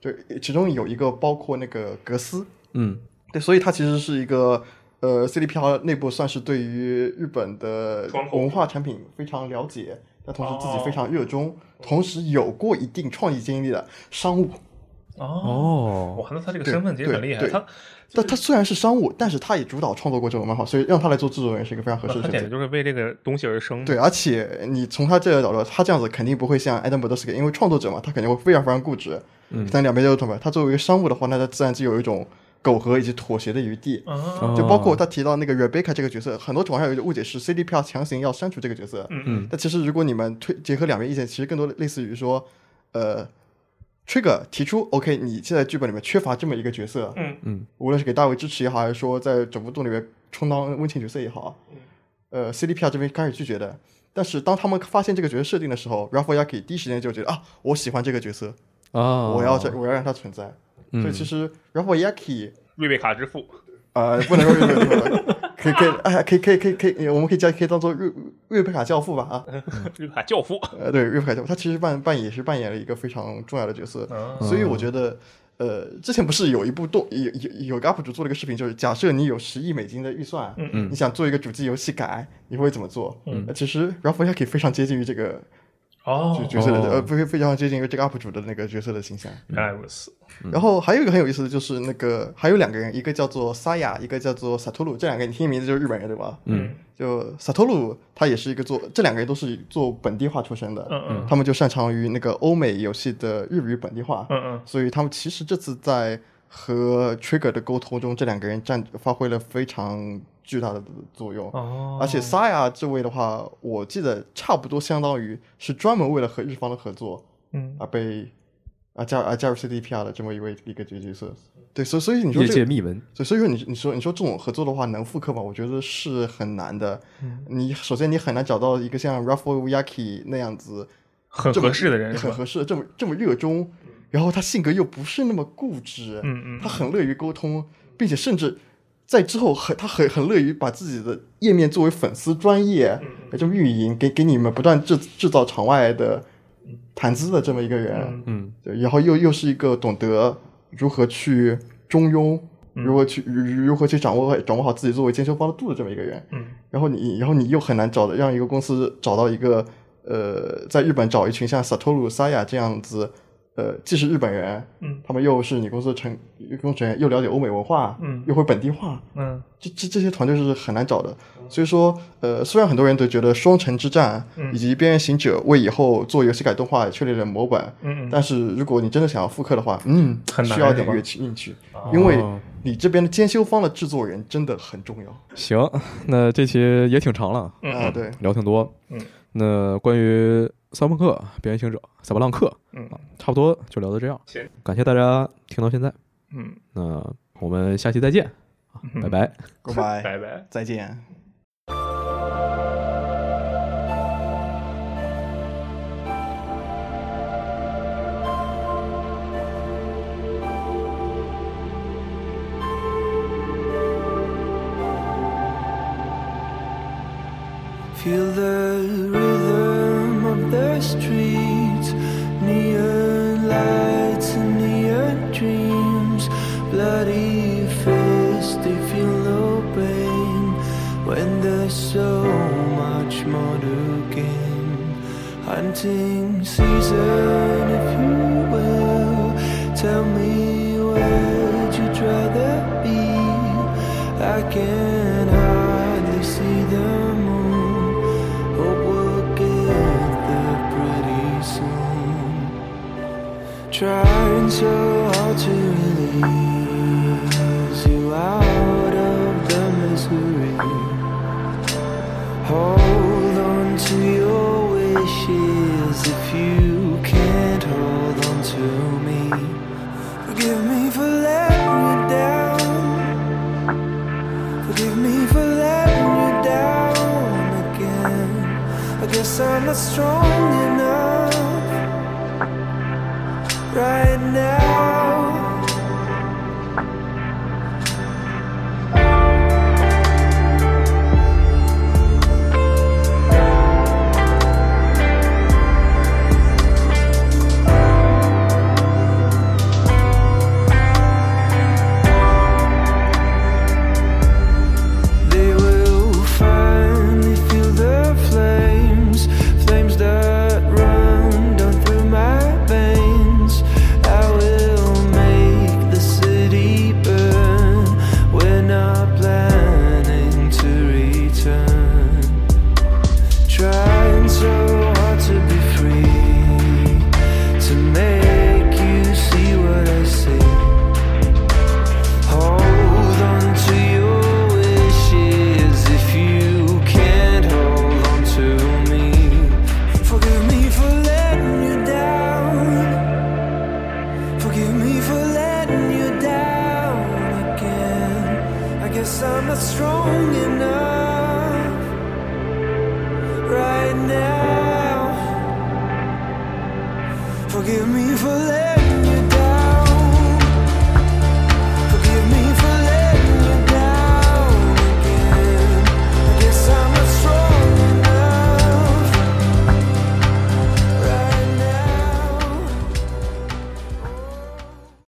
Speaker 3: 对，其中有一个包括那个格斯，
Speaker 1: 嗯
Speaker 3: 对，所以它其实是一个呃 CDPR 内部算是对于日本的
Speaker 2: 窗口
Speaker 3: 文化产品非常了解，但同时自己
Speaker 2: 哦
Speaker 3: 非常热衷，同时有过一定创意经历的商务。
Speaker 2: 哦，
Speaker 1: 哦，
Speaker 2: 哇，那他这个
Speaker 3: 对
Speaker 2: 身份其实很厉害，
Speaker 3: 对
Speaker 2: 他
Speaker 3: 但他虽然是商务，但是他也主导创作过这种漫画，所以让他来做制作人是一个非常合适
Speaker 2: 那
Speaker 3: 的
Speaker 2: 他
Speaker 3: 选择
Speaker 2: 简直。就是为这个东西而生。
Speaker 3: 对，，而且你从他这个角度，他这样子肯定不会像艾登伯德斯克，因为创作者嘛，他肯定会非常非常固执。
Speaker 1: 嗯
Speaker 3: 但两边都是同伴，他作为一个商务的话，那他自然就有一种苟合以及妥协的余地。
Speaker 2: 啊，
Speaker 3: 就包括
Speaker 1: 哦
Speaker 3: 他提到那个 Rebecca 这个角色，很多网上有一个误解是 CDPR 强行要删除这个角色。
Speaker 2: 嗯
Speaker 1: 嗯
Speaker 3: 但其实如果你们推结合两边意见，其实更多类似于说，呃，Trigger 提出 OK，你现在剧本里面缺乏这么一个角色，
Speaker 2: 嗯
Speaker 1: 嗯，
Speaker 3: 无论是给大卫支持也好，还是说在整部动里面充当温情角色也
Speaker 2: 嗯
Speaker 3: 好，呃，CDPR 这边开始拒绝的。但是当他们发现这个角色设定的时候 r a f a y a k i 第一时间就觉得啊，我喜欢这个角色，
Speaker 1: 啊，
Speaker 3: 我要这，我要让它存在。
Speaker 1: 嗯
Speaker 3: 所以其实 r a f a y a k i
Speaker 2: 瑞贝卡之父，
Speaker 3: 呃，不能说瑞贝 卡，可以可以，哎，可以可以可以可以，我们可以叫可以当做瑞瑞贝卡教父吧啊，
Speaker 2: 瑞贝卡教父。
Speaker 3: 呃，对，瑞贝卡教父，他其实扮扮也是扮演了一个非常重要的角色，
Speaker 2: 啊
Speaker 3: 所以我觉得，呃，之前不是有一部动有有有个 UP 主做了一个视频，就是假设你有十亿美金的预算，
Speaker 2: 嗯
Speaker 1: 嗯
Speaker 3: 你想做一个主机游戏改，你会怎么做？
Speaker 2: 嗯
Speaker 3: 呃其实 Ralph y a k i 非常接近于这个角
Speaker 2: 哦，
Speaker 3: 角色的，
Speaker 1: 哦
Speaker 3: 呃，非非常接近于这个 UP 主的那个角色的形象。
Speaker 2: 原来如此。
Speaker 3: 然后还有一个很有意思的就是那个还有两个人，一个叫做 Saya，一个叫做 Satoru，这两个你听名字就是日本人对吧？
Speaker 1: 嗯
Speaker 3: 就 Satoru 他也是一个做，这两个人都是做本地化出身的，
Speaker 2: 嗯嗯
Speaker 3: 他们就擅长于那个欧美游戏的日语本地化，
Speaker 2: 嗯嗯，
Speaker 3: 所以他们其实这次在和 Trigger 的沟通中，这两个人占发挥了非常巨大的作用。
Speaker 2: 哦，
Speaker 3: 而且 Saya 这位的话，我记得差不多相当于是专门为了和日方的合作
Speaker 2: 嗯
Speaker 3: 而被啊加啊加入 CDPR 的这么一位一个角色。对，所以所以你说
Speaker 1: 业
Speaker 3: 这
Speaker 1: 界
Speaker 3: 个
Speaker 1: 秘闻，
Speaker 3: 所以所以说你你说你说这种合作的话能复刻吗？我觉得是很难的。
Speaker 1: 嗯
Speaker 3: 你首先你很难找到一个像 Ralph Yaki 那样子
Speaker 2: 很
Speaker 3: 这么
Speaker 2: 合适的人是
Speaker 3: 很
Speaker 2: 吧？
Speaker 3: 合适，这么这么热衷，然后他性格又不是那么固执，
Speaker 2: 嗯嗯
Speaker 3: 他很乐于沟通，并且甚至在之后很他很很乐于把自己的页面作为粉丝专
Speaker 2: 嗯
Speaker 3: 业这种运营，给给你们不断制制造场外的谈资的这么一个人。
Speaker 2: 嗯
Speaker 1: 嗯
Speaker 3: 对，然后又又是一个懂得如何去中庸，
Speaker 2: 嗯
Speaker 3: 如何去如如何去掌握掌握好自己作为兼修方的度的这么一个人。
Speaker 2: 嗯，
Speaker 3: 然后你然后你又很难找的让一个公司找到一个呃，在日本找一群像 Satoru、Saya 这样子，呃，既是日本人，
Speaker 2: 嗯
Speaker 3: 他们又是你公司的成工程员，又了解欧美文化，
Speaker 2: 嗯
Speaker 3: 又会本地化，
Speaker 2: 嗯
Speaker 3: 这这这些团队是很难找的。所以说，呃，虽然很多人都觉得《双城之战》
Speaker 2: 嗯
Speaker 3: 以及《边缘行者》为以后做游戏改动画也确立了模板，
Speaker 2: 嗯嗯
Speaker 3: 但是如果你真的想要复刻的话，嗯，
Speaker 2: 很难
Speaker 3: 需要点
Speaker 2: 是吧
Speaker 3: 运气运气，因为
Speaker 1: 哦
Speaker 2: 哦
Speaker 3: 你这边的监修方的制作人真的很重要
Speaker 1: 行，那这期也挺长了，
Speaker 3: 啊。对，
Speaker 1: 聊挺多。
Speaker 2: 嗯，
Speaker 1: 那关于赛博朋克、边缘行者、赛博浪客，
Speaker 2: 嗯
Speaker 1: 啊，差不多就聊到这样
Speaker 2: 行。
Speaker 1: 感谢大家听到现在，
Speaker 2: 嗯，
Speaker 1: 那我们下期再见，啊拜拜。
Speaker 3: 拜拜，
Speaker 2: 拜拜。
Speaker 3: 再见。
Speaker 4: Feel the rhythm of the streets, neon lights and neon dreams. Bloody fists, they feel no pain when there's so much more to gain. Hunting season, if you will, tell me where'd you rather be? I can hardly see the moon. Hope we'll get there pretty soon. Trying so hard to release you out of the misery. Hold on to your wishes if you can't hold on to me. Forgive me for letting you down. Forgive me for letting you down again. I guess I'm not strong enough right now. guess I'm not strong enough right now. Forgive me for letting.